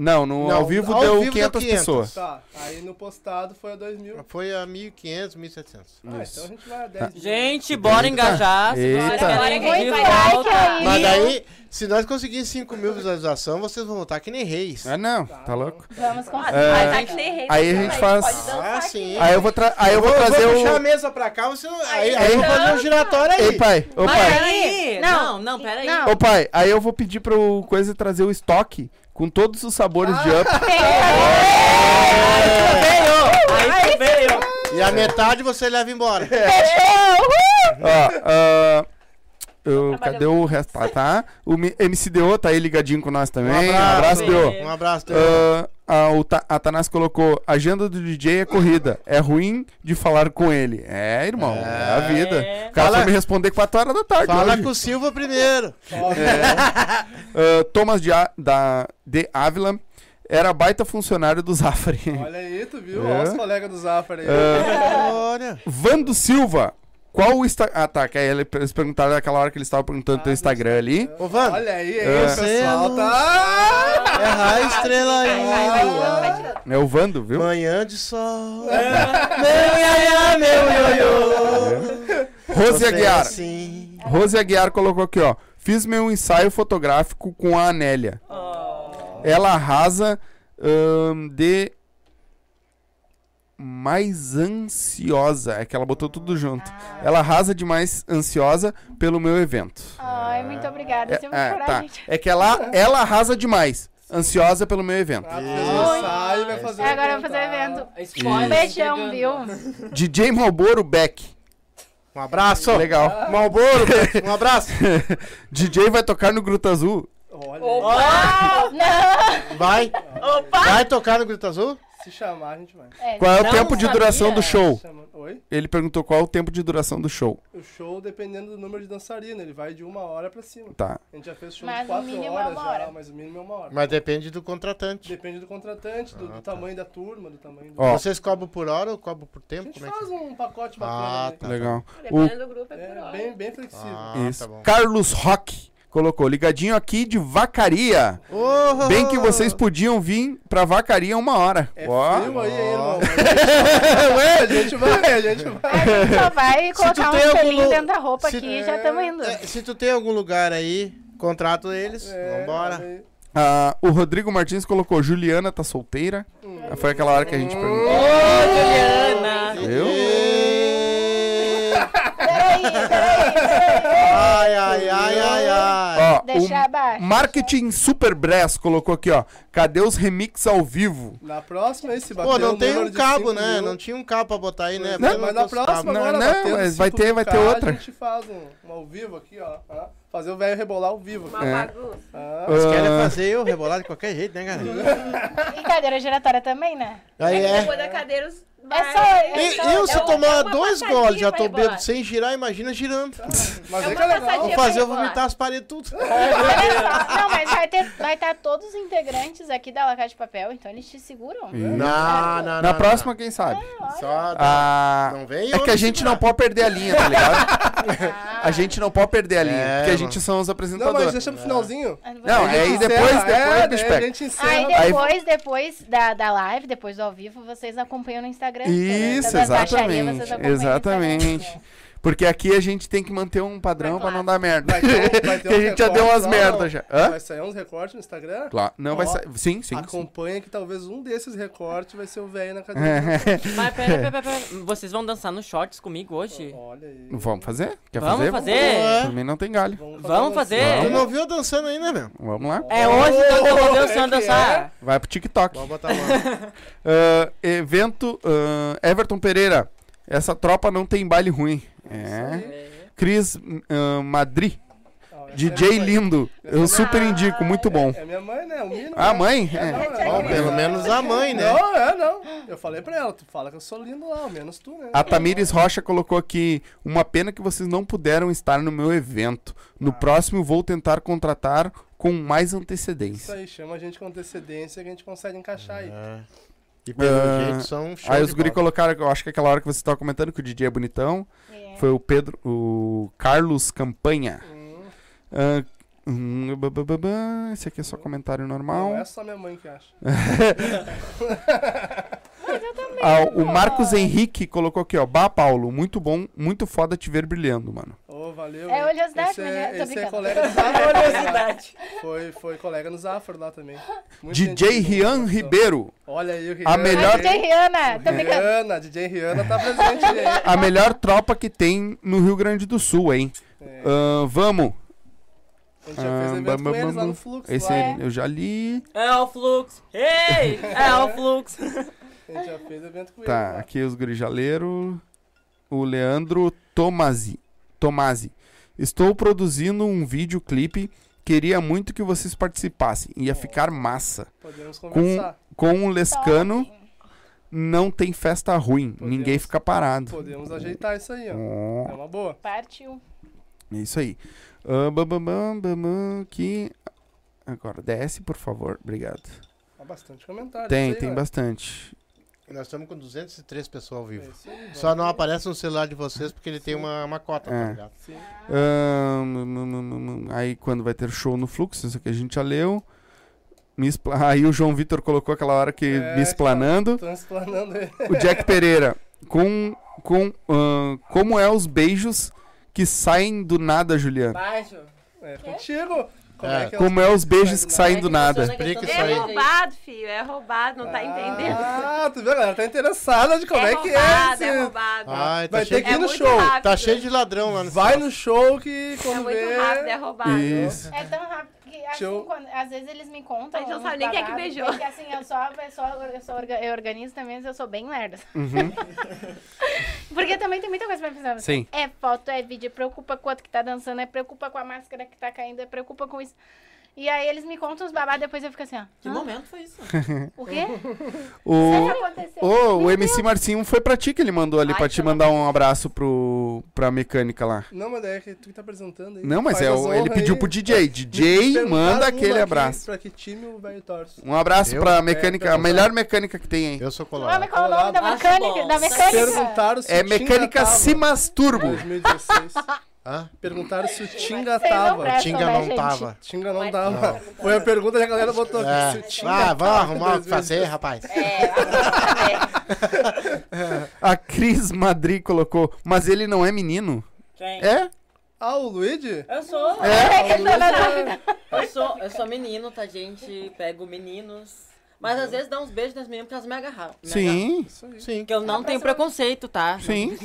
Não, no
Não,
ao vivo
ao
deu
vivo deu
500 pessoas.
Tá, aí no postado foi a 2 mil.
Foi a 1.500, 1.700.
Ah, então a gente vai a 10 mil.
Gente, bora engajar. Se
Eita.
vocês querem
Muito
que
like
volta.
aí.
Mas daí, se nós conseguirmos 5 mil visualizações, vocês vão votar que nem reis.
Ah, não, tá louco.
Vamos
Nossa,
É.
conseguir.
mas tá que nem rei.
Aí a gente faz-
pode dançar
Ah,
aqui.
sim.
Aí eu vou, tra- aí eu vou trazer
vou puxar a
o.
mesa pra cá, você não... aí,
Aí
aí eu vou fazer um
dança.
giratório aí.
Ei, pai, ô
Mas
pai.
peraí. Não, não,
tá
peraí.
Não.
Ô pai, aí eu vou pedir pro coisa trazer o estoque com todos os sabores de up.
Aí veio.
E a metade você leva embora.
É, Ó, ah, eu- cadê o resto? Tá, tá. O Mi- MCDO tá aí ligadinho com nós também. Um abraço,
Deo.
DO.
Um abraço, Deo.
Ah, ah, o Ta Atanás colocou: agenda do DJ é corrida. É ruim de falar com ele. É, irmão, é, a vida. O cara
Fala-
foi me responder 4 horas da tarde.
Fala
hoje.
com o Silva primeiro.
né?
Ah, Thomas de, A- da, de Ávila era baita funcionário do Zafari.
Olha aí, tu viu?
É.
Olha os colegas do Zafari aí.
É. Olha.
Vando Silva, qual o Instagram. Ah, tá, que aí ele- eles perguntaram naquela hora que eles estavam perguntando o teu Instagram ali.
Ô, Vando,
Olha aí, aí
É.
o pessoal tá...
errar É a estrela aí.
vai tirando, vai tirando.
É o Vando, viu?
Manhã de sol.
É.
Meu iaiá, meu
Rose
Você é
Aguiar.
Sim.
Rose Aguiar colocou aqui, ó. Fiz meu ensaio fotográfico com a Anélia. Ela arrasa ahn, de. Mais ansiosa. É que ela botou tudo junto. Ela arrasa de mais ansiosa pelo meu evento.
Ai, muito obrigada.
É,
Ah, Você é
é,
muito
tá.
coragem.
É que ela, ela arrasa demais. Ansiosa pelo meu evento.
Ah, tu fez um ensaio, vai fazer
É, agora eu
um
vou fazer
jantar.
evento.
Spoiler.
Beijão,
entregando.
viu?
DJ Malboro Beck.
Um abraço.
Legal.
Malboro, um abraço.
DJ vai tocar no Gruta Azul.
Olha,
Vai. Vai tocar no Grito Azul?
se chamar, a gente vai.
Qual é o
Não
tempo de duração
sabia.
do show?
Chama- Oi?
Ele perguntou qual é o tempo de duração do show.
O show, dependendo do número de dançarina, ele vai de uma hora pra cima.
Tá.
A gente já fez show
Mas
de
o
quatro
mínimo é
horas
uma
já,
hora.
mas o mínimo é uma hora.
Mas depende do contratante.
Depende do contratante,
Ah,
do, do
tá.
tamanho da turma, do tamanho do...
Ó,
Vocês cobram por hora ou cobram por
A
tempo?
gente
Como é que...
faz um pacote
Ah,
bacana. ali.
tá.
legal. O
Dependendo do grupo é por
É,
hora.
bem, bem flexível.
Ah,
Isso.
tá bom.
Carlos Rock colocou ligadinho aqui de Vacaria.
um
Oh,
Bem que vocês podiam vir pra Vacaria uma hora.
É
Ó.
frio aí, hein, irmão. Mas A gente vai, a gente vai.
A gente só vai
tu
colocar um
tem algum
selinho
lu-
dentro da roupa
se-
aqui e já estamos indo.
É, se tu tem algum lugar aí, contrato eles.
É,
Vambora.
olha aí.
Ah, o Rodrigo Martins colocou Juliana tá solteira.
Hum.
Foi aquela hora que a gente perguntou.
Juliana.
Eu?
E-
Peraí, peraí, peraí.
Ai, ai, ai, ai, ai.
Ó,
Deixa
o
abaixo.
Marketing Super Bress colocou aqui, ó. Cadê os remix ao vivo?
Na próxima, esse bateu
Pô, não
um
tem
número
um
de
cabo,
cinco
né?
mil.
Não tinha um cabo pra botar aí, né?
Não,
Porque
mas
não
na
tem os
próxima
cabos.
agora,
Não,
batendo
mas vai ter- vai ter
5K,
outra.
A gente faz um, um ao vivo aqui, ó. tá? Fazer o velho rebolar ao vivo.
Uma bagunça.
Ah,
Eles querem
Ah,
fazer eu rebolar de qualquer jeito, né, cara?
E cadeira giratória também, né?
Aí é.
Depois da cadeira, os...
É só. É
E-
só
eu, se
é
eu
uma-
tomar
é uma
dois
passadinha
goles, já
pra
tô
rebolar.
bêbado sem girar, imagina girando.
mas
É
é que
uma
é legal.
passadinha
Vou fazer eu
rebolar.
vomitar as paredes tudo.
Olha só. Não, mas vai estar vai tá todos os integrantes aqui da Laca de Papel, então eles te seguram.
Ih.
Não, não,
Na próxima, quem sabe?
Só
Ah,
Não vem
é que a
homem
gente
segurar.
não pode perder a linha, tá ligado? a gente não pode perder a linha,
É,
porque a
mano.
gente são os
Não, mas
apresentadores.
deixa pro finalzinho.
Não,
A gente
aí depois-
encerra,
depois
é,
o bicho
daí
pega.
a gente encerra.
Ah. Aí
Aí-
depois, depois da, da live, depois do ao vivo, vocês acompanham no Instagram. né?
Isso,
Todas as baixarias, vocês
exatamente.
acompanham no
Exatamente.
Instagram.
Porque aqui a gente tem que manter um padrão pra não dar merda.
Vai ter um- vai
Porque
ter
a
uns
gente já deu umas
recortes lá,
merdas já. Hã?
Vai sair uns recortes no Instagram?
Claro. Não vai
Ó,
sair. Sim, sim. sim.
Acompanha que talvez um desses recortes vai ser o velho
É,
na cadeira.
Mas pera, pera, pera, pera. Vocês vão dançar nos shorts comigo hoje?
Olha aí.
é. Vamos fazer? Quer
Vamos
Vamos.
fazer?
Por mim não tem galho.
Vamos
Tu
um
fazer?
não viu eu dançando ainda, né, meu?
Vamos lá.
É hoje então que eu vou ver o
É
Sam
que é.
dançar.
Vai pro TikTok.
Pode botar lá.
Ah, evento ah, Everton Pereira. Essa tropa não tem baile ruim. É. Cris ah, Madri.
Ah, essa é
DJ
minha mãe.
Lindo. Eu super indico, muito bom.
É minha mãe, né? O Mino.
Ah,
né?
mãe?
É, não,
É.
é.
Bom, pelo menos a mãe, né?
Não, é, não. Eu falei pra ela, tu fala que eu sou lindo lá, ao menos tu, né?
A Tamires Rocha colocou aqui: Uma pena que vocês não puderam estar no meu evento. No próximo vou tentar contratar com mais
Ah. Isso
antecedência.
aí, chama a gente com antecedência que a gente consegue encaixar aí.
É. E pelo
Ah,
jeito são um show
Aí
de
os guri
bola.
colocaram, eu acho que aquela hora que você tava comentando que o DJ é bonitão,
É.
foi o Pedro, o Carlos Campanha. Ah, hum, ba- ba- ba- ba, esse aqui é só comentário normal.
Não é só minha mãe que acha.
Ah, o Marcos Henrique colocou aqui, ó. Bah, Paulo, muito bom, muito foda te ver brilhando, mano.
Ô, valeu.
É oleosidade,
esse
mas
é,
é- tô
esse é
brincando.
colega do Zafra. oleosidade. Foi, foi colega no Zafra lá também. Muita
DJ
gente boa,
Rian
gostou.
Ribeiro.
Olha aí o Rian.
A melhor-
Ai, DJ Rihanna, tô brincando.
Rihanna, DJ Rihanna tá presente aí.
A melhor tropa que tem no Rio Grande do Sul, hein?
É.
Ah, vamos.
A gente já fez
Ah,
evento
bam,
com
bam,
eles lá
bam.
no Fluxo.
Esse
lá.
eu já li.
É o Flux. Ei! É o Flux.
A gente já fez evento com ele.
Tá,
lá.
aqui os grijaleiros. O Leandro Tomasi. Tomasi. Estou produzindo um videoclipe. Queria muito que vocês participassem. Ia ficar massa.
Podemos
Com,
conversar.
com o Lescano, não tem festa ruim. Ninguém
Podemos-
fica parado.
Podemos ajeitar isso aí, ó.
Ó.
É uma boa.
Partiu.
É isso aí. Ah, bam, bam, bam, bam, bam, aqui. Agora, desce, por favor. Obrigado.
Há bastante comentário.
Tem,
isso aí,
tem
né?
bastante.
Nós estamos com 203 pessoas ao
É
vivo.
isso aí,
Só não aparece no celular de vocês porque ele tem uma, uma cota,
É.
tá ligado?
sim.
Ah, hum, hum, hum, aí, quando vai ter show no fluxo, isso aqui a gente já leu. Me espla- Aí o João Vitor colocou aquela hora que
É,
me esplanando.
Transplanando ele.
O Jack Pereira, com, com, ah, como é os beijos que saem do nada, Juliana?
Baixo.
É contigo. Como é,
É.
que é o-
Como é os beijos que saem do nada?
Explica isso
É
aí.
roubado, filho. É roubado, não tá entendendo.
Ah, tu viu, galera? Tá interessada de como é,
é
que
roubado,
é. esse-
é roubado.
Ai, tá
Vai ter
cheio,
que ir
É
no
muito
show.
rápido.
tá cheio de ladrão lá no
Vai no show que
É
quando
muito
vê...
rápido, é roubado.
Isso.
É tão rápido que assim,
Show.
quando- às vezes eles me
A
contam.
gente não
uns
sabe nem quem é que
babados,
beijou.
Porque assim, eu sou a pessoa, eu, sou orga- eu organizo também, mas eu sou bem lerda. porque também tem muita coisa pra pensar.
Uhum. Sim.
É foto, é vídeo, preocupa com o outro que tá dançando, é preocupa com a máscara que tá caindo, é preocupa com isso. E aí eles me contam os babados, depois eu fico assim, ó. Ah,
Que momento foi isso?
O quê?
O,
O que aconteceu?
Ô, o MC Marcinho foi pra ti que ele mandou ali,
Ai,
pra te
pelo
mandar um abraço pro, pra mecânica lá.
Não, mas é que tu que tá apresentando aí.
Não, mas
Faz
é,
as
o, ele
honras
pediu
aí.
pro DJ. DJ,
Perguntaram
manda
um
aquele
aqui
abraço.
Pra que time o velho torce?
Um abraço
Eu?
pra mecânica,
É,
a melhor mecânica que tem aí.
Eu sou
Não,
colorado.
mas qual é o nome da
Acho
mecânica?
bom.
Da mecânica?
Perguntaram se
É
o Tinga
mecânica
tava.
se masturbo.
2016.
Hã?
Perguntaram se o Tinga
Vocês não
tava.
prestam.
Tinga
né,
não
gente?
tava.
Tinga não tava. Foi a pergunta que a galera botou aqui. Se o
É.
Tinga
Ah, vamos
tava em
arrumar o que
2016.
fazer, rapaz.
É.
É,
A Cris Madri colocou, mas ele não é menino.
Quem?
É?
Ah, é o Luigi?
É.
Eu sou. Eu sou, eu sou menino, tá, gente? Pego meninos. Mas às vezes dá uns beijos nas meninas porque elas me agarram. me agarram.
Sim,
Sim.
Porque eu não tenho preconceito, tá?
sim.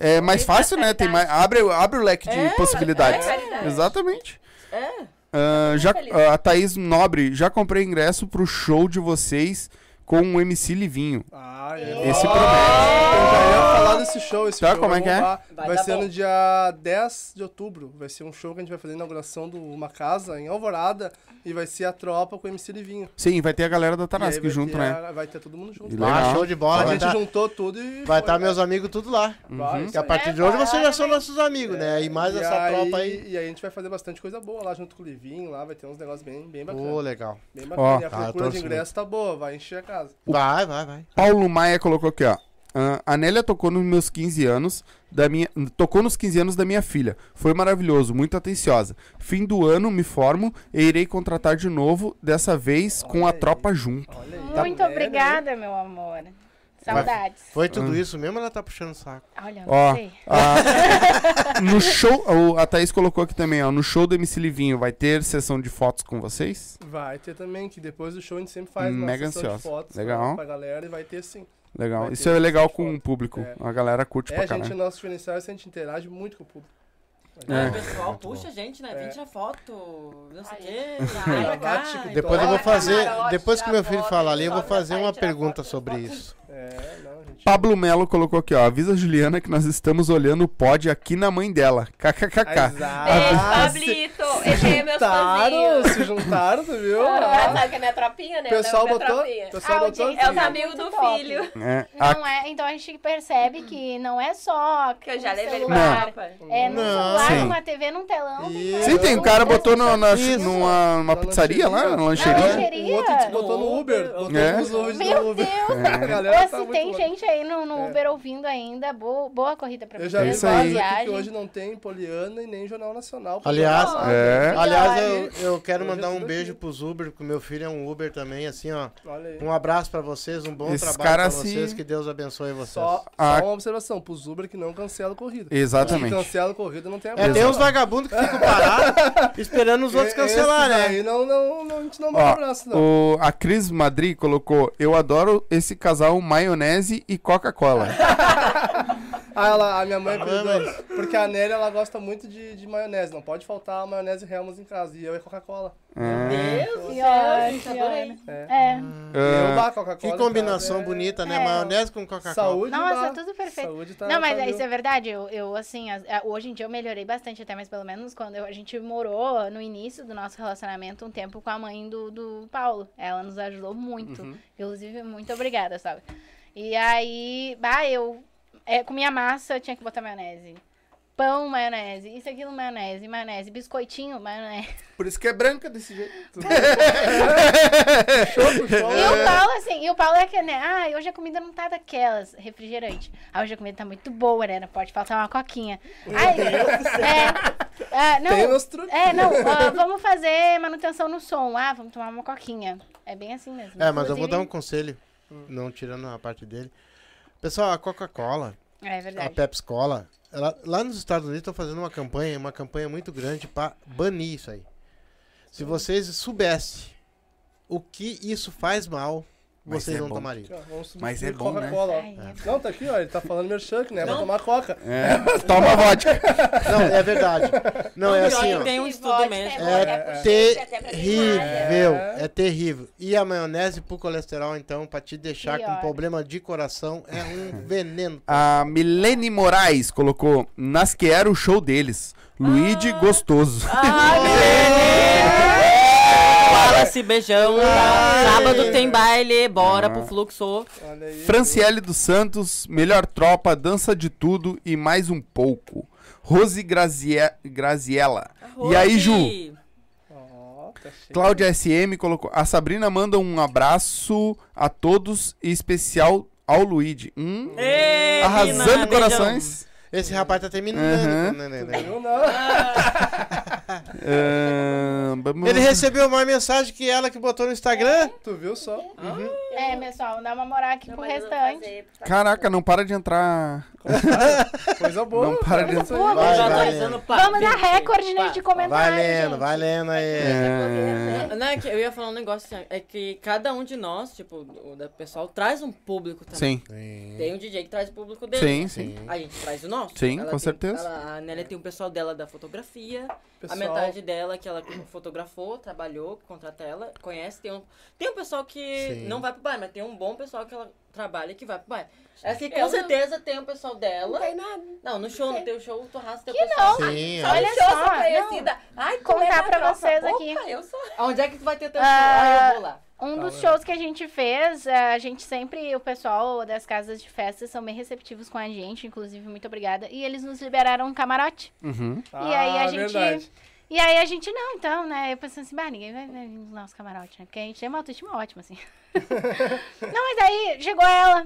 É mais fácil, né? Tem mais, abre, o- abre o leque de possibilidades. Exatamente.
É.
Ah, já, ah, a Thaís Nobre, já comprei ingresso pro show de vocês com o MC Livinho.
Ah,
Esse
Ah,
promete.
Eu já ia falar desse show. Esse
Tá,
show
como
vai
é que é?
bombar.
Vai
Vai,
dar
ser
bom.
no dia 10 de outubro. Vai ser um show que a gente vai fazer a inauguração de uma casa em Alvorada. E vai ser a tropa com o MC Livinho.
Sim, vai ter a galera da
E aí
Tanask
vai
junto,
ter
né?
a- Vai ter todo mundo junto.
E
Lá.
Ah,
Legal.
show de bola.
a
Vai
gente
estar
juntou tudo e.
vai
foi. Uhum.
tá meus amigos tudo lá.
Vai,
Uhum.
Que a partir de hoje vocês já são nossos amigos, né? E mais
E
essa tropa aí.
E aí a gente vai fazer bastante coisa boa lá junto com o Livinho, lá vai ter uns negócios bem, bem
Ô,
bacanas.
legal.
Bem bacana.
Ó,
e a
tá, eu
procura
torço
de ingresso tá boa, vai encher a casa.
Vai, vai, vai.
Paulo Maia colocou aqui, ó. Ah, a Nélia tocou nos meus 15 anos da minha tocou nos 15 anos da minha filha. Foi maravilhoso, muito atenciosa. Fim do ano me formo e irei contratar de novo, dessa vez com a tropa junto.
Olha aí.
né?
Muito obrigada, meu amor. Saudades.
Foi tudo isso mesmo, ela tá puxando o saco.
Olha,
Ó,
não sei.
a- no show, o- a Thaís colocou aqui também, ó, no show do MC Livinho vai ter sessão de fotos com vocês?
Vai ter também, que depois do show a gente sempre faz uma
Hum, Mega
sessão de
ansiosa.
fotos
Legal.
Pra, pra galera e vai ter sim.
Legal.
Vai
Isso
ter
é legal
bastante
com o
foto.
público.
É.
A galera curte
é,
pra
a gente, o
caralho.
nosso diferencial é se a gente interage muito com o público.
Aí O
É.
pessoal puxa a gente, né? Vem tirar foto, não sei o quê.
Vai
Vai pra cá.
lá, TikTok.
Então, Depois eu vou
Olha,
fazer.
camarote,
Depois que
tira
meu filho
foto,
falar ali, eu vou
sobe na
fazer uma
parede, tira
pergunta
foto,
sobre
tira
isso.
É, não, a gente.
Pablo Melo colocou aqui, ó. Avisa a Juliana que nós estamos olhando o pod aqui na mãe dela. KKKK.
Beijo,
Exato. Ah, se
é, Pablito. Esse aí é meus
juntaram,
fãzinhos.
se juntaram, tu viu?
Ah,
Ah,
sabe que é minha tropinha, né?
O pessoal
Minha
botou.
tropinha.
o
Ah,
pessoal botou.
Audiência.
É os
assim.
amigos do
Muito top.
filho.
É, a-
Não é, então a gente percebe que não é só
Que eu já
no
levei ele
celular.
pra Europa.
É no
Não.
celular,
Sim.
numa TV, num telão.
Isso.
Sim, tem um cara botou no, na,
Isso.
numa, numa
Na
pizzaria lá, na
Na
lancheria.
lancheria.
assim, O outro te botou no Uber. Botou
É.
nos Uber
Meu
do Uber.
Deus!
A galera
Ou
tá
se
muito
tem
louca.
gente aí no, no
É.
Uber ouvindo ainda, boa, boa corrida pra
Eu
vocês.
já vi
É isso
boa
vários aqui que
viagem.
hoje não tem Poliana e nem Jornal Nacional. porque
Aliás,
não Então, assim, sabe.
É.
aliás eu, eu quero
Hoje
mandar
é
um
tudo
beijo
aqui.
pros Uber, porque meu filho é um Uber também, assim, ó.
Olha aí.
Um abraço pra vocês, um bom
Esses
trabalho pra
caras se-
vocês, que Deus abençoe vocês.
Só,
Ah.
só uma observação, pros Uber que não cancelam corrida.
Exatamente.
Que cancelam corrida não tem a
É, tem uns vagabundos que ficam parados esperando os outros cancelar, né?
Aí não, não, não, a gente não manda
Ó,
abraço, não.
o, a Cris Madri colocou: Eu adoro esse casal maionese e Coca-Cola.
Ah, ela, a minha mãe
Ah,
cuidou.
mas-
Porque a Nélia, ela gosta muito de, de maionese. Não pode faltar a maionese Helmans em casa. E eu e Coca-Cola.
Ah. É.
Meu Deus do
Que
céu,
ódio,
gente,
que
adorei.
ódio.
É.
É.
Eu,
Ah,
bah, Coca-Cola.
Que
em
combinação
casa, é
bonita, né?
É.
Maionese com Coca-Cola.
Saúde,
Nossa,
bah.
tudo perfeito.
Saúde tá.
Não, mas
tá
isso
mil.
é verdade. Eu, eu, assim, as- a- hoje em dia eu melhorei bastante, até mais pelo menos quando eu- a gente morou no início do nosso relacionamento um tempo com a mãe do, do Paulo. Ela nos ajudou muito. Inclusive, muito obrigada, sabe? E aí, bah, eu é, comia massa, eu tinha que botar maionese. Pão, maionese, isso, aquilo, maionese, maionese, biscoitinho, maionese.
Por isso que é branca desse jeito.
É.
E o Paulo, assim, e o Paulo é que, né? Ah, hoje a comida não tá daquelas, refrigerante. Ah, hoje a comida tá muito boa, né? Não pode faltar uma coquinha. Ai, é, é, não,
Tem
um
meus truques.
É, não, ó, vamos fazer manutenção no som. Ah, vamos tomar uma coquinha. É bem assim mesmo.
É, mas eu vou
Inclusive-
dar um conselho, não tirando a parte dele. Pessoal, a Coca-Cola,
É
a
verdade.
Pepsi Cola, ela- lá nos Estados Unidos estão fazendo uma campanha, uma campanha muito grande para banir isso aí. Se vocês soubessem o que isso faz mal,
Mas
vocês
é
não
bom.
tomariam.
Ó, vamos subir
Mas é bom, né?
Coca-Cola, ó.
Ai, é
Não, tá aqui, ó. Ele tá falando meu chunk, né? Vai tomar Coca.
é. Toma vodka.
Não, é verdade. Não, é assim, ó.
tem um
Que
estudo
vodka
mesmo.
bom até pro
É
gente, até pra culinária.
terrível, é terrível. E a maionese pro colesterol, então, pra te deixar
Pior.
com problema de coração, é um veneno.
A Milene Moraes colocou nas que era o show deles. Luigi
Ah.
Gostoso.
Ai, Milene! Fala-se, beijão. tá? Sábado tem baile, bora pro fluxo.
Olha aí.
Franciele dos Santos, melhor tropa, dança de tudo e mais um pouco. Rose Grazie- Graziella. E aí, Ju?
Ó, tá cheio.
Cláudia SM colocou. A Sabrina manda um abraço a todos e especial ao Luigi. Hum,
Ei,
arrasando
Nina,
corações.
Esse rapaz tá terminando.
Uhum.
né, né, né.
Não, não.
Ahn, Ah, vamos-
Ele recebeu uma mensagem que ela que botou no Instagram.
Tu viu só?
É, pessoal, dá uma moral aqui
Meu
pro
marido não
restante.
fazer, porque
Caraca, não para de entrar.
Coisa boa.
Não para de
Isso aí.
Pô,
Vai,
beijão.
vai,
Atualizando, pá,
Vamos dar
gente,
recorde né,
pá.
de
Vai
comentários.
lendo,
gente.
vai lendo aí.
tá
Não, é que eu ia falar um negócio assim, é que cada um de nós, tipo, o da pessoal, traz um público também.
Sim,
Tem um DJ que traz o público
sim,
dele.
sim.
A gente traz o nosso.
Sim, com
tem-
certeza.
ela- a Nélia tem o pessoal dela da fotografia. A
Pessoal,
metade dela que ela fotografou, trabalhou, contrata ela, conhece. Tem um, tem um pessoal que
Sim.
não vai pro bar, mas tem um bom pessoal que ela trabalha que vai pro bar. Essa que com
Eu não-
certeza tem o pessoal
Não
dela.
tem nada.
Não, no show, no teu show, tu arrasta teu
Que
um pessoal.
Sim, ó.
Olha
Olha
eu só,
só,
sou conhecida. Ai, como
Contar
é da
pra
tropa.
vocês
Opa,
aqui.
eu sou.
Onde é que tu vai ter teu show?
Ah.
Ah, eu vou lá.
Um dos
Fala.
shows que a gente fez, é, a gente sempre, o pessoal das casas de festas são bem receptivos com a gente, inclusive, muito obrigada. E eles nos liberaram um camarote.
Uhum.
E aí a
Ah,
gente-
verdade.
E aí a gente, não, então, né? Eu pensando assim, bah, ninguém vai vai vir nos nossos camarote, né? Porque a gente tem uma autoestima ótima, assim. não, mas aí chegou ela.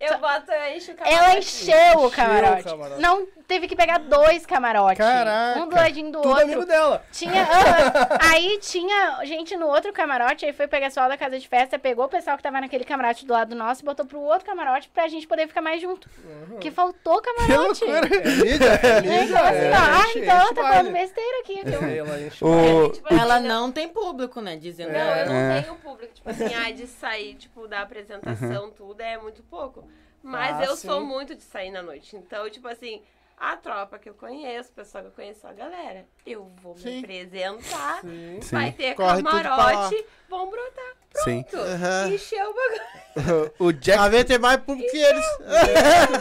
Eu boto, eu encho o cabelo.
Ela
é
aqui.
encheu o camarote.
o camarote.
Não teve que pegar dois camarotes.
Caraca.
Um do ladinho do
Tudo
outro.
amigo dela.
Tinha. aham. aí tinha gente no outro camarote, aí foi pegar pessoal da casa de festa, pegou o pessoal que tava naquele camarote do lado nosso e botou pro outro camarote pra gente poder ficar mais junto.
Uhum.
Porque faltou camarote.
É mídia, é
Né?
mídia.
Então, assim,
é,
ó, ah,
enche-
então ela
enche
tá
o baile.
falando besteira aqui, viu?
É.
Ela enche o baile.
O,
Tipo,
Ela
assim,
não tem público, né? Dizendo.
Não, eu não
É.
tenho público. Tipo assim, ah, de sair, tipo, da apresentação, tudo, é muito pouco. Mas
Ah,
eu sou
sim.
muito de sair na noite. Então, tipo assim, a tropa que eu conheço, o pessoal que eu conheço, a galera, eu vou me
Sim.
apresentar,
Sim.
vai
sim,
ter
Corre tudo pra
camarote, vão brotar
sim.
tudo.
Aham.
Encheu o bagulho.
O Jack.
A ver tem mais público que eles.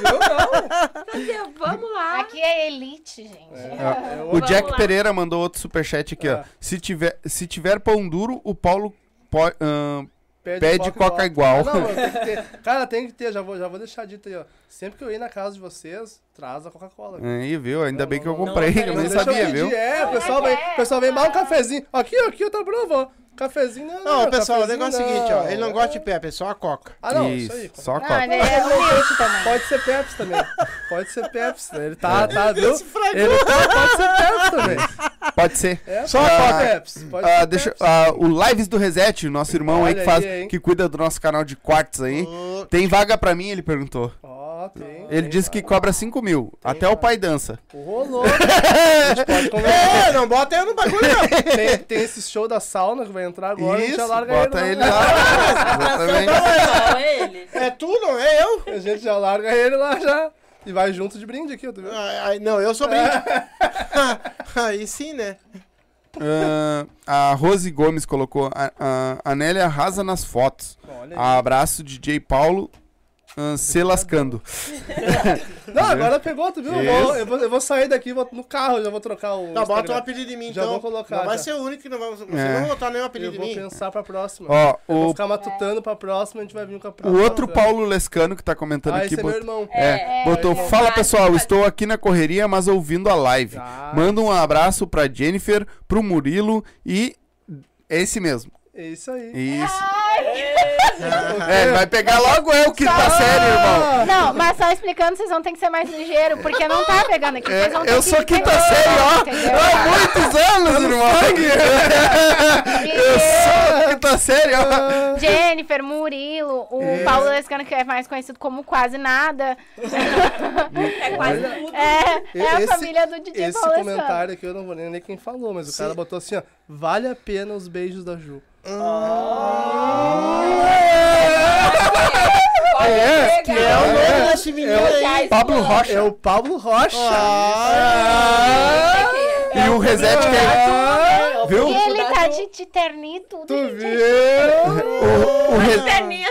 Tá certo, vamos lá.
Aqui é elite, gente.
É,
ah, O
Vamos
Jack
lá.
Pereira mandou outro superchat aqui, ó.
Ah.
Se tiver, se tiver pão duro, o Paulo po- ahn, pede
e volta.
coca igual.
Não, mas tem que ter. Cara, tem que ter, já vou, já vou deixar dito aí, ó. Sempre que eu ir na casa de vocês, traz a Coca-Cola.
Hum,
Aí, viu? Ainda
Não,
bem que eu
não, não.
comprei,
Não,
eu
não,
nem
Deixa eu
sabia,
pedir,
viu?
É, o pessoal
Não, é
vem,
que é.
o pessoal vem mal um cafezinho. Aqui, aqui, outra prova, ó. Cafezinho não.
Não, pessoal, o
cafezinho
negócio é o seguinte, ó. Ele não gosta de Pepe, é só a Coca.
Ah, não, isso,
Isso,
aí.
só
Não,
coca.
ele é humilde também.
Pode ser Pepsi também. Pode ser Pepsi. Ele
É.
tá, tá, viu? Ele tá, pode ser Pepsi também.
Pode ser.
É,
Só
pode
a
ser
Coca.
Pepsi. Pode
Ah,
ser
deixa,
Pepsi.
ah, o Lives do Reset, o nosso irmão aí
Olha
que, faz,
aí, hein?
que cuida do nosso canal de quartos aí.
Ô,
Tem vaga pra mim? Ele perguntou.
Ó, tem.
Ele disse que cobra 5 mil. até o pai dança.
Rolou. A gente pode conversar.
É, não bota eu no bagulho, não.
Tem, tem esse show da sauna que vai entrar agora. a gente já
Isso,
larga
bota
ele.
ele
lá.
lá.
Atração
Exatamente.
pessoal, é ele.
É tu, não é eu.
A gente já larga ele lá já. E vai junto de brinde aqui, ó, tu viu?
Ah, ah, não, eu sou brinde. Aí sim, né?
Ahn, Ah, a Rose Gomes colocou. A, a Anélia arrasa nas fotos.
Olha aí. tá
Abraço DJ Paulo ahn, se lascando.
Não, agora pegou, tu viu? Eu vou, eu vou- eu vou sair daqui, vou no carro, já vou trocar o.
Tá, bota
Instagram.
um apelido em mim,
Já
então.
vou colocar,
Não vai
já.
ser o único que não vai.
É.
Você não vai botar nenhum apelido
Eu
em
vou
mim.
pensar pra próxima.
Ó,
Eu vou
o,
ficar matutando pra próxima, a gente vai vir com a
o
próxima.
outro Paulo Lescano que tá comentando
Ah,
aqui.
esse é
bot-
meu irmão.
É,
É,
botou,
é, é.
fala pessoal, estou aqui na correria, mas ouvindo a live.
Ah.
Manda um abraço pra Jennifer, pro Murilo e esse mesmo.
É isso aí.
Isso. É, vai pegar logo eu que tá sério, irmão.
Não, mas só explicando, vocês vão ter que ser mais ligeiro, porque não tá pegando aqui. Vocês vão ter
É, eu
que
sou quinta
pegar,
série, ó.
entendeu?
Há muitos É. anos, irmão. Eu sou tá quinta série, ó.
Jennifer, Murilo, o Paulo Lescano, que é mais conhecido como Quase Nada.
É quase tudo.
É, é a
Esse-
família do DJ
Esse
Paulo Lescano.
comentário aqui eu não vou nem ler quem falou, mas o cara botou assim, ó. Vale a pena os beijos da Ju.
É, que é o nome.
da chimininha aí.
Pablo
É
Rocha.
o Pablo Rocha.
Ah, e o Reset que é. Viu?
E ele tá de, de terninho e tudo.
Tu
gente.
viu?
É O, o, Re-
é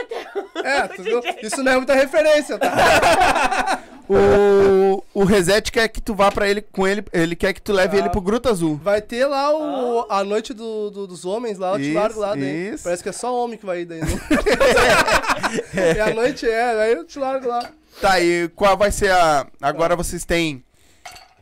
É, tu viu? Isso não é muita referência, tá?
O, o Reset quer que tu vá pra ele com ele. Ele quer que tu leve ele pro Gruta Azul.
Vai ter lá o,
Ah.
a noite do- do- dos homens lá, eu te
Isso,
largo lá, né?
isso.
Parece que é só homem que vai ir daí, né? E a noite é, aí eu te largo lá.
Tá, e qual vai ser a. Agora vocês têm.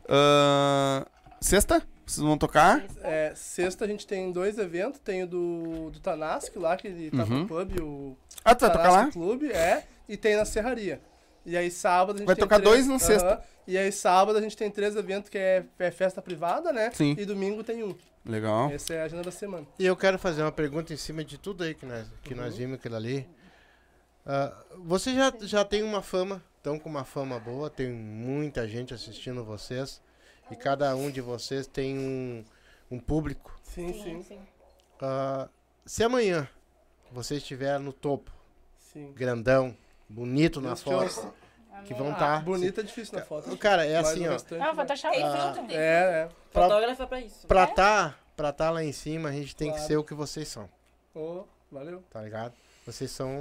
ahn, sexta? Vocês vão tocar?
É, sexta a gente tem dois eventos, tem o do, do Tanask lá, que ele tá
Uhum.
com o pub, o
Ah, tu vai tocar lá?
Tarasque Clube, é, e tem na Serraria. E aí sábado a gente
Vai
tem
tocar
três-
dois na
Aham.
sexta.
E aí sábado a gente tem três eventos que é, é festa privada, né?
Sim.
E domingo tem um.
Legal.
Essa é a agenda da semana.
E eu quero fazer uma pergunta em cima de tudo aí que nós, que
Uhum.
nós vimos aquilo ali. Ah, você já, já tem uma fama, estão com uma fama boa, tem muita gente assistindo vocês. E cada um de vocês tem um, um público.
Sim, sim, sim.
Ah, se amanhã você estiver no topo, grandão, bonito na
Deus te
foto,
ouça.
que vão estar.
Bonita é difícil na foto.
Cara, é
Mas
assim,
o
ó.
restante,
Não,
né?
Photoshop.
É, é.
Fotógrafo é pra isso.
Pra tá, pra tá lá em cima, a gente tem que
Claro.
ser o que vocês são,
Ô, valeu.
tá ligado? Vocês são.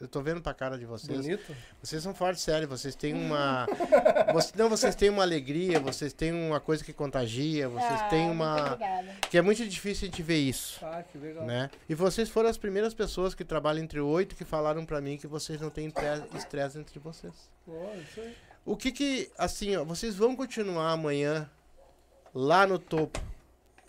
Eu tô vendo pra cara de vocês.
Bonito.
Vocês são fortes, sério. Vocês têm uma. Vocês- não, vocês têm uma alegria, vocês têm uma coisa que contagia, vocês
Ah,
têm
muito
uma.
obrigada.
Que é muito difícil a gente ver isso.
Ah, que legal.
Né? E vocês foram as primeiras pessoas que trabalham entre oito que falaram pra mim que vocês não têm tre- estresse entre vocês.
Pô, isso aí.
O que que, assim, ó, vocês vão continuar amanhã lá no topo?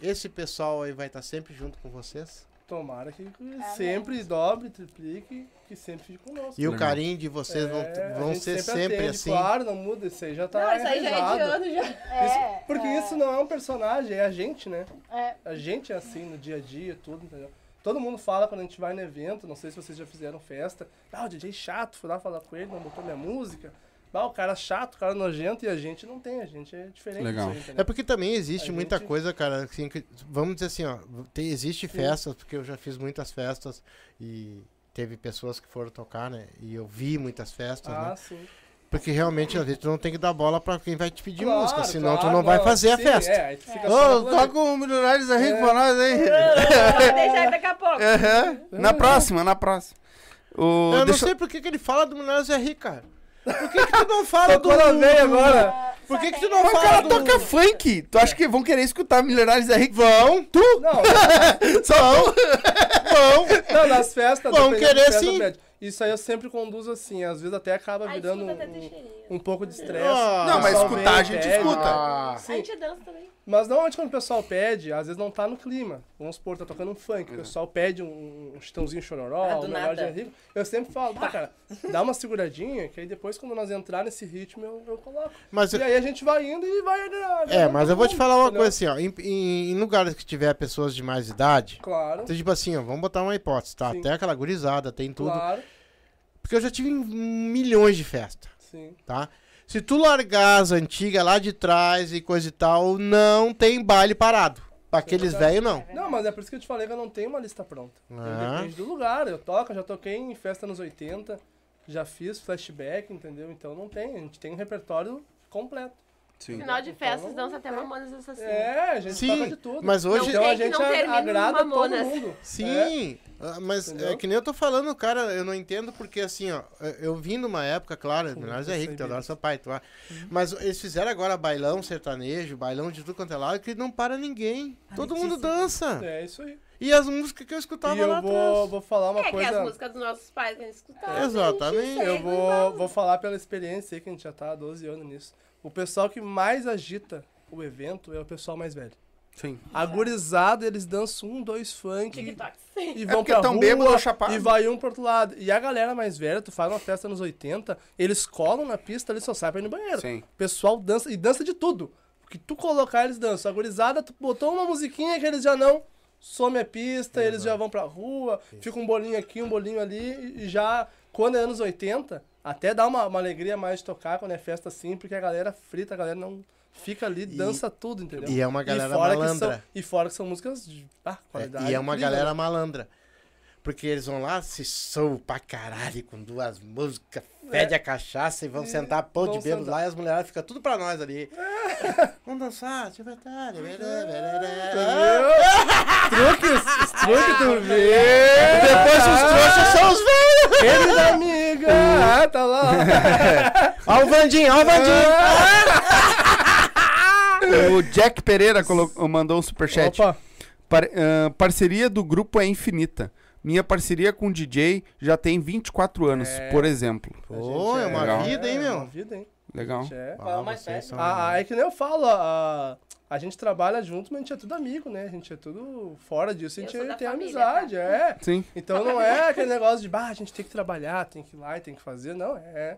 Esse pessoal aí vai estar sempre junto com vocês?
Tomara que
É, né?
sempre dobre, triplique, que sempre fique conosco.
E o carinho de vocês vão,
É, a
vão
gente
ser sempre,
atende,
assim?
Claro, não muda, isso aí já tá
Não, isso aí já é de
enraizado.
ano já.
Isso- porque isso não é um personagem, é a gente, né?
É.
A gente é assim no dia a dia, tudo, entendeu? Todo mundo fala quando a gente vai no evento, não sei se vocês já fizeram festa. Ah, o DJ chato, fui lá falar com ele, não botou minha música. Ah, o cara chato, o cara nojento, e a gente não tem, a gente é diferente.
Legal.
disso aí, entendeu?
É porque também existe
A
muita
gente-
coisa, cara, assim, que- vamos dizer assim, ó, tem, existe festas, porque eu já fiz muitas festas e teve pessoas que foram tocar, né? E eu vi muitas festas,
Ah,
né?
sim.
Porque realmente às vezes tu não tem que dar bola pra quem vai te pedir
Claro,
música, senão tu
claro,
não vai fazer a
sim,
festa.
É, aí tu fica só
Ô,
na
toca o Milionários da Rico pra nós, hein?
Deixa daqui a pouco.
É. Aham. Na próxima, na próxima. O,
Eu não
deixa eu-
sei por que, que ele fala do Milionários é rico, cara. Por que, que tu não fala do.
Tocou na veia agora.
Por que, que tu não
Mas o
fala
cara
do.
toca funk. Tu acha que vão querer escutar Milionários da Rico? Vão. Tu?
Não,
São.
não, nas festas.
Vão
dependendo de
querer
festa,
sim.
Fred, Isso aí eu sempre conduzo assim, às vezes até acaba
Aí
virando
escuta até ter
um,
cheirinho.
um pouco de estresse.
Ah.
Não, mas
Pessoal
escutar
vem,
a gente
pede.
né?
escuta.
A gente dança também.
Mas normalmente quando o pessoal pede, às vezes não tá no clima. Vamos supor, tá tocando um funk, o
é.
pessoal pede um, um chitãozinho chororó,
Ah, do
um melhor de
nada.
arriba. Eu sempre falo, tá, cara, dá uma seguradinha, que aí depois quando nós entrar nesse ritmo eu, eu coloco.
Mas
E aí a gente vai indo e vai.
É, mas eu vou te falar uma coisa assim, ó. Em, em- em lugares que tiver pessoas de mais
é
idade,
Claro,
então, tipo assim, ó, vamos botar uma hipótese, tá?
Sim.
Até aquela gurizada, tem tudo.
claro.
Porque eu já tive em milhões de festas,
Sim.
tá? Se tu largar as antigas lá de trás e coisa e tal, não tem baile parado. Pra aqueles velhos, não.
Não, mas é por isso que eu te falei que eu não tenho uma lista pronta. Então,
Ah.
Depende do lugar. Eu toco, eu já toquei em festa nos 80, já fiz flashback, entendeu? Então não tem, a gente tem um repertório completo.
Sim.
Final de
Então,
festas,
não
dança até Mamonas Assassinas.
É, a gente
Sim,
toca de tudo.
mas hoje-
então,
Não
a
tem que
gente
não
a-
termina no
agrada todo
Mamonas.
mundo.
Sim, ah, mas é
Entendeu?
que nem eu tô falando, cara, eu não entendo porque assim, ó, eu vim numa época, claro, Milionários é
eu
rico,
sei
Teodoro
disso. Uhum.
Sampaio, tu ah, mas eles fizeram agora bailão sertanejo, bailão de tudo quanto é lado, que não para ninguém. Todo mundo dança.
É, é isso aí.
E as músicas que eu escutava
e eu
lá
vou,
atrás.
vou falar uma
É que as
coisa.
músicas dos nossos pais a gente escutava.
Exatamente.
Eu vou, vou falar pela experiência aí, que a gente já tá há 12 anos nisso. O pessoal que mais agita o evento é o pessoal mais velho.
Sim.
Agorizado, eles dançam um, dois funk.
É
E vão
porque
pra
tão
rua,
bêbado ou chapado.
e vai um pro outro lado. E a galera mais velha, tu faz uma festa nos 80, eles colam na pista, eles só saem pra ir no banheiro.
Sim.
O pessoal dança, e dança de tudo. O que tu colocar, eles dançam. A gurizada, tu botou uma musiquinha que eles já não... Some a pista, eles já vão pra rua, fica um bolinho aqui, um bolinho ali, e já... Quando é anos 80, até dá uma, uma alegria mais de tocar quando é festa assim, porque a galera frita, a galera não... Fica ali, dança tudo, entendeu?
e é uma galera
que são-
malandra.
e fora que são músicas de ah, qualidade.
É, e é uma
incrível, né?
galera malandra. Porque eles vão lá, se sou pra caralho com duas músicas, fede a cachaça e vão sentar pão de
É. Vão
bêbado
sentar. É.
lá e as mulheres ficam tudo pra nós ali. Vamos dançar, tipo, tá, né, né, né, né, né.
Entendeu? truques, os truques do verde.
Depois os
Ah.
trouxas são os velhos!
Ele da amiga. Ah, tá lá.
Ó o Vandinho, ó o
Ah.
Vandinho!
O Jack Pereira colocou- mandou um superchat.
Opa.
Par- ahn, parceria do grupo é infinita. Minha parceria com o DJ já tem 24 anos, por exemplo.
Pô, é uma
Legal.
vida, hein,
É,
meu?
uma vida, hein?
Legal.
É.
Fala mais
vocês
perto.
são-
Ah, ah, é que nem eu falo, a, a gente trabalha junto, mas a gente é tudo amigo, né? A gente é tudo fora disso, a
Eu
gente
sou da
tem
família,
amizade,
tá?
é.
Sim.
Então não é aquele negócio de, bah, a gente tem que trabalhar, tem que ir lá e tem que fazer, não, é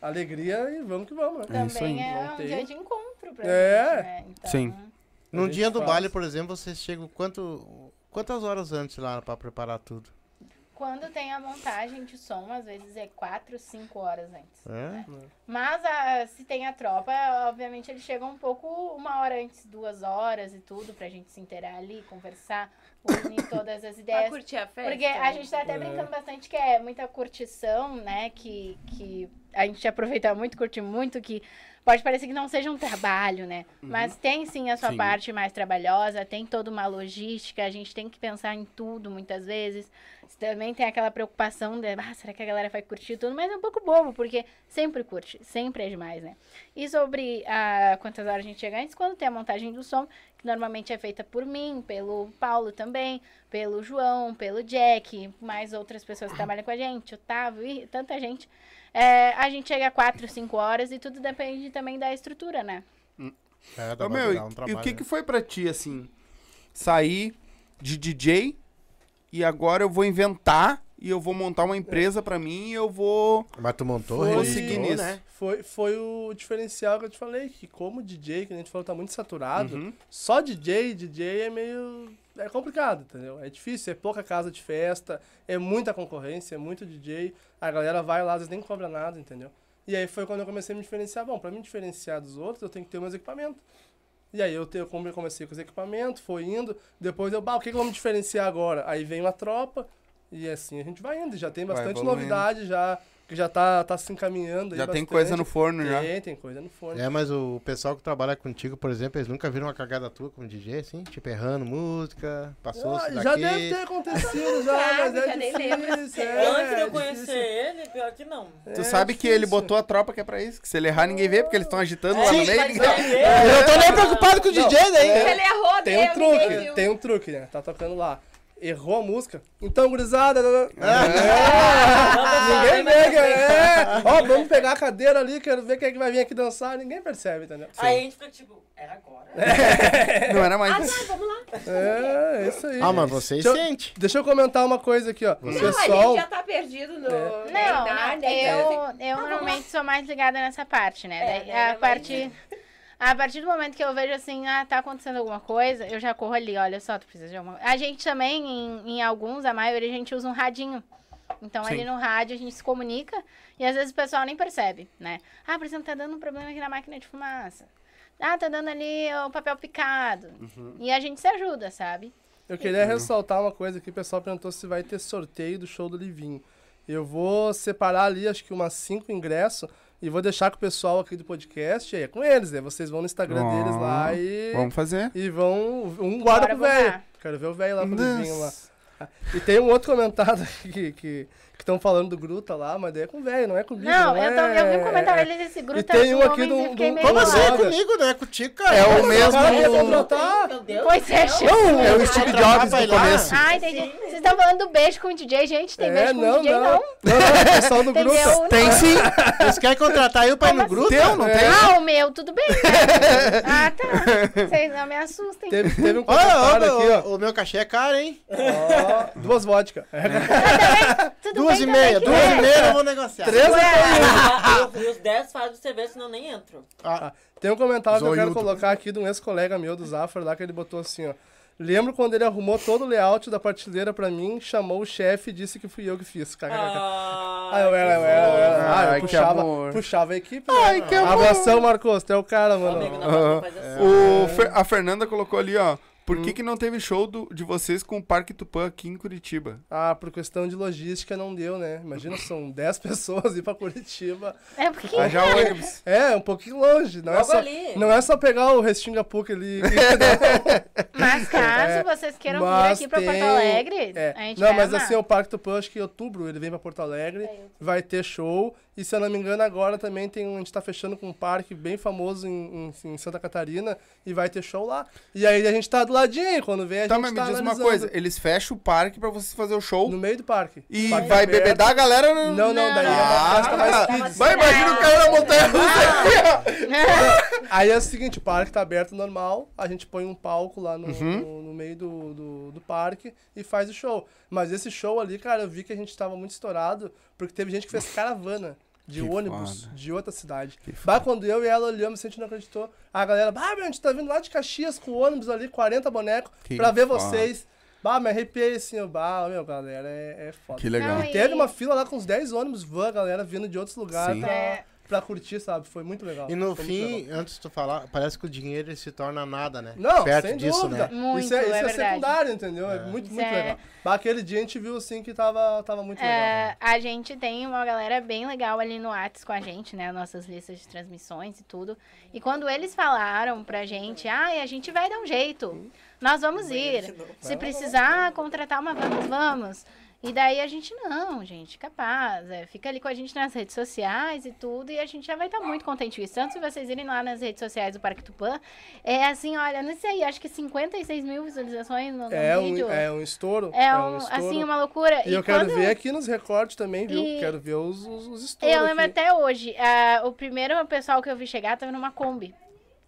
alegria e vamos que vamos, né?
isso aí.
Também é,
Não
um
tem.
dia de encontro pra
É.
gente, né? Então,
Sim.
Num
gente
dia do
faz.
baile, por exemplo, vocês chegam quanto, quantas horas antes lá pra preparar tudo?
Quando tem a montagem de som, às vezes é 4, 5 horas antes.
É?
Mas a- se tem a tropa, obviamente eles chegam um pouco uma hora antes, duas horas e tudo, pra gente se inteirar ali, conversar, unir todas as
Pra
ideias.
curtir a festa. né?
Porque
né?
a gente tá até
É.
brincando bastante que é muita curtição, né? Que, que a gente aproveita muito, curte muito, que pode parecer que não seja um trabalho, né? Mas tem sim a sua
Sim.
parte mais trabalhosa, tem toda uma logística, a gente tem que pensar em tudo muitas vezes. Também tem aquela preocupação de, ah, será que a galera vai curtir tudo? Mas é um pouco bobo, porque sempre curte, sempre é demais, né? E sobre a quantas horas a gente chega antes, quando tem a montagem do som, que normalmente é feita por mim, pelo Paulo também, pelo João, pelo Jack, mais outras pessoas que trabalham com a gente, Otávio e tanta gente. É, a gente chega a 4, 5 horas e tudo depende também da estrutura, né?
É, dá
Ô,
pra
meu, e,
dar um
e o
trabalho,
que,
né?
que foi pra ti, assim, sair de DJ e agora eu vou inventar e eu vou montar uma empresa pra mim e eu vou...
Mas tu montou,
Foi-
registrou,
Consegui nisso.
né?
Foi, foi o diferencial que eu te falei, que como DJ, que a gente falou, tá muito saturado,
Uhum.
só DJ, DJ é meio. É complicado, entendeu? É difícil, é pouca casa de festa, é muita concorrência, é muito DJ, a galera vai lá, às vezes nem cobra nada, entendeu? E aí foi quando eu comecei a me diferenciar. Bom, pra me diferenciar dos outros, eu tenho que ter meus equipamentos. E aí eu, te, eu come- comecei com os equipamentos, foi indo, depois eu, bah, o que, que eu vou me diferenciar agora? Aí vem uma tropa, e assim a gente vai indo, já tem
Vai
bastante
evoluindo.
novidade, já, que já tá, tá se encaminhando aí
Já tem
bastante.
coisa no forno, já.
Tem, tem coisa no forno.
É, mas o pessoal que trabalha contigo, por exemplo, eles nunca viram uma cagada tua como DJ, assim? Tipo, errando música, passou
Ah,
isso daqui.
já deve ter acontecido, já,
Ah,
mas
já
é
nem
difícil. É,
Antes de
é
eu conhecer
difícil.
ele, pior que não.
Tu
É
sabe que ele
difícil.
botou a tropa que é pra isso, que se ele errar ninguém vê, porque eles estão agitando lá no
Sim,
meio.
mas
ninguém-
ele erra.
Eu não tô nem preocupado com o DJ, né?
Se ele errou,
Tem
deu,
um
ninguém
truque,
viu.
tem um truque, né? Tá tocando lá. Errou a música. Então, gurizada.
É.
Ninguém vê, é. Ó, vamos pegar a cadeira ali, quero ver quem é que vai vir aqui dançar. Ninguém percebe, entendeu?
Aí a gente fica tipo, era agora.
Não era
um
Ah,
mais. assim.
É, é isso aí.
Ah, mas vocês
Deixa eu-
sente.
Deixa eu comentar uma coisa aqui, ó. O
Não, a
pessoal. É.
gente já tá perdido no... na
Não,
idade,
não,
né?
eu, eu normalmente sou mais ligada nessa parte, né? Daí,
né,
a,
minha
partir, a partir do momento que eu vejo assim, ah, tá acontecendo alguma coisa, eu já corro ali, olha só, tu precisa de alguma A gente também, em, em alguns, a maioria, a gente usa um radinho. Então,
Sim.
ali no rádio, a gente se comunica e às vezes o pessoal nem percebe, né? Ah, por exemplo, tá dando um problema aqui na máquina de fumaça. Ah, tá dando ali o papel picado. E a gente se ajuda, sabe?
Eu queria ressaltar uma coisa que o pessoal perguntou se vai ter sorteio do show do Livinho. Eu vou separar ali, acho que umas cinco ingressos e vou deixar com o pessoal aqui do podcast. E é com eles, né? Vocês vão no Instagram
Ó,
deles lá e.
Vamos fazer.
E vão. Um guarda
Bora
pro velho.
votar.
Quero ver o velho lá quando
Nossa.
vinho tá lá. E tem um outro comentário aqui que que estão falando do Gruta lá, mas daí é com o velho, não é comigo.
Não, eu, tô,
é...
eu vi um comentário ali desse grupo
tem um aqui
homens
do-
e fiquei
do-
meio
Como assim? É
mal.
comigo, não é contigo, cara.
É o
Como
mesmo.
Cara, quer contratar?
Meu Deus.
Pois é, Chico.
Não,
É o Steve Jobs
Vai
no
lá.
começo.
Ah, entendi. Vocês estão falando do beijo com o DJ, gente? Tem beijo com o DJ, não.
É, não, não, o pessoal do grupo.
Entendeu?
Tem sim.
Vocês querem contratar eu pra ir no
Como
grupo?
Teu, não
É.
tem?
Ah, o meu, tudo bem. cara. ah, tá. Vocês não me assustem.
Teve, teve um comentário
Olha,
aqui,
olha,
ó.
o, o meu cachê é caro, hein?
Ó, duas vodka. É
Duas
Tudo bem
e
também
meia,
que
duas
é.
e meia, eu vou negociar.
E os 10 fazem o CV, senão nem entro.
Ah, tem um comentário que eu quero
Zoiudo.
colocar aqui de um ex-colega meu do Zafra lá, que ele botou assim, ó. Lembro quando ele arrumou todo o layout da partilheira pra mim, chamou o chefe e disse que fui eu que fiz. KKK.
Ah,
Ah, eu era, eu era, eu era. Ah, eu
Ai, que
puxava,
amor.
puxava a equipe. Ai, que Abração, Marcos, tu é o cara, mano.
amigo, na
Ah,
próxima faz
É.
assim.
o Fer- a Fernanda colocou ali, ó. Por que, que não teve show do- de vocês com o Parque Tupã aqui em Curitiba?
Ah, por questão de logística não deu, né? Imagina, são 10 pessoas ir pra Curitiba.
É porque
Ah, já o ônibus.
É, é um pouquinho longe. Não, é
Logo
só,
ali.
não é só pegar o Restinga Puc ali.
Mas caso vocês queiram vir
É. Mas
um aqui pra
tem-
Porto Alegre,
É.
a gente
Não,
vai
mas
amar.
assim, o Parque Tupã, acho que em outubro ele vem pra Porto Alegre, vai ter show. E se eu não me engano, agora também tem um. A gente tá fechando com um parque bem famoso em, assim, em- em Santa Catarina e vai ter show lá. E aí a gente tá do ladinho, quando vem a
Tá,
gente
mas me
tá
diz uma
analisando.
coisa. Eles fecham o parque pra vocês fazer o show
No meio do parque.
e
Parque
vai
aberto.
bebedar a galera no...
Não, não, daí é uma festa mais
Ah,
kids.
mas imagina o cara na montanha russa aqui,
Aí é o seguinte, o parque tá aberto normal, a gente põe um palco lá no,
Uhum.
no, no meio do, do, do parque e faz o show. Mas esse show ali, cara, eu vi que a gente tava muito estourado, porque teve gente que fez caravana de
Que
ônibus
foda.
de outra cidade. Bah, quando eu e ela olhamos, assim, a gente não acreditou. A galera, bah, meu, a gente tá vindo lá de Caxias com ônibus ali, 40 bonecos,
Que
pra ver
foda.
vocês. Bah, me arrepiei assim, eu, bah, meu, galera, é, é
ó.
foda.
Que legal.
Não, e-
Teve uma fila lá com uns 10 ônibus van, a galera vindo de outros lugares
Sim.
pra,
É.
pra curtir, sabe? Foi muito legal.
E no
Foi muito legal.
fim, antes de tu falar, parece que o dinheiro ele se torna nada, né?
Não,
Perto
sem
disso,
dúvida.
né?
Muito,
isso é, isso
é
é
verdade.
secundário, entendeu? É, muito,
Isso
muito
é-
legal. Mas aquele dia a gente viu, assim, que tava, tava muito
É,
legal.
a gente tem uma galera bem legal ali no Whats com a gente, né? Nossas listas de transmissões e tudo. E quando eles falaram pra gente, ai, a gente vai dar um jeito. Nós vamos ir. Se precisar contratar uma van, nós vamos. E daí a gente, não, gente, capaz. é, fica ali com a gente nas redes sociais e tudo. E a gente já vai estar muito contente com isso. Tanto se vocês irem lá nas redes sociais do Parque Tupã. É assim, olha, não sei, acho que 56 mil visualizações no, no
É,
vídeo.
um, é um estouro.
É um, assim, uma loucura.
E eu
quando
quero ver aqui nos recortes também, viu?
E-
Quero ver os, os, os estouros.
Eu lembro
aqui.
até hoje. ah, o primeiro pessoal que eu vi chegar tava numa Kombi.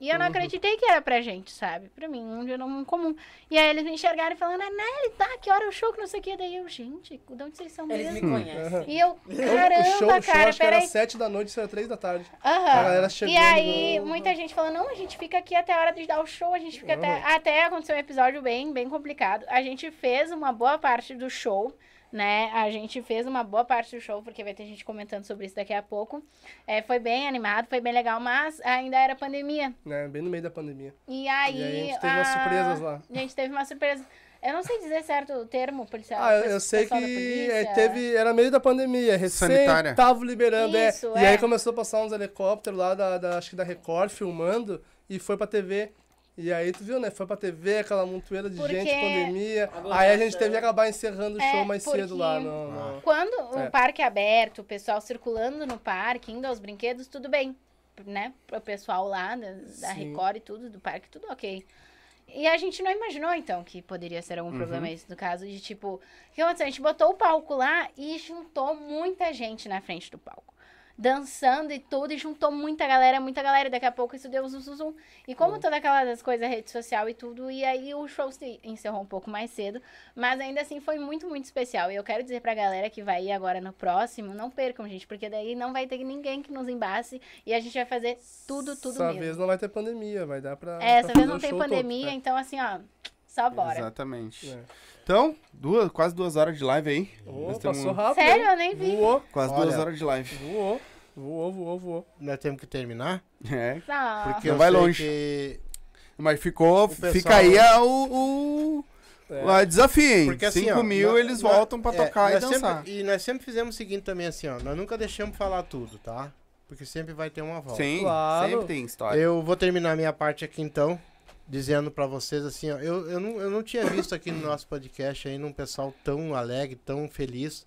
E
Uhum.
eu não acreditei que era pra gente, sabe? Pra mim, um dia não comum. E aí eles me enxergaram e falando, Nelly, tá, que hora é o show, que não sei o quê. Daí eu, gente, de onde vocês são
Eles me
mesmo?
conhecem.
E eu,
o
caramba,
show, o show
cara,
acho que era
peraí.
7 da noite, isso era 3 da tarde.
Aham.
A galera chegou
E aí,
no-
muita gente falou, não, a gente fica aqui até a hora de dar o show, a gente fica até... Até aconteceu um episódio bem, bem complicado. A gente fez uma boa parte do show, né? A gente fez uma boa parte do show, porque vai ter gente comentando sobre isso daqui a pouco. É, foi bem animado, foi bem legal, mas ainda era pandemia.
Né? Bem no meio da pandemia.
E aí... ah,
E aí a gente teve umas
a-
surpresas lá.
A gente teve uma surpresa. Eu não sei dizer certo o termo policial.
Ah, eu, eu sei que
pessoal da
é,
polícia.
teve. Era meio da pandemia, recém
Sanitária.
tava liberando. é.
Isso,
E
é.
aí começou a passar uns helicópteros lá da, da- acho que da Record filmando e foi pra TV. E aí tu viu, né? Foi pra TV, aquela montoeira de
Porque-
gente, pandemia.
Agora
Aí a
tá
gente teve que acabar encerrando o
É,
show mais cedo
porque-
lá. Não, não.
Quando
É.
o parque é aberto, o pessoal circulando no parque, indo aos brinquedos, tudo bem, né? O pessoal lá da, da
Sim.
Record e tudo, do parque, tudo ok. E a gente não imaginou, então, que poderia ser
Uhum.
algum problema isso, no caso de, tipo... O que aconteceu? A gente botou o palco lá e juntou muita gente na frente do palco. Dançando e tudo, e juntou muita galera, muita galera. e Daqui a pouco isso deu zum, zum, zum. E como toda aquela das coisas, rede social e tudo, e aí o show se encerrou um pouco mais cedo. Mas ainda assim foi muito, muito especial. E eu quero dizer pra galera que vai ir agora no próximo, não percam, gente, porque daí não vai ter ninguém que nos embasse e a gente vai fazer tudo, tudo
Essa
mesmo.
vez não vai ter pandemia, vai dar pra.
É,
pra
essa vez
fazer
não
o
tem
show todo.
pandemia,
É.
então assim, ó, só bora.
Exatamente.
É.
Então, duas, quase duas horas de live aí.
Ô,
Nós temos
passou rápido.
Sério,
hein?
eu nem vi.
Voou,
Quase
Olha.
duas horas de live.
voou, voou, voou, voou.
Nós temos que terminar.
É.
Não.
Porque
Não
eu
vai
sei
longe.
que
Mas ficou,
pessoal-
fica aí a- o, o- Lá desafiem.
Porque assim,
5
ó,
mil
nó-
eles
nó-
voltam pra
é,
tocar e
nós
dançar.
sempre- e nós sempre fizemos o seguinte também, assim, ó. Nós nunca deixamos falar tudo, tá? Porque sempre vai ter uma volta.
Sim,
Claro.
sempre tem história.
Eu vou terminar minha parte aqui então, dizendo pra vocês assim, ó, eu, eu, não, eu não tinha visto aqui no nosso podcast ainda um pessoal tão alegre, tão feliz,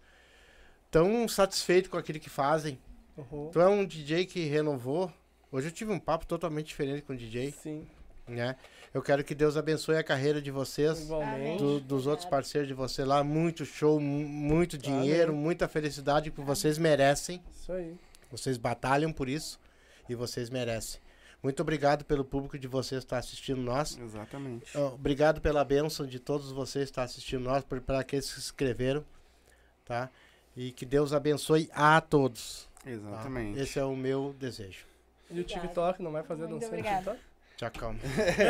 tão satisfeito com aquilo que fazem.
Uhum.
Tu é um DJ que renovou. Hoje eu tive um papo totalmente diferente com o DJ,
Sim,
né? Eu quero que Deus abençoe a carreira de vocês,
igualmente.
do- dos outros parceiros de você lá. Muito show, mu- muito dinheiro, muita felicidade que vocês merecem.
Isso aí.
Vocês batalham por isso e vocês merecem. Muito obrigado pelo público de vocês estar assistindo nós.
Exatamente.
Ó, Obrigado pela bênção de todos vocês estar assistindo nós, por- para aqueles que se inscreveram, tá? E que Deus abençoe a todos. tá?
Exatamente.
Esse é o meu desejo.
E o TikTok não vai fazer
Muito
dancinha no
obrigada.
TikTok?
Tchau, calma.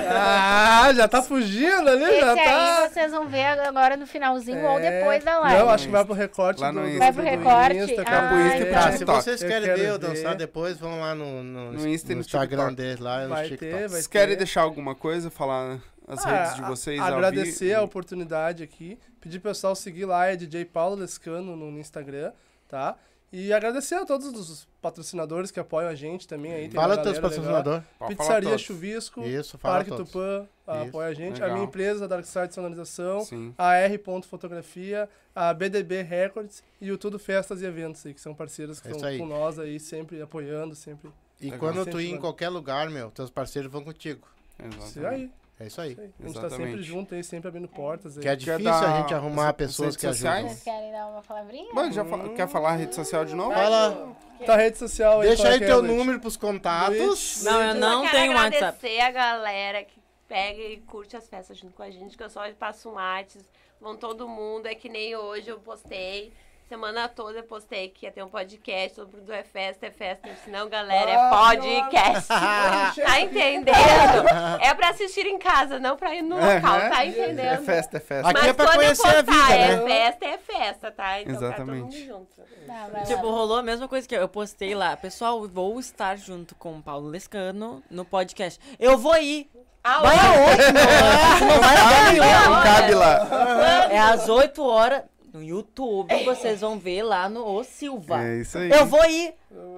Ah, já tá fugindo ali,
Esse
já
aí
tá.
vocês vão ver agora no finalzinho ou
É.
depois da
Não,
live.
acho que vai pro recorte
Lá
do,
no
do,
Vai
pro
do
recorte?
Insta,
Ah,
cara.
Pro Insta e
então.
pro
Tá,
Ah,
se
TikTok.
vocês
Eu
querem
quero
ver eu dançar
ver.
depois, vão lá no, no,
No Insta e
no
no
Instagram
TikTok.
deles, lá no
Vai
TikTok.
ter, vai
Vocês querem
ter.
deixar alguma coisa, falar as
Ah,
redes de
a-
vocês? ao
Agradecer
vivo?
a oportunidade aqui. Pedir pro pessoal seguir lá, é DJ Paulo Lescano no no Instagram, tá? E agradecer a todos os patrocinadores que apoiam a gente também aí. tem
Fala
uma
teus
galera legal.
patrocinadores.
Pode falar
Pizzaria
todos.
Chuvisco,
Isso, fala
Parque
todos.
Tupã ah,
Isso,
apoia a gente, a
legal.
minha empresa, Dark Side Sonorização,
Sim.
a R. Ponto Fotografia, a BDB Records e o Tudo Festas e Eventos, aí, que são parceiros que
É isso
estão
aí.
com nós aí, sempre apoiando, sempre.
E
Legal.
quando tu
Sempre
ir em
vai.
qualquer lugar, meu, teus parceiros vão contigo.
Isso
Exatamente.
aí,
É isso aí.
isso aí. A gente tá sempre
Exatamente.
junto aí, sempre abrindo portas aí.
Que é
Quer
difícil
dar
a gente arrumar
as-
pessoas
as
que
redes
é.
ajudam.
sociais?
Vocês querem dar uma palavrinha?
Bom, já fala- quer falar a rede social de novo?
Fala,
Tá rede social aí,
deixa
qual
aí
que é,
teu
Luiz?
número pros contatos.
Não, eu não
quero
tenho
agradecer
WhatsApp.
a galera que pega e curte as festas junto com a gente, que eu só passo mates, vão todo mundo, é que nem hoje eu postei. Semana toda eu postei que ia ter um podcast, todo mundo é festa, é festa, senão galera, é podcast. tá entendendo? É pra assistir em casa, não pra ir no local,
É,
tá
É
entendendo?
festa, é festa.
Aqui é pra
quando eu
conhecer
postar,
a vida,
é
né?
festa, é festa, tá? Então
Exatamente.
tá todo mundo junto.
Tá, vai
Tipo,
lá.
rolou a mesma coisa que eu, eu postei lá. Pessoal, vou estar junto com o Paulo Lescano no podcast. Eu vou ir.
Ah,
Vai aonde?
Não cabe lá, não cabe lá.
É às 8 horas no YouTube. Vocês vão ver lá no Ô Silva.
É isso aí.
Eu vou ir.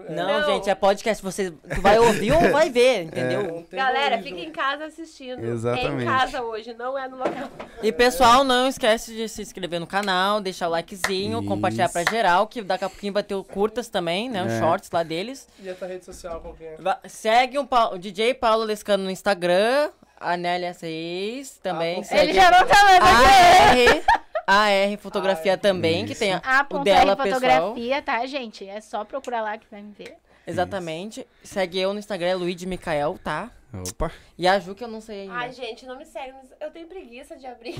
Não,
Não.
gente, é podcast. Você tu vai ouvir ou vai
É.
ver, entendeu?
Não tem
Galera,
Luiz,
fica em casa assistindo. É
Exatamente.
em casa hoje, não é no local.
E pessoal, não esquece de se inscrever no canal, deixar o likezinho,
Isso.
compartilhar pra geral, que daqui a pouquinho vai ter o curtas também, né? Os
É.
shorts lá deles.
E a tua rede social qual que é?
Va- Segue um pa- o DJ Paulo Lescano no Instagram, a Nélia Reis também.
Ah,
segue
Ele já não tá mais aqui.
a AR, AR Fotografia também, que tem a,
A
o
ponto
dela
aí,
pessoal.
fotografia, tá, gente? É só procurar lá que vai me ver.
Exatamente. Segue eu no Instagram, é Luigi Micael, tá?
Opa.
E a Ju, que eu não sei ainda.
Ai, gente, não me segue. mas Eu tenho preguiça de abrir.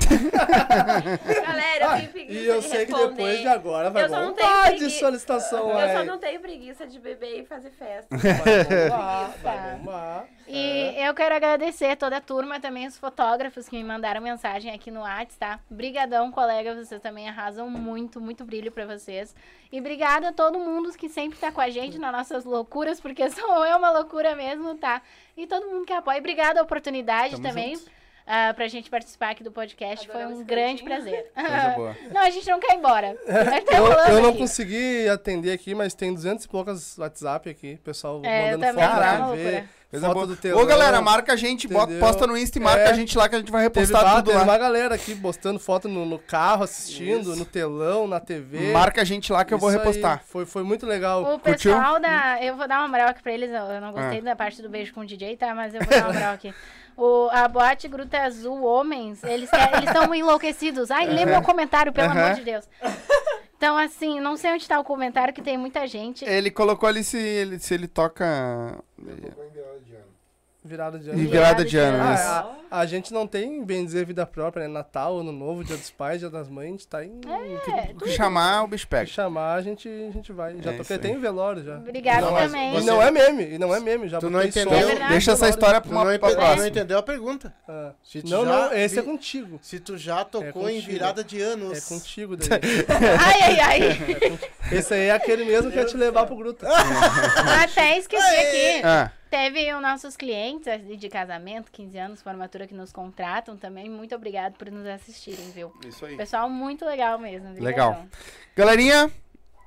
Galera, eu tenho preguiça
E eu
de
sei que
responder.
depois de é. agora vai
Eu só não tenho
voltar de
preguiça.
solicitação
Eu só
aí.
não tenho preguiça de beber e fazer festa.
Vai bombar, vai bombar.
E eu quero agradecer toda a turma, também os fotógrafos que me mandaram mensagem aqui no Whats, tá? Brigadão, colega, vocês também arrasam muito, muito brilho pra vocês. E obrigada a todo mundo que sempre tá com a gente nas nossas loucuras, porque só é uma loucura mesmo, tá? E todo mundo que apoia. Obrigada a oportunidade
Tamo
também
junto.
ah, pra gente participar aqui do podcast.
Adoramos
Foi um
esse
grande
cantinho.
prazer.
Coisa boa.
não, a gente não quer ir embora. Nós tá rolando
Eu, eu não
aqui.
consegui atender aqui, mas tem 200 e poucas WhatsApp aqui. Pessoal
É, eu
mandando
também,
foto
tá
pra
uma
mim ver.
loucura.
Coisa
Foto
boa.
do telão,
Ô, galera, marca a gente, bota,
entendeu?
posta no Insta e marca
É.
a gente lá que a gente vai
Teve,
repostar
ba-
tudo
teve
lá.
uma galera aqui postando foto no, no carro, assistindo,
Isso.
no telão, na TV.
Marca a gente lá que eu vou
Isso aí,
repostar.
Foi, foi muito legal.
O
Curtiu?
pessoal da. Eu vou dar uma moral aqui pra eles. Eu eu não gostei da parte do beijo com o DJ, tá? Mas eu vou dar uma moral aqui. O, a boate Gruta Azul Homens, eles estão enlouquecidos. Ai, lê meu comentário, pelo
Aham.
amor de Deus. Então, assim, não sei onde tá o comentário, que tem muita gente.
Ele colocou ali se ele, se ele toca
Virada de
em
ano.
virada de ano.
Ah,
isso.
Ah, a, a gente não tem, bem dizer, vida própria, né? Natal, Ano Novo, Dia dos Pais, Dia das Mães, a gente tá em...
É,
O que chamar, o bicho
Se
pega.
chamar, a gente, a gente vai. Já
É
toquei
isso
até
aí.
em velório, já.
Obrigada
Não, mas
E
também.
Você-
não é meme, e não é meme. Já
Tu
botei
não entendeu?
É
som.
verdade.
Deixa essa história
Tu
pra
não,
uma pra
ente- não
próxima.
entendeu a pergunta.
Ah.
Se tu
Não,
já
não, esse é
vi-
contigo. É
Se tu já tocou em
contigo.
virada de anos.
É contigo, daí.
Ai, ai, ai.
Esse aí é aquele mesmo que ia te levar pro Gruta.
Até esqueci aqui.
Ah,
Teve os nossos clientes de casamento, 15 anos, formatura, que nos contratam também. Muito obrigado por nos assistirem, viu?
Isso aí.
Pessoal, muito legal mesmo. viu,
Legal.
Leandrão?
Galerinha,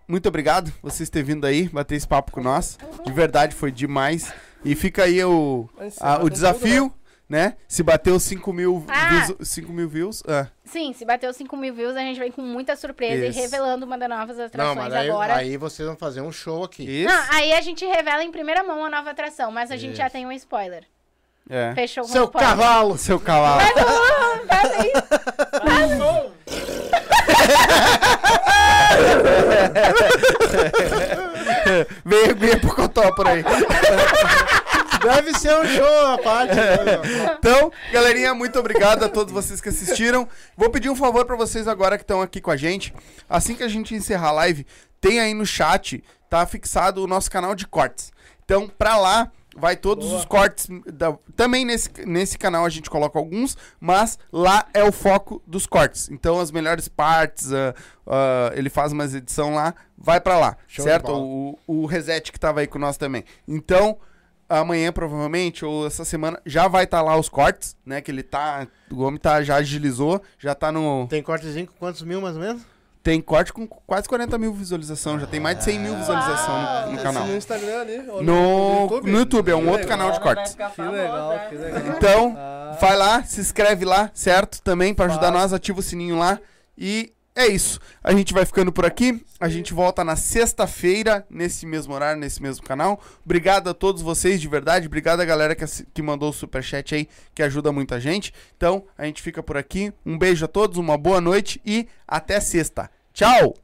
muito obrigado vocês terem vindo aí, bater esse papo com nós. De verdade, foi demais. E fica aí o, a-
Mas encerra
Ah, o
com tudo,
desafio, né? Se bater os 5 mil,
Ah!
views, 5 mil views. ah,
Sim, se bater os 5 mil views, a gente vem com muita surpresa
Isso.
e revelando uma das novas
Não,
atrações
mas aí,
agora.
aí vocês vão fazer um show aqui.
isso.
Não, ah. aí a gente revela em primeira mão a nova atração, mas a gente já tem um spoiler.
É.
Fechou com
Seu
spoiler.
cavalo!
Seu cavalo.
Faz aí.
Vem, vem pro cotó por aí.
Deve ser um show à parte. né?
Então, galerinha, muito obrigado a todos vocês que assistiram. Vou pedir um favor pra vocês agora que estão aqui com a gente. Assim que a gente encerrar a live, tem aí no chat, tá fixado o nosso canal de cortes. Então, pra lá vai todos os cortes. da- também nesse, nesse canal a gente coloca alguns, mas lá é o foco dos cortes. Então, as melhores partes, ah, ah, ele faz umas edição lá, vai pra lá,
Show de
certo?
bola.
O, o Reset que tava aí com nós também. Então, amanhã provavelmente, ou essa semana, já vai estar lá os cortes, né? Que ele tá. O homem tá, já agilizou, já tá no.
Tem cortezinho com quantos mil, mais ou menos?
Tem corte com quase 40 mil visualizações, já tem mais de 100 mil visualizações no, no
Esse é um
canal.
No Instagram ali. ou
No, no YouTube, é um
Que
outro
legal,
canal
né?
de cortes.
Que legal, que legal.
Então,
Ah.
vai lá, se inscreve lá, certo? Também pra ajudar
Faz.
nós, ativa o sininho lá. E é isso. A gente vai ficando por aqui. A gente volta na sexta-feira, nesse mesmo horário, nesse mesmo canal. Obrigado a todos vocês, de verdade. Obrigado a galera que, assi- que mandou o superchat aí, que ajuda muita gente. Então, a gente fica por aqui. Um beijo a todos, uma boa noite e até sexta. Tchau!